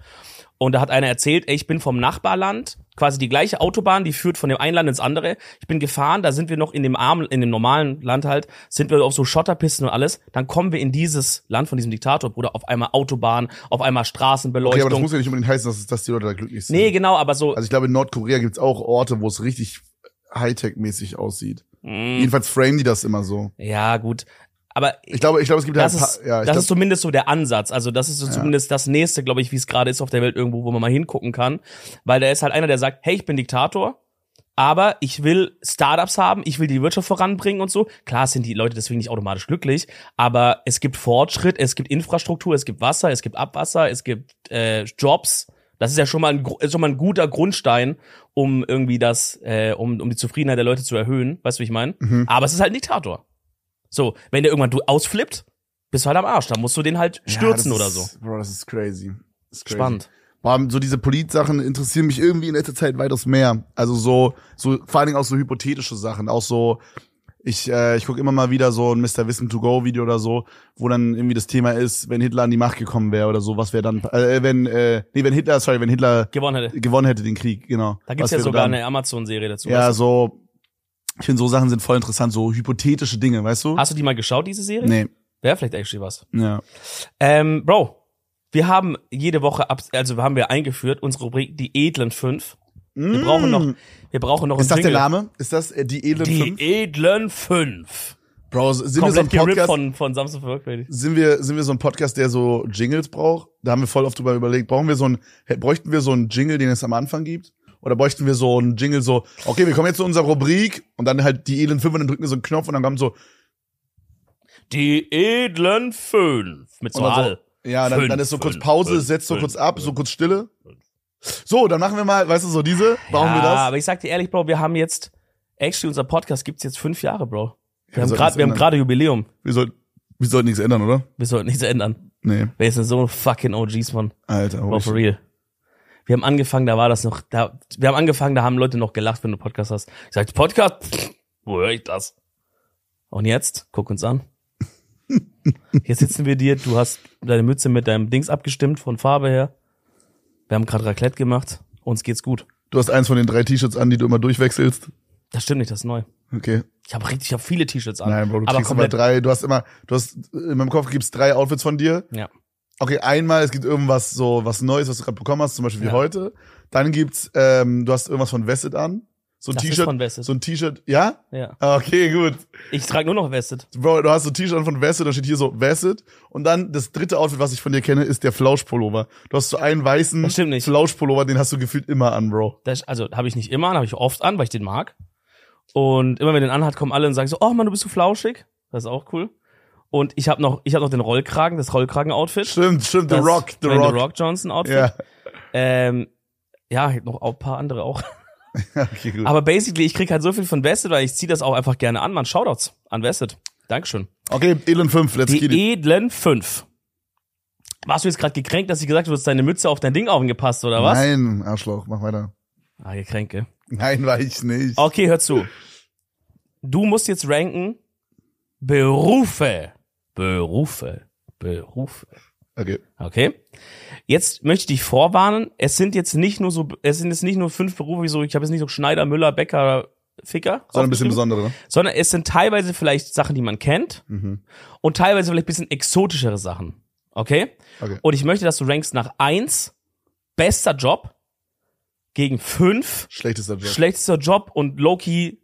Speaker 2: Und da hat einer erzählt, ey, ich bin vom Nachbarland, quasi die gleiche Autobahn, die führt von dem einen Land ins andere. Ich bin gefahren, da sind wir noch in dem armen, in dem normalen Land halt, sind wir auf so Schotterpisten und alles. Dann kommen wir in dieses Land von diesem Diktator, Bruder, auf einmal Autobahn, auf einmal
Speaker 1: Okay, aber das
Speaker 2: Straßenbeleuchtung.
Speaker 1: muss ja nicht unbedingt heißen, dass, dass die Leute da glücklich sind.
Speaker 2: nee, genau, aber so.
Speaker 1: Also ich glaube, in Nordkorea gibt's auch Orte, wo es richtig Hightech-mäßig aussieht.
Speaker 2: mm,
Speaker 1: Jedenfalls frame die das immer so.
Speaker 2: ja, gut. Aber
Speaker 1: Ich glaube, ich glaube, es gibt
Speaker 2: das,
Speaker 1: ja ein
Speaker 2: ist,
Speaker 1: paar, ja, ich
Speaker 2: das
Speaker 1: glaub,
Speaker 2: ist zumindest so der Ansatz. Also das ist so zumindest das nächste, glaube ich, wie es gerade ist auf der Welt irgendwo, wo man mal hingucken kann. Weil da ist halt einer, der sagt, hey, ich bin Diktator, aber ich will Startups haben, ich will die Wirtschaft voranbringen und so. Klar sind die Leute deswegen nicht automatisch glücklich, aber es gibt Fortschritt, es gibt Infrastruktur, es gibt Wasser, es gibt Abwasser, es gibt äh, Jobs. Das ist ja schon mal ein, gro- ist schon mal ein guter Grundstein, um irgendwie das, äh, um, um die Zufriedenheit der Leute zu erhöhen. Weißt du, wie ich meine?
Speaker 1: mhm.
Speaker 2: Aber es ist halt ein Diktator. So, wenn der irgendwann du ausflippt, bist du halt am Arsch. Dann musst du den halt stürzen
Speaker 1: Ja,
Speaker 2: oder
Speaker 1: das
Speaker 2: so.
Speaker 1: ist- Bro, das ist crazy. Das ist crazy.
Speaker 2: Spannend.
Speaker 1: Warum so diese Polit-Sachen interessieren mich irgendwie in letzter Zeit weitaus mehr. Also so, so vor allen Dingen auch so hypothetische Sachen, auch so. Ich, äh, ich gucke immer mal wieder so ein Mr. Wissen to Go Video oder so, wo dann irgendwie das Thema ist, wenn Hitler an die Macht gekommen wäre oder so, was wäre dann, äh, wenn, äh, nee, wenn Hitler, sorry, wenn Hitler
Speaker 2: Gewonnen hätte.
Speaker 1: gewonnen hätte den Krieg, genau.
Speaker 2: Da gibt's
Speaker 1: Was
Speaker 2: ja
Speaker 1: wäre
Speaker 2: sogar
Speaker 1: dann?
Speaker 2: eine Amazon-Serie dazu.
Speaker 1: Ja,
Speaker 2: weißt
Speaker 1: so, ich finde so Sachen sind voll interessant, so hypothetische Dinge, weißt du?
Speaker 2: du? Hast du die mal geschaut, diese Serie?
Speaker 1: Nee,
Speaker 2: Wäre vielleicht actually was.
Speaker 1: ja.
Speaker 2: Ähm, Bro, wir haben jede Woche, ab, also haben wir eingeführt, unsere Rubrik Die Edlen 5. Wir brauchen noch, wir brauchen noch
Speaker 1: Mm. Ist das
Speaker 2: einen
Speaker 1: der
Speaker 2: Jingle.
Speaker 1: Name? Ist das äh, die edlen
Speaker 2: Die
Speaker 1: fünf?
Speaker 2: Edlen 5.
Speaker 1: Bro, sind wir, so ein
Speaker 2: Komplett gerippt
Speaker 1: Podcast,
Speaker 2: von, von Samsung für Workbaby.
Speaker 1: sind, wir, sind wir so ein Podcast, der so Jingles braucht? Da haben wir voll oft drüber überlegt, brauchen wir so ein, hä- bräuchten wir so einen Jingle, den es am Anfang gibt? Oder bräuchten wir so einen Jingle so, okay, wir kommen jetzt zu unserer Rubrik und dann halt die edlen fünf und dann drücken wir so einen Knopf und dann kommt so,
Speaker 2: Die Edlen 5. Mit so
Speaker 1: Und dann so-
Speaker 2: Al.
Speaker 1: ja, dann,
Speaker 2: Fünf,
Speaker 1: dann ist so kurz
Speaker 2: fünf,
Speaker 1: Pause,
Speaker 2: fünf,
Speaker 1: setzt so
Speaker 2: fünf,
Speaker 1: kurz ab, so
Speaker 2: fünf.
Speaker 1: kurz Stille. So, dann machen wir mal, weißt du, so diese, brauchen
Speaker 2: ja,
Speaker 1: wir das?
Speaker 2: aber ich sag dir ehrlich, Bro, wir haben jetzt, actually, unser Podcast gibt's jetzt fünf Jahre, Bro. Wir
Speaker 1: wir
Speaker 2: haben
Speaker 1: sollten
Speaker 2: gerade,
Speaker 1: es
Speaker 2: wir haben
Speaker 1: ändern.
Speaker 2: gerade Jubiläum.
Speaker 1: Wir sollten, wir sollten nichts ändern, oder?
Speaker 2: Wir sollten nichts ändern.
Speaker 1: Nee,
Speaker 2: Wir sind so fucking OGs, Mann.
Speaker 1: Alter.
Speaker 2: Bro,
Speaker 1: holy
Speaker 2: for
Speaker 1: shit.
Speaker 2: real. Wir haben angefangen, da war das noch, da, wir haben angefangen, da haben Leute noch gelacht, wenn du Podcast hast. Ich sag, Podcast? Pff, Wo höre ich das? Und jetzt, guck uns an. Hier sitzen wir dir, du hast deine Mütze mit deinem Dings abgestimmt von Farbe her. Wir haben gerade Raclette gemacht. Uns geht's gut.
Speaker 1: Du hast eins von den drei T-Shirts an, die du immer durchwechselst.
Speaker 2: Das stimmt nicht, das ist neu.
Speaker 1: Okay.
Speaker 2: Ich habe richtig, ich habe viele T-Shirts an.
Speaker 1: Nein, Bro, du
Speaker 2: aber
Speaker 1: kriegst immer
Speaker 2: komplett.
Speaker 1: drei. Du hast immer, du hast, in meinem Kopf gibt's drei Outfits von dir.
Speaker 2: ja.
Speaker 1: Okay, einmal, es gibt irgendwas so, was Neues, was du gerade bekommen hast, zum Beispiel wie
Speaker 2: Ja.
Speaker 1: heute. Dann gibt's, ähm, du hast irgendwas von Vested an. so ein
Speaker 2: Das ist
Speaker 1: T-Shirt,
Speaker 2: von Vested.
Speaker 1: so ein T-Shirt, ja?
Speaker 2: Ja.
Speaker 1: Ah, Okay, gut.
Speaker 2: Ich trage nur noch Vested.
Speaker 1: Bro, du hast so ein T-Shirt an von Vested, da steht hier so Vested. Und dann das dritte Outfit, was ich von dir kenne, ist der Flauschpullover. Du hast so einen weißen
Speaker 2: Das stimmt nicht.
Speaker 1: Flauschpullover, den hast du gefühlt immer an, Bro.
Speaker 2: Das, also habe ich nicht immer an, habe ich oft an, weil ich den mag. Und immer wenn den anhat, kommen alle und sagen so, oh Mann, du bist so flauschig. Das ist auch cool. Und ich habe noch, ich habe noch den Rollkragen, das Rollkragen-Outfit.
Speaker 1: Stimmt, stimmt, The
Speaker 2: Das
Speaker 1: Rock, The
Speaker 2: Dwayne
Speaker 1: Rock.
Speaker 2: The Rock Johnson-Outfit.
Speaker 1: Ja,
Speaker 2: Ähm, ja, ich hab noch ein paar andere auch.
Speaker 1: okay, gut.
Speaker 2: Aber basically, ich krieg halt so viel von Vested, weil ich zieh das auch einfach gerne an. Man, Shoutouts an Vested. Dankeschön.
Speaker 1: okay, Elon 5, let's get it.
Speaker 2: Die E, edlen fünf. Warst du jetzt gerade gekränkt, dass ich gesagt habe, du hast deine Mütze auf dein Ding aufgepasst, oder was?
Speaker 1: Nein, Arschloch, mach weiter.
Speaker 2: Ah, gekränkt, gell?
Speaker 1: Nein, war ich nicht.
Speaker 2: Okay, hör zu. Du musst jetzt ranken Berufe. Berufe. Berufe.
Speaker 1: Okay.
Speaker 2: Okay. Jetzt möchte ich dich vorwarnen, es sind jetzt nicht nur so es sind jetzt nicht nur fünf Berufe, wie so ich habe jetzt nicht so Schneider, Müller, Bäcker, Ficker,
Speaker 1: So ein bisschen
Speaker 2: aufgeschrieben,
Speaker 1: besondere. ne?
Speaker 2: sondern es sind teilweise vielleicht Sachen, die man kennt
Speaker 1: Mhm.
Speaker 2: und teilweise vielleicht ein bisschen exotischere Sachen. Okay?
Speaker 1: Okay.
Speaker 2: Und ich möchte, dass du rankst nach eins bester Job gegen fünf
Speaker 1: Schlechtester Job.
Speaker 2: schlechtester Job und Loki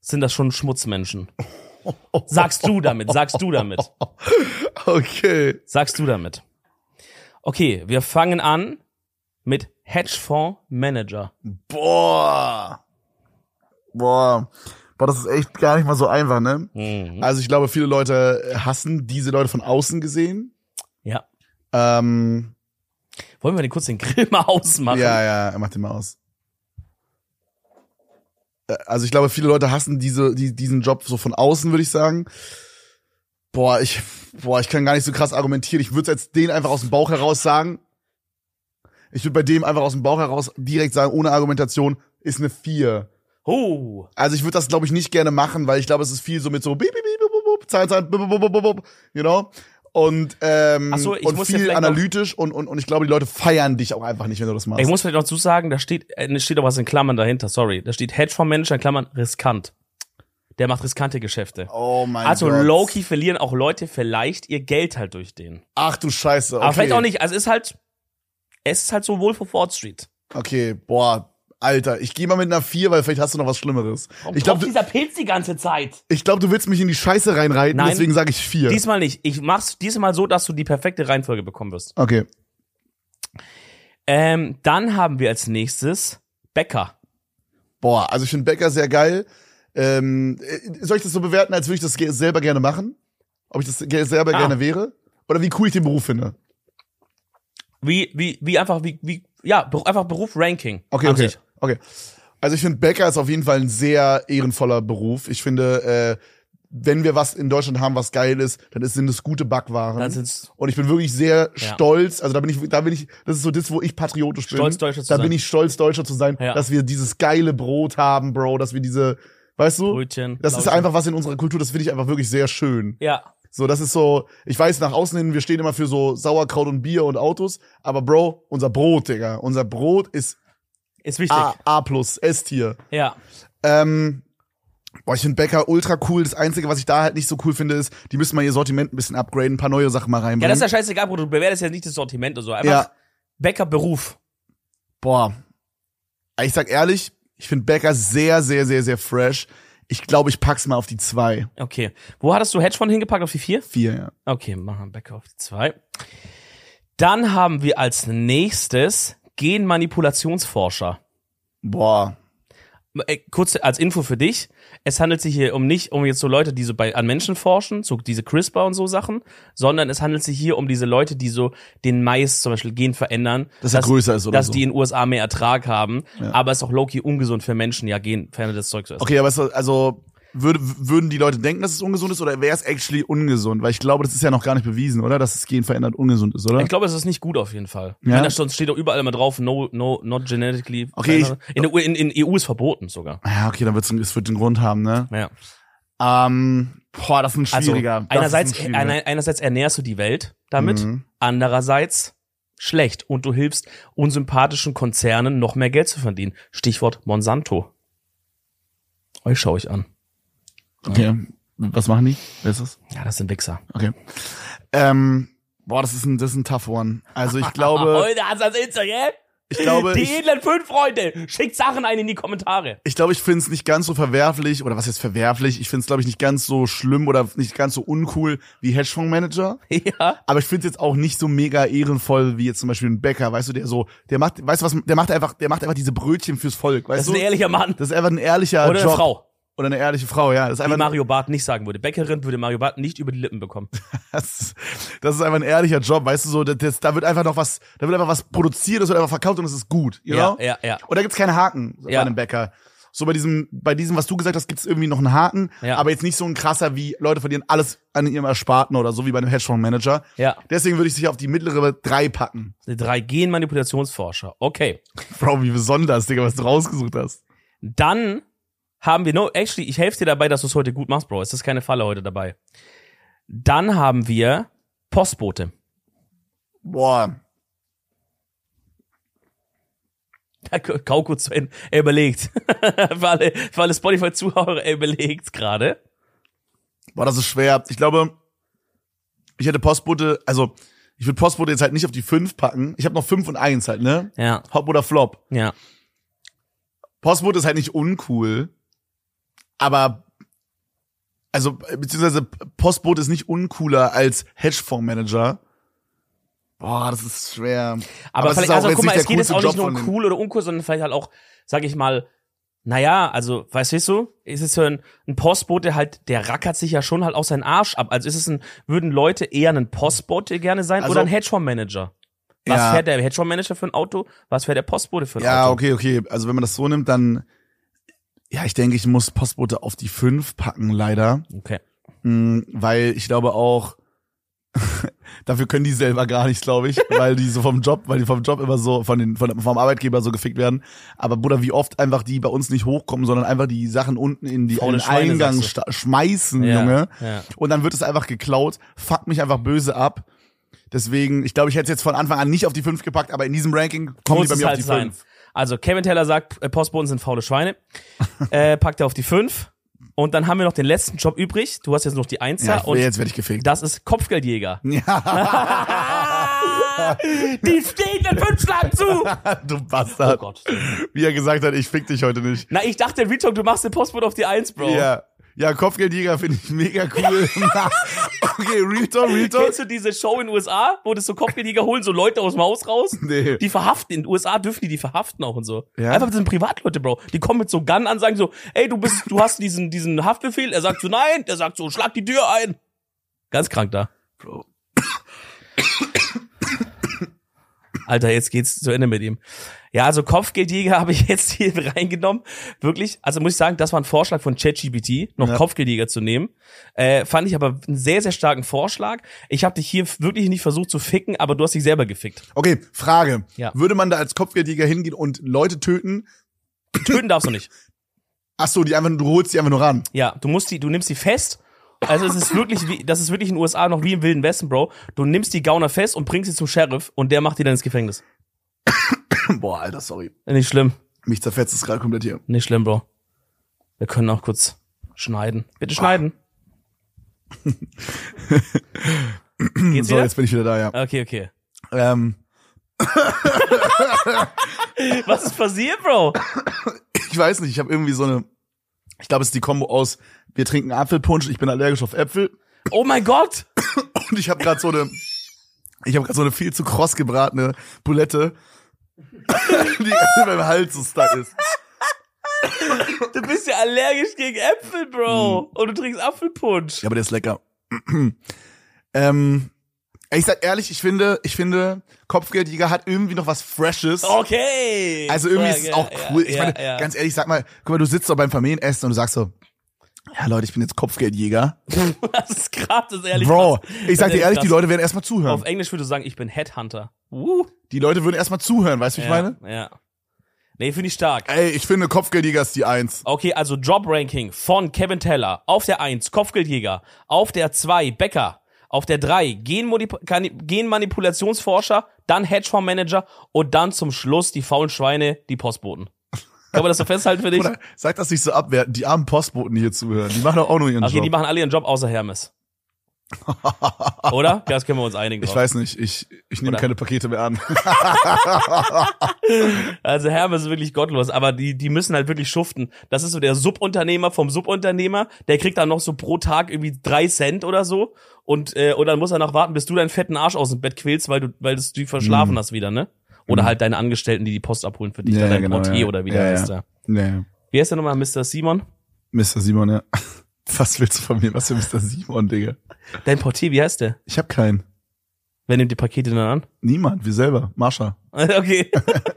Speaker 2: sind das schon Schmutzmenschen. Sagst du damit, sagst du damit,
Speaker 1: okay.
Speaker 2: sagst du damit. Okay, wir fangen an mit Hedgefonds Manager.
Speaker 1: Boah. Boah. Boah, das ist echt gar nicht mal so einfach, ne?
Speaker 2: Mhm.
Speaker 1: Also ich glaube, viele Leute hassen diese Leute von außen gesehen.
Speaker 2: Ja.
Speaker 1: Ähm,
Speaker 2: Wollen wir den kurz den Grill mal ausmachen?
Speaker 1: ja, ja, er macht den mal aus. Äh, Also ich glaube, viele Leute hassen diese, die, diesen Job so von außen, würde ich sagen. Boah, ich, boah, ich kann gar nicht so krass argumentieren. Ich würde jetzt den einfach aus dem Bauch heraus sagen. Ich würde bei dem einfach aus dem Bauch heraus direkt sagen, ohne Argumentation, ist eine 4.
Speaker 2: Oh.
Speaker 1: Also ich würde das, glaube ich, nicht gerne machen, weil ich glaube, es ist viel so mit so beep, beep, beep, bup, bup, Zahlen, Zahlen, bup, bup, bup, bup, bup, you know? Und, ähm,
Speaker 2: Ach so, ich
Speaker 1: und
Speaker 2: muss ja
Speaker 1: viel
Speaker 2: vielleicht noch-
Speaker 1: analytisch und, und, und ich glaube, die Leute feiern dich auch einfach nicht, wenn du das machst.
Speaker 2: Ich muss vielleicht noch zusagen, da steht, äh, da steht auch was in Klammern dahinter, sorry. Da steht Hedgefonds Manager in Klammern riskant. Der macht riskante Geschäfte.
Speaker 1: oh mein
Speaker 2: also
Speaker 1: Gott.
Speaker 2: Loki verlieren auch Leute vielleicht ihr Geld halt durch den.
Speaker 1: Ach du Scheiße. Okay.
Speaker 2: Aber vielleicht auch nicht. Also es ist halt, es ist halt so wohl vor Ford Street.
Speaker 1: Okay, boah. Alter, ich gehe mal mit einer 4, weil vielleicht hast du noch was Schlimmeres.
Speaker 2: Warum
Speaker 1: Ich glaube,
Speaker 2: tropft
Speaker 1: du,
Speaker 2: dieser Pilz die ganze Zeit.
Speaker 1: ich glaub, du willst mich in die Scheiße reinreiten,
Speaker 2: Nein.
Speaker 1: deswegen sage ich 4.
Speaker 2: Diesmal nicht. Ich mach's diesmal so, dass du die perfekte Reihenfolge bekommen wirst.
Speaker 1: Okay.
Speaker 2: Ähm, dann haben wir als nächstes Bäcker.
Speaker 1: Boah, also ich finde Bäcker sehr geil. Ähm, äh, soll ich das so bewerten, als würde ich das ge- selber gerne machen? Ob ich das ge- selber
Speaker 2: Ah.
Speaker 1: gerne wäre? Oder wie cool ich den Beruf finde?
Speaker 2: Wie, wie, wie einfach, wie, wie, ja, Be- einfach Beruf Ranking.
Speaker 1: Okay,
Speaker 2: an
Speaker 1: okay,
Speaker 2: sich.
Speaker 1: okay. Also ich finde, Bäcker ist auf jeden Fall ein sehr ehrenvoller Beruf. Ich finde, äh, wenn wir was in Deutschland haben, was geil ist, dann ist- sind es gute Backwaren.
Speaker 2: Dann sind's-
Speaker 1: und ich bin wirklich sehr
Speaker 2: Ja.
Speaker 1: stolz. Also da bin ich, da bin ich, das ist so das, wo ich patriotisch bin.
Speaker 2: Stolz, Deutscher zu
Speaker 1: Da
Speaker 2: sein.
Speaker 1: bin ich stolz, Deutscher zu sein,
Speaker 2: Ja.
Speaker 1: dass wir dieses geile Brot haben, Bro, dass wir diese, weißt du,
Speaker 2: Brötchen.
Speaker 1: das ist
Speaker 2: Lauchen.
Speaker 1: einfach was in unserer Kultur. Das finde ich einfach wirklich sehr schön.
Speaker 2: Ja.
Speaker 1: So, das ist so, ich weiß, nach außen hin, wir stehen immer für so Sauerkraut und Bier und Autos, aber Bro, unser Brot, Digga, unser Brot ist
Speaker 2: Ist wichtig.
Speaker 1: A, A plus, S-Tier.
Speaker 2: Ja.
Speaker 1: Ähm, boah, ich finde Bäcker ultra cool. Das Einzige, was ich da halt nicht so cool finde, ist, die müssen mal ihr Sortiment ein bisschen upgraden, ein paar neue Sachen mal
Speaker 2: Ja,
Speaker 1: reinbringen.
Speaker 2: das ist ja scheißegal, Bruder. Du bewertest ja nicht das Sortiment oder so. Einfach
Speaker 1: Mhm. Ja.
Speaker 2: Bäcker Beruf.
Speaker 1: boah. Ich sag ehrlich, ich finde Bäcker sehr, sehr, sehr, sehr fresh. Ich glaube, ich pack's mal auf die zwei,
Speaker 2: Okay. Wo hattest du Hedgefonds hingepackt? Auf die vier?
Speaker 1: vier. ja.
Speaker 2: Okay, machen wir Bäcker auf die zwei. Dann haben wir als nächstes Genmanipulationsforscher.
Speaker 1: Boah.
Speaker 2: Äh, Kurz als Info für dich. Es handelt sich hier um nicht um jetzt so Leute, die so bei, an Menschen forschen, so diese CRISPR und so Sachen, sondern es handelt sich hier um diese Leute, die so den Mais zum Beispiel Gen verändern,
Speaker 1: Dass er größer ist oder
Speaker 2: dass
Speaker 1: so.
Speaker 2: die in den USA mehr Ertrag haben.
Speaker 1: Ja.
Speaker 2: Aber es ist auch Loki ungesund für Menschen, ja, Gen verändertes Zeug zu essen.
Speaker 1: Okay, aber es, also würd, würden die Leute denken, dass es ungesund ist oder wäre es actually ungesund? Weil ich glaube, das ist ja noch gar nicht bewiesen, oder? Dass es genverändert ungesund ist, oder?
Speaker 2: Ich glaube, es ist nicht gut auf jeden Fall.
Speaker 1: Ja?
Speaker 2: Wenn das sonst steht doch überall immer drauf, no, no, not genetically.
Speaker 1: Okay, ich-
Speaker 2: in, der, U- in, in EU ist verboten sogar.
Speaker 1: Ah, Ja, okay, dann wird's, es wird den Grund haben, ne?
Speaker 2: Ja.
Speaker 1: Ähm, boah, das ist ein
Speaker 2: Also
Speaker 1: schwieriger. das
Speaker 2: einerseits,
Speaker 1: ist ein schwieriger.
Speaker 2: einer, einerseits ernährst du die Welt damit,
Speaker 1: Mhm.
Speaker 2: andererseits schlecht und du hilfst unsympathischen Konzernen noch mehr Geld zu verdienen. Stichwort Monsanto. Euch schaue ich an.
Speaker 1: Okay. Was machen die? Wer ist das?
Speaker 2: Ja, das sind Wichser.
Speaker 1: Okay. Ähm, boah, das ist ein, das ist ein tough one. Also ich glaube,
Speaker 2: Heute hat's ans Insta, gell?
Speaker 1: Ich glaube,
Speaker 2: die
Speaker 1: ich,
Speaker 2: edlen fünf Freunde, schickt Sachen ein in die Kommentare.
Speaker 1: ich, glaube, ich finde es nicht ganz so verwerflich, oder was jetzt verwerflich, ich finde es, glaube ich, nicht ganz so schlimm oder nicht ganz so uncool wie Hedgefondsmanager.
Speaker 2: Ja.
Speaker 1: Aber ich finde es jetzt auch nicht so mega ehrenvoll wie jetzt zum Beispiel ein Bäcker, weißt du, der so, der macht, weißt du was, der macht einfach, der macht einfach diese Brötchen fürs Volk, weißt
Speaker 2: Das ist
Speaker 1: du?
Speaker 2: ein ehrlicher Mann.
Speaker 1: das ist einfach ein ehrlicher
Speaker 2: Oder eine
Speaker 1: Job.
Speaker 2: Frau.
Speaker 1: Oder eine ehrliche Frau, ja. Das ist
Speaker 2: Wie
Speaker 1: einfach,
Speaker 2: Mario Barth nicht sagen würde. Bäckerin würde Mario Barth nicht über die Lippen bekommen.
Speaker 1: das, das ist einfach ein ehrlicher Job, weißt du, so, das, das, da wird einfach noch was, da wird einfach was produziert, das wird einfach verkauft und es ist gut, you
Speaker 2: Ja,
Speaker 1: know?
Speaker 2: ja, ja.
Speaker 1: Und da gibt's keinen Haken bei
Speaker 2: Ja.
Speaker 1: einem Bäcker. So bei diesem, bei diesem, was du gesagt hast, gibt's irgendwie noch einen Haken,
Speaker 2: Ja.
Speaker 1: aber jetzt nicht so ein krasser wie Leute verlieren alles an ihrem Ersparten oder so wie bei einem Hedgefondsmanager.
Speaker 2: Ja.
Speaker 1: Deswegen würde ich dich auf die mittlere drei packen.
Speaker 2: Drei Genmanipulationsforscher. Okay.
Speaker 1: Bro, wie besonders, Digga, was du rausgesucht hast.
Speaker 2: Dann haben wir, no, actually, ich helfe dir dabei, dass du es heute gut machst, Bro. Es ist keine Falle heute dabei. Dann haben wir Postbote.
Speaker 1: Boah.
Speaker 2: Da k- Kau kurz zu Ende. Er überlegt. für alle, für alle Spotify-Zuhörer, er überlegt gerade.
Speaker 1: Boah, das ist schwer. Ich glaube, ich hätte Postbote, also ich würde Postbote jetzt halt nicht auf die fünf packen. Ich habe noch fünf und eins halt, ne?
Speaker 2: Ja,
Speaker 1: Hop oder Flop.
Speaker 2: ja.
Speaker 1: Postbote ist halt nicht uncool, aber also beziehungsweise Postbote ist nicht uncooler als Hedgefondsmanager. Boah, das ist schwer.
Speaker 2: Aber,
Speaker 1: es
Speaker 2: vielleicht,
Speaker 1: ist auch
Speaker 2: also
Speaker 1: jetzt
Speaker 2: guck mal,
Speaker 1: nicht
Speaker 2: es
Speaker 1: der
Speaker 2: geht jetzt auch
Speaker 1: coolste
Speaker 2: nicht nur
Speaker 1: Job von
Speaker 2: um
Speaker 1: den-
Speaker 2: cool oder uncool, sondern vielleicht halt auch, sag ich mal, naja, also, weißt du, so, ist es so ein, ein Postbote halt, der rackert sich ja schon halt auch seinen Arsch ab. Also ist es ein, würden Leute eher einen Postbote gerne sein
Speaker 1: Also-
Speaker 2: oder ein Hedgefondsmanager? Was
Speaker 1: Ja.
Speaker 2: fährt der Hedgefondsmanager für ein Auto? Was fährt der Postbote für ein
Speaker 1: Ja,
Speaker 2: Auto?
Speaker 1: okay, okay. Also wenn man das so nimmt, dann ja, ich denke, ich muss Postbote auf die fünf packen, leider.
Speaker 2: Okay.
Speaker 1: Mm, weil ich glaube auch, dafür können die selber gar nichts, glaube ich, weil die so vom Job, weil die vom Job immer so, von den, von, vom Arbeitgeber so gefickt werden. Aber Bruder, wie oft einfach die bei uns nicht hochkommen, sondern einfach die Sachen unten in die in
Speaker 2: Faule
Speaker 1: den
Speaker 2: Schweine,
Speaker 1: Eingang
Speaker 2: sagst
Speaker 1: sta- schmeißen,
Speaker 2: Ja,
Speaker 1: Junge.
Speaker 2: ja.
Speaker 1: Und dann wird es einfach geklaut, fuck mich einfach böse ab. Deswegen, ich glaube, ich hätte es jetzt von Anfang an nicht auf die fünf gepackt, aber in diesem Ranking kommen die
Speaker 2: Muss
Speaker 1: bei
Speaker 2: es
Speaker 1: mir auf
Speaker 2: halt
Speaker 1: die
Speaker 2: sein.
Speaker 1: fünf.
Speaker 2: Also, Kevin Taylor sagt, äh, Postboten sind faule Schweine. äh, packt er auf die fünf. Und dann haben wir noch den letzten Job übrig. Du hast jetzt noch die Einser
Speaker 1: Ja, ich,
Speaker 2: und
Speaker 1: jetzt werde ich gefickt.
Speaker 2: das ist Kopfgeldjäger.
Speaker 1: Ja,
Speaker 2: Die steht mit fünf Schlag zu.
Speaker 1: du
Speaker 2: Oh
Speaker 1: Bastard.
Speaker 2: Gott.
Speaker 1: Wie er gesagt hat, ich fick dich heute nicht.
Speaker 2: Na, ich dachte, Real Talk, du machst den Postbote auf die Eins, Bro.
Speaker 1: Ja. Ja, Kopfgeldjäger finde ich mega cool. okay, Real Talk, Real Talk.
Speaker 2: Kennst du diese Show in den USA, wo das so Kopfgeldjäger holen, so Leute aus dem Haus raus?
Speaker 1: Nee.
Speaker 2: Die verhaften, in den USA dürfen die die verhaften auch und so.
Speaker 1: Ja?
Speaker 2: Einfach, das sind Privatleute, Bro. Die kommen mit so Gun an, sagen so, ey, du bist, du hast diesen, diesen Haftbefehl. Er sagt so, nein. Der sagt so, schlag die Tür ein. Ganz krank da.
Speaker 1: Bro.
Speaker 2: Alter, jetzt geht's zu Ende mit ihm. Ja, also Kopfgeldjäger habe ich jetzt hier reingenommen. Wirklich, also muss ich sagen, das war ein Vorschlag von ChatGPT, noch
Speaker 1: Ja.
Speaker 2: Kopfgeldjäger zu nehmen. Äh, fand ich aber einen sehr, sehr starken Vorschlag. Ich habe dich hier wirklich nicht versucht zu ficken, aber du hast dich selber gefickt.
Speaker 1: Okay, Frage.
Speaker 2: Ja.
Speaker 1: Würde man da als Kopfgeldjäger hingehen und Leute töten?
Speaker 2: Töten darfst du nicht.
Speaker 1: Ach so, die einfach, du holst die einfach nur ran.
Speaker 2: Ja, du musst die, du nimmst die fest. Also es ist wirklich, wie, das ist wirklich in den USA noch wie im Wilden Westen, Bro. Du nimmst die Gauner fest und bringst sie zum Sheriff und der macht die dann ins Gefängnis.
Speaker 1: Boah, Alter, sorry.
Speaker 2: Nicht schlimm,
Speaker 1: Mich zerfetzt es gerade komplett hier.
Speaker 2: nicht schlimm, Bro. Wir können auch kurz schneiden. Bitte schneiden. Geht's
Speaker 1: So,
Speaker 2: wieder?
Speaker 1: jetzt bin ich wieder da, ja.
Speaker 2: Ah. Okay, okay.
Speaker 1: Ähm,
Speaker 2: Was ist passiert, Bro?
Speaker 1: ich weiß nicht, ich habe irgendwie so eine, ich glaube, es ist die Kombo aus, wir trinken Apfelpunsch, ich bin allergisch auf Äpfel
Speaker 2: Oh mein Gott!
Speaker 1: und ich habe gerade so eine, ich habe gerade so eine viel zu kross gebratene Bulette, die in meinem Hals so stuck ist.
Speaker 2: Du bist ja allergisch gegen Äpfel, Bro. Und du trinkst Apfelpunsch.
Speaker 1: Ja, aber der ist lecker. ähm, ich sag ehrlich, ich finde, ich finde, Kopfgeldjäger hat irgendwie noch was Freshes.
Speaker 2: Okay.
Speaker 1: also irgendwie ist es
Speaker 2: Oh, Ja,
Speaker 1: auch
Speaker 2: ja,
Speaker 1: cool. ich
Speaker 2: ja,
Speaker 1: meine,
Speaker 2: ja.
Speaker 1: ganz ehrlich, sag mal, guck mal, du sitzt doch beim Familienessen und du sagst so, ja Leute, ich bin jetzt Kopfgeldjäger.
Speaker 2: Das ist krass, das ist ehrlich
Speaker 1: Bro,
Speaker 2: krass.
Speaker 1: ich sag
Speaker 2: Das ist
Speaker 1: dir ehrlich, die
Speaker 2: krass.
Speaker 1: Leute werden erstmal
Speaker 2: Auf
Speaker 1: zuhören.
Speaker 2: Englisch würde ich sagen, ich bin Headhunter. Uh,
Speaker 1: Die Leute würden erstmal zuhören, weißt du, wie
Speaker 2: ja,
Speaker 1: ich meine?
Speaker 2: Ja. Nee, finde ich stark.
Speaker 1: Ey, ich finde Kopfgeldjäger ist die Eins.
Speaker 2: Okay, also Job-Ranking von Kevin Teller. Auf der 1 Kopfgeldjäger. Auf der 2 Bäcker. Auf der 3 Genmodip- Kan- Genmanipulationsforscher. Dann Hedgefondsmanager. Und dann zum Schluss die faulen Schweine, die Postboten. Kann man das so festhalten für dich?
Speaker 1: Oder sag das nicht so abwertend, die armen Postboten die hier zuhören. Die machen doch auch nur ihren
Speaker 2: Okay, die
Speaker 1: Job.
Speaker 2: machen alle ihren Job außer Hermes. Oder? Ja, das können wir uns einigen.
Speaker 1: Ich
Speaker 2: drauf.
Speaker 1: weiß nicht, ich, ich nehme
Speaker 2: Oder-
Speaker 1: keine Pakete mehr an.
Speaker 2: Also Hermes ist wirklich gottlos, aber die, die müssen halt wirklich schuften. Das ist so der Subunternehmer vom Subunternehmer, der kriegt dann noch so pro Tag irgendwie drei Cent oder so. Und, äh, und dann muss er noch warten, bis du deinen fetten Arsch aus dem Bett quälst, weil du, weil du es die verschlafen hast wieder, ne? Oder halt deine Angestellten, die die Post abholen für dich,
Speaker 1: Mhm. Ja,
Speaker 2: dann
Speaker 1: ja,
Speaker 2: dein
Speaker 1: genau,
Speaker 2: Portier
Speaker 1: ja.
Speaker 2: oder wie der
Speaker 1: Ja, ja.
Speaker 2: heißt er.
Speaker 1: nee,
Speaker 2: Wie heißt der nochmal? Mr. Simon?
Speaker 1: Mr. Simon, ja. Was willst du von mir? Was für Mr. Simon, Digga?
Speaker 2: Dein Portier, wie heißt der?
Speaker 1: Ich hab keinen.
Speaker 2: Wer nimmt die Pakete dann an?
Speaker 1: Niemand, wir selber. Marsha.
Speaker 2: Okay.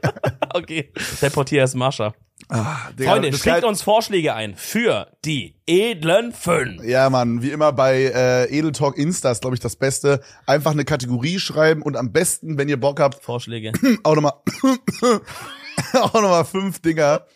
Speaker 2: okay. Dein Portier heißt Marsha.
Speaker 1: Ah, Digga,
Speaker 2: Freunde,
Speaker 1: das
Speaker 2: schickt
Speaker 1: kann-
Speaker 2: uns Vorschläge ein für die edlen Fünf.
Speaker 1: Ja, Mann, wie immer bei äh, Edel Talk Insta ist, glaube ich, das Beste. Einfach eine Kategorie schreiben und am besten, wenn ihr Bock habt,
Speaker 2: Vorschläge.
Speaker 1: auch nochmal auch noch mal fünf Dinger,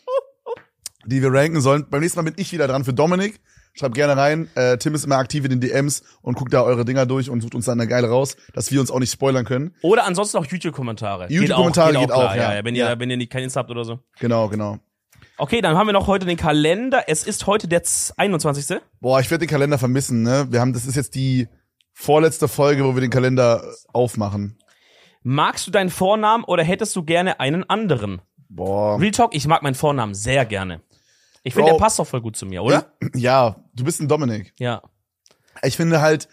Speaker 1: die wir ranken sollen. Beim nächsten Mal bin ich wieder dran für Dominik. Schreibt gerne rein. Äh, Tim ist immer aktiv in den DMs und guckt da eure Dinger durch und sucht uns dann eine geile raus, dass wir uns auch nicht spoilern können.
Speaker 2: Oder ansonsten auch YouTube-Kommentare.
Speaker 1: YouTube-Kommentare
Speaker 2: Geht auch,
Speaker 1: geht auch,
Speaker 2: klar,
Speaker 1: ja.
Speaker 2: ja. Wenn,
Speaker 1: Ja.
Speaker 2: Ihr, wenn ihr nicht kein Insta habt oder so.
Speaker 1: Genau, genau.
Speaker 2: Okay, dann haben wir noch heute den Kalender. Es ist heute der z- 21.
Speaker 1: Boah, ich werde den Kalender vermissen, ne? Wir haben, das ist jetzt die vorletzte Folge, wo wir den Kalender aufmachen.
Speaker 2: Magst du deinen Vornamen oder hättest du gerne einen anderen?
Speaker 1: Boah.
Speaker 2: Real Talk, ich mag meinen Vornamen sehr gerne. Ich finde,
Speaker 1: Bro.
Speaker 2: der passt doch voll gut zu mir, oder?
Speaker 1: Ja, du bist ein Dominik.
Speaker 2: Ja.
Speaker 1: Ich finde halt,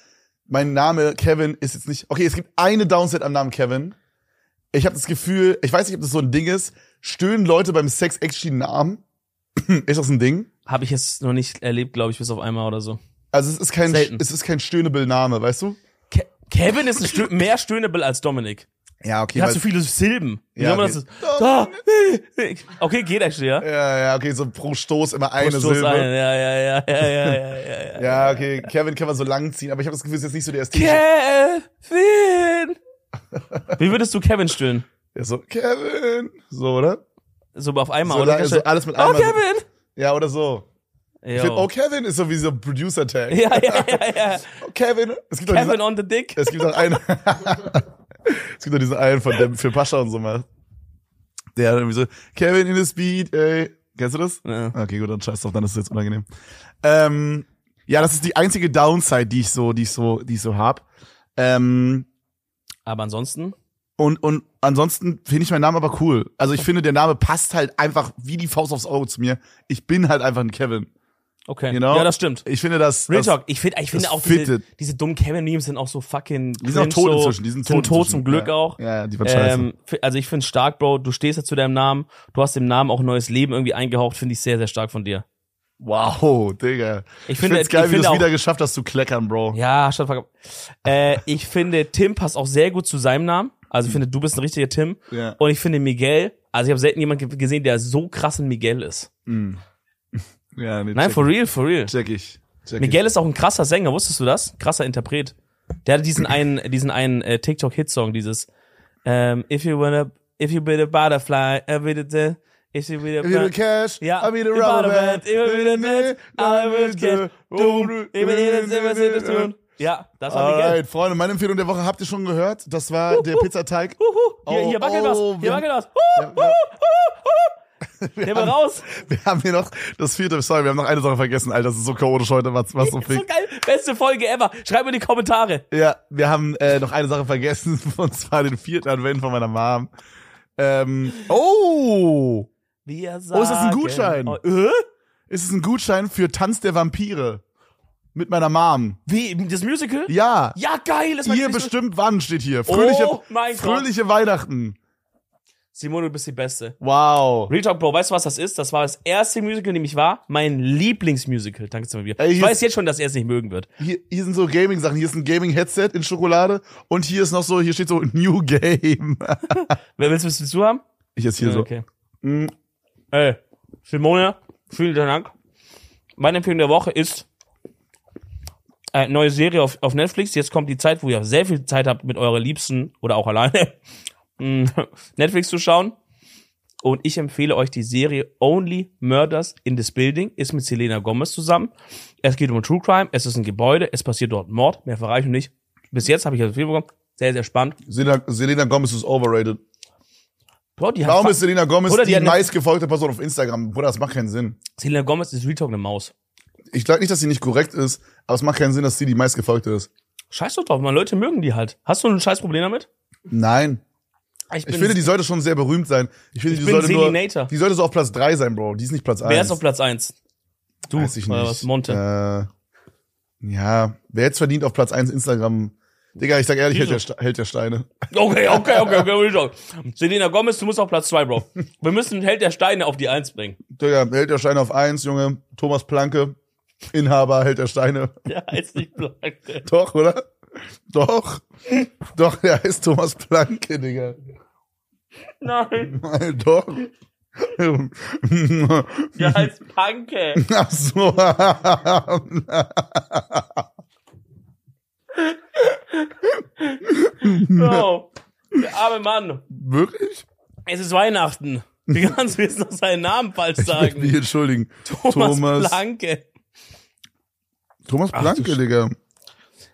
Speaker 1: mein Name Kevin ist jetzt nicht. Okay, es gibt eine Downside am Namen Kevin. Ich habe das Gefühl, ich weiß nicht, ob das so ein Ding ist. Stöhnen Leute beim Sex actually einen Namen? ist das ein Ding?
Speaker 2: Habe ich jetzt noch nicht erlebt, glaube ich, bis auf einmal oder so.
Speaker 1: Also es ist kein
Speaker 2: Selten.
Speaker 1: es ist kein stöhnable Name, weißt du?
Speaker 2: Ke Kevin ist ein Stö mehr stöhnable als Dominik.
Speaker 1: Ja, okay.
Speaker 2: Der hat
Speaker 1: weil-
Speaker 2: so viele Silben. Wie
Speaker 1: Ja,
Speaker 2: soll man
Speaker 1: okay.
Speaker 2: das? Da. Okay, geht eigentlich, ja?
Speaker 1: ja, ja, okay, so pro Stoß immer eine
Speaker 2: Stoß
Speaker 1: Silbe.
Speaker 2: ein. Ja, ja, ja, ja, ja, ja, ja, ja.
Speaker 1: Ja, okay, Kevin kann man so lang ziehen, aber ich habe das Gefühl, es ist jetzt nicht so der ästhetische.
Speaker 2: Kevin! Wie würdest du Kevin stöhnen?
Speaker 1: ja, so Kevin, so oder?
Speaker 2: So auf einmal,
Speaker 1: So,
Speaker 2: oder?
Speaker 1: la-
Speaker 2: Kannst
Speaker 1: so
Speaker 2: du-
Speaker 1: alles mit
Speaker 2: oh,
Speaker 1: einmal. so-
Speaker 2: Kevin!
Speaker 1: Ja, oder so. Ich find,
Speaker 2: Yo.
Speaker 1: oh, Kevin ist so wie so ein Producer-Tag.
Speaker 2: Ja, ja, ja, ja.
Speaker 1: Oh, Kevin. Es gibt doch diese-
Speaker 2: Kevin on the dick.
Speaker 1: Es gibt auch einen. es gibt auch diesen einen von dem für Pascha und so mal. Der irgendwie so, Kevin in the Speed, ey. Kennst du das?
Speaker 2: Ja.
Speaker 1: Okay, gut, dann scheiß drauf, dann ist es jetzt unangenehm. Ähm, ja, das ist die einzige Downside, die ich so, die ich so, die ich so hab. Ähm,
Speaker 2: Aber ansonsten,
Speaker 1: und, und ansonsten finde ich meinen Namen aber cool. Also ich finde, der Name passt halt einfach wie die Faust aufs Auge zu mir. Ich bin halt einfach ein Kevin.
Speaker 2: okay.
Speaker 1: Genau.
Speaker 2: Ja, das stimmt.
Speaker 1: Ich finde das.
Speaker 2: Real
Speaker 1: das
Speaker 2: Talk, ich, find, ich finde
Speaker 1: das
Speaker 2: auch diese,
Speaker 1: fittet.
Speaker 2: diese dummen Kevin-Memes sind auch so fucking.
Speaker 1: die sind auch tot inzwischen. Die sind tot, inzwischen.
Speaker 2: zum Glück
Speaker 1: ja.
Speaker 2: auch.
Speaker 1: Ja, ja, die waren scheiße.
Speaker 2: Ähm, fi- also ich finde stark, Bro. Du stehst ja zu deinem Namen. Du hast dem Namen auch neues Leben irgendwie eingehaucht. Finde ich sehr, sehr stark von dir.
Speaker 1: Wow, Digga.
Speaker 2: Ich finde-
Speaker 1: find's geil,
Speaker 2: ich
Speaker 1: wie du
Speaker 2: finde
Speaker 1: es
Speaker 2: auch-
Speaker 1: wieder geschafft hast zu kleckern, Bro.
Speaker 2: Ja, shut the fuck up. Äh, ich finde, Tim passt auch sehr gut zu seinem Namen. Also ich finde, du bist ein richtiger Tim.
Speaker 1: Ja.
Speaker 2: Und ich finde Miguel, also ich habe selten jemanden ge- gesehen, der so krass ein Miguel ist.
Speaker 1: Mm. ja nee,
Speaker 2: Nein,
Speaker 1: check,
Speaker 2: for real, for real.
Speaker 1: check ich. Check
Speaker 2: Miguel ist auch ein krasser Sänger, wusstest du das? Krasser Interpret. Der hatte diesen einen, diesen einen äh, TikTok-Hitsong, dieses ähm, If you wanna, if you be a butterfly, I be the, if you be a
Speaker 1: ich. If you need
Speaker 2: butterfly.
Speaker 1: cash,
Speaker 2: Ja,
Speaker 1: I need a
Speaker 2: if
Speaker 1: rubber
Speaker 2: I
Speaker 1: band.
Speaker 2: don't have it, if I don't have it, I will get Doom, if I didn't have it, I would get Doom. Ja, das war Miguel.
Speaker 1: Alright, Freunde, meine Empfehlung der Woche habt ihr schon gehört. Das war der Pizzateig.
Speaker 2: Huhu, hier, hier
Speaker 1: Oh,
Speaker 2: wackelt
Speaker 1: oh,
Speaker 2: was, hier
Speaker 1: wir-
Speaker 2: wackelt was. Huh,
Speaker 1: Ja, ja.
Speaker 2: nehmen wir raus.
Speaker 1: Wir haben hier noch das vierte, sorry, wir haben noch eine Sache vergessen, Alter, das ist so chaotisch heute, was, was so
Speaker 2: So
Speaker 1: viel.
Speaker 2: geil, beste Folge ever. Schreibt mir in die Kommentare.
Speaker 1: Ja, wir haben äh, noch eine Sache vergessen, und zwar den vierten Advent von meiner Mom. Ähm, oh!
Speaker 2: Wir sagen,
Speaker 1: Oh, ist das ein Gutschein?
Speaker 2: Oh, äh?
Speaker 1: Es ist ein Gutschein für Tanz der Vampire. Mit meiner Mom.
Speaker 2: Wie, das Musical?
Speaker 1: Ja.
Speaker 2: Ja, geil. Das war
Speaker 1: Ihr
Speaker 2: nicht so-
Speaker 1: bestimmt wann steht hier. Fröhliche,
Speaker 2: Oh mein Gott.
Speaker 1: fröhliche Weihnachten.
Speaker 2: Simone, du bist die Beste.
Speaker 1: Wow.
Speaker 2: Real Talk, Bro, weißt du, was das ist? Das war das erste Musical, in dem ich war. Mein Lieblingsmusical. Danke zu mir.
Speaker 1: Ey,
Speaker 2: Ich
Speaker 1: hier
Speaker 2: weiß
Speaker 1: ist-
Speaker 2: jetzt schon, dass er es nicht mögen wird.
Speaker 1: Hier, hier sind so Gaming-Sachen. Hier ist ein Gaming-Headset in Schokolade. Und hier ist noch so, hier steht so New Game.
Speaker 2: Wer willst du es dazu haben?
Speaker 1: Ich jetzt hier
Speaker 2: Ja,
Speaker 1: so.
Speaker 2: Okay.
Speaker 1: Mm.
Speaker 2: Ey, Simone, vielen Dank. Meine Empfehlung der Woche ist äh, neue Serie auf, auf Netflix. Jetzt kommt die Zeit, wo ihr sehr viel Zeit habt, mit eurer Liebsten oder auch alleine mm, Netflix zu schauen. Und ich empfehle euch die Serie Only Murders in this Building. Ist mit Selena Gomez zusammen. Es geht um True Crime. Es ist ein Gebäude. Es passiert dort Mord. Mehr verreiche ich nicht. Bis jetzt habe ich also viel bekommen. Sehr, sehr spannend.
Speaker 1: Selena, Selena Gomez ist overrated.
Speaker 2: Bro, die hat
Speaker 1: Warum
Speaker 2: fa-
Speaker 1: ist Selena Gomez
Speaker 2: Oder die
Speaker 1: die
Speaker 2: hat eine-
Speaker 1: meistgefolgte Person auf Instagram? Bruder, das macht keinen Sinn.
Speaker 2: Selena Gomez ist Real Talk eine Maus.
Speaker 1: Ich glaube nicht, dass sie nicht korrekt ist, aber es macht keinen Sinn, dass sie die meistgefolgte ist.
Speaker 2: Scheiß doch drauf, man. Leute mögen die halt. Hast du ein scheiß Problem damit?
Speaker 1: Nein. Ich finde, die sollte schon sehr berühmt sein. Ich finde,
Speaker 2: Ich
Speaker 1: die
Speaker 2: bin
Speaker 1: sollte nur,
Speaker 2: Selinator.
Speaker 1: die sollte so auf Platz 3 sein, Bro. Die ist nicht Platz 1.
Speaker 2: Wer ist auf Platz 1? Du,
Speaker 1: Weiß ich
Speaker 2: oder
Speaker 1: nicht.
Speaker 2: was? Monte.
Speaker 1: Äh, ja, wer jetzt verdient auf Platz 1 Instagram? Digga, ich sag ehrlich, hält der,
Speaker 2: Jesus.
Speaker 1: Ste- hält der Steine.
Speaker 2: Okay, okay, okay, okay, will ich auch. Selena Gomez, du musst auf Platz 2, Bro. Wir müssen Held der Steine auf die 1 bringen.
Speaker 1: Digga, hält der Steine auf 1, Junge. Thomas Planke, Inhaber, hält der Steine.
Speaker 2: Der heißt nicht Blanke.
Speaker 1: Doch, oder? Doch. Doch, der heißt Thomas Planke, Digga.
Speaker 2: Nein,
Speaker 1: Doch.
Speaker 2: der heißt Panke.
Speaker 1: Ach so.
Speaker 2: Bro. Der arme Mann.
Speaker 1: Wirklich?
Speaker 2: Es ist Weihnachten. Wie kannst du jetzt noch seinen Namen falsch
Speaker 1: Ich möchte mich
Speaker 2: sagen?
Speaker 1: entschuldigen.
Speaker 2: Thomas,
Speaker 1: Thomas-
Speaker 2: Blanke.
Speaker 1: Thomas
Speaker 2: Ach du
Speaker 1: Planke,
Speaker 2: Sch-
Speaker 1: Digga.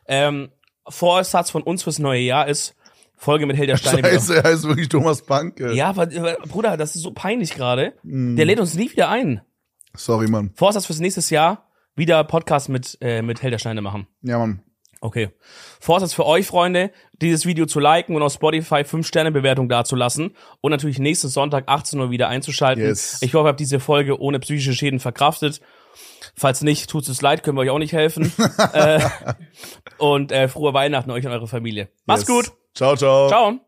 Speaker 2: Ähm, Vorsatz von uns fürs neue Jahr ist, Folge mit Held der Steine. wieder.
Speaker 1: Scheiße, er heißt wirklich Thomas Planke.
Speaker 2: Ja, aber, aber, Bruder, das ist so peinlich gerade.
Speaker 1: Mhm.
Speaker 2: Der lädt uns nie wieder ein.
Speaker 1: Sorry, Mann.
Speaker 2: Vorsatz fürs nächste Jahr wieder Podcast mit, äh, mit Held der Steine machen.
Speaker 1: Ja, Mann.
Speaker 2: Okay. Vorsatz für euch, Freunde, dieses Video zu liken und auf Spotify 5-Sterne-Bewertung dazulassen und natürlich nächsten Sonntag 18 Uhr wieder einzuschalten.
Speaker 1: Yes.
Speaker 2: Ich hoffe, ihr habt diese Folge ohne psychische Schäden verkraftet. Falls nicht, tut es leid, können wir euch auch nicht helfen. äh, und äh, frohe Weihnachten euch und eure Familie. Macht's
Speaker 1: Yes.
Speaker 2: gut.
Speaker 1: Ciao, ciao.
Speaker 2: Ciao.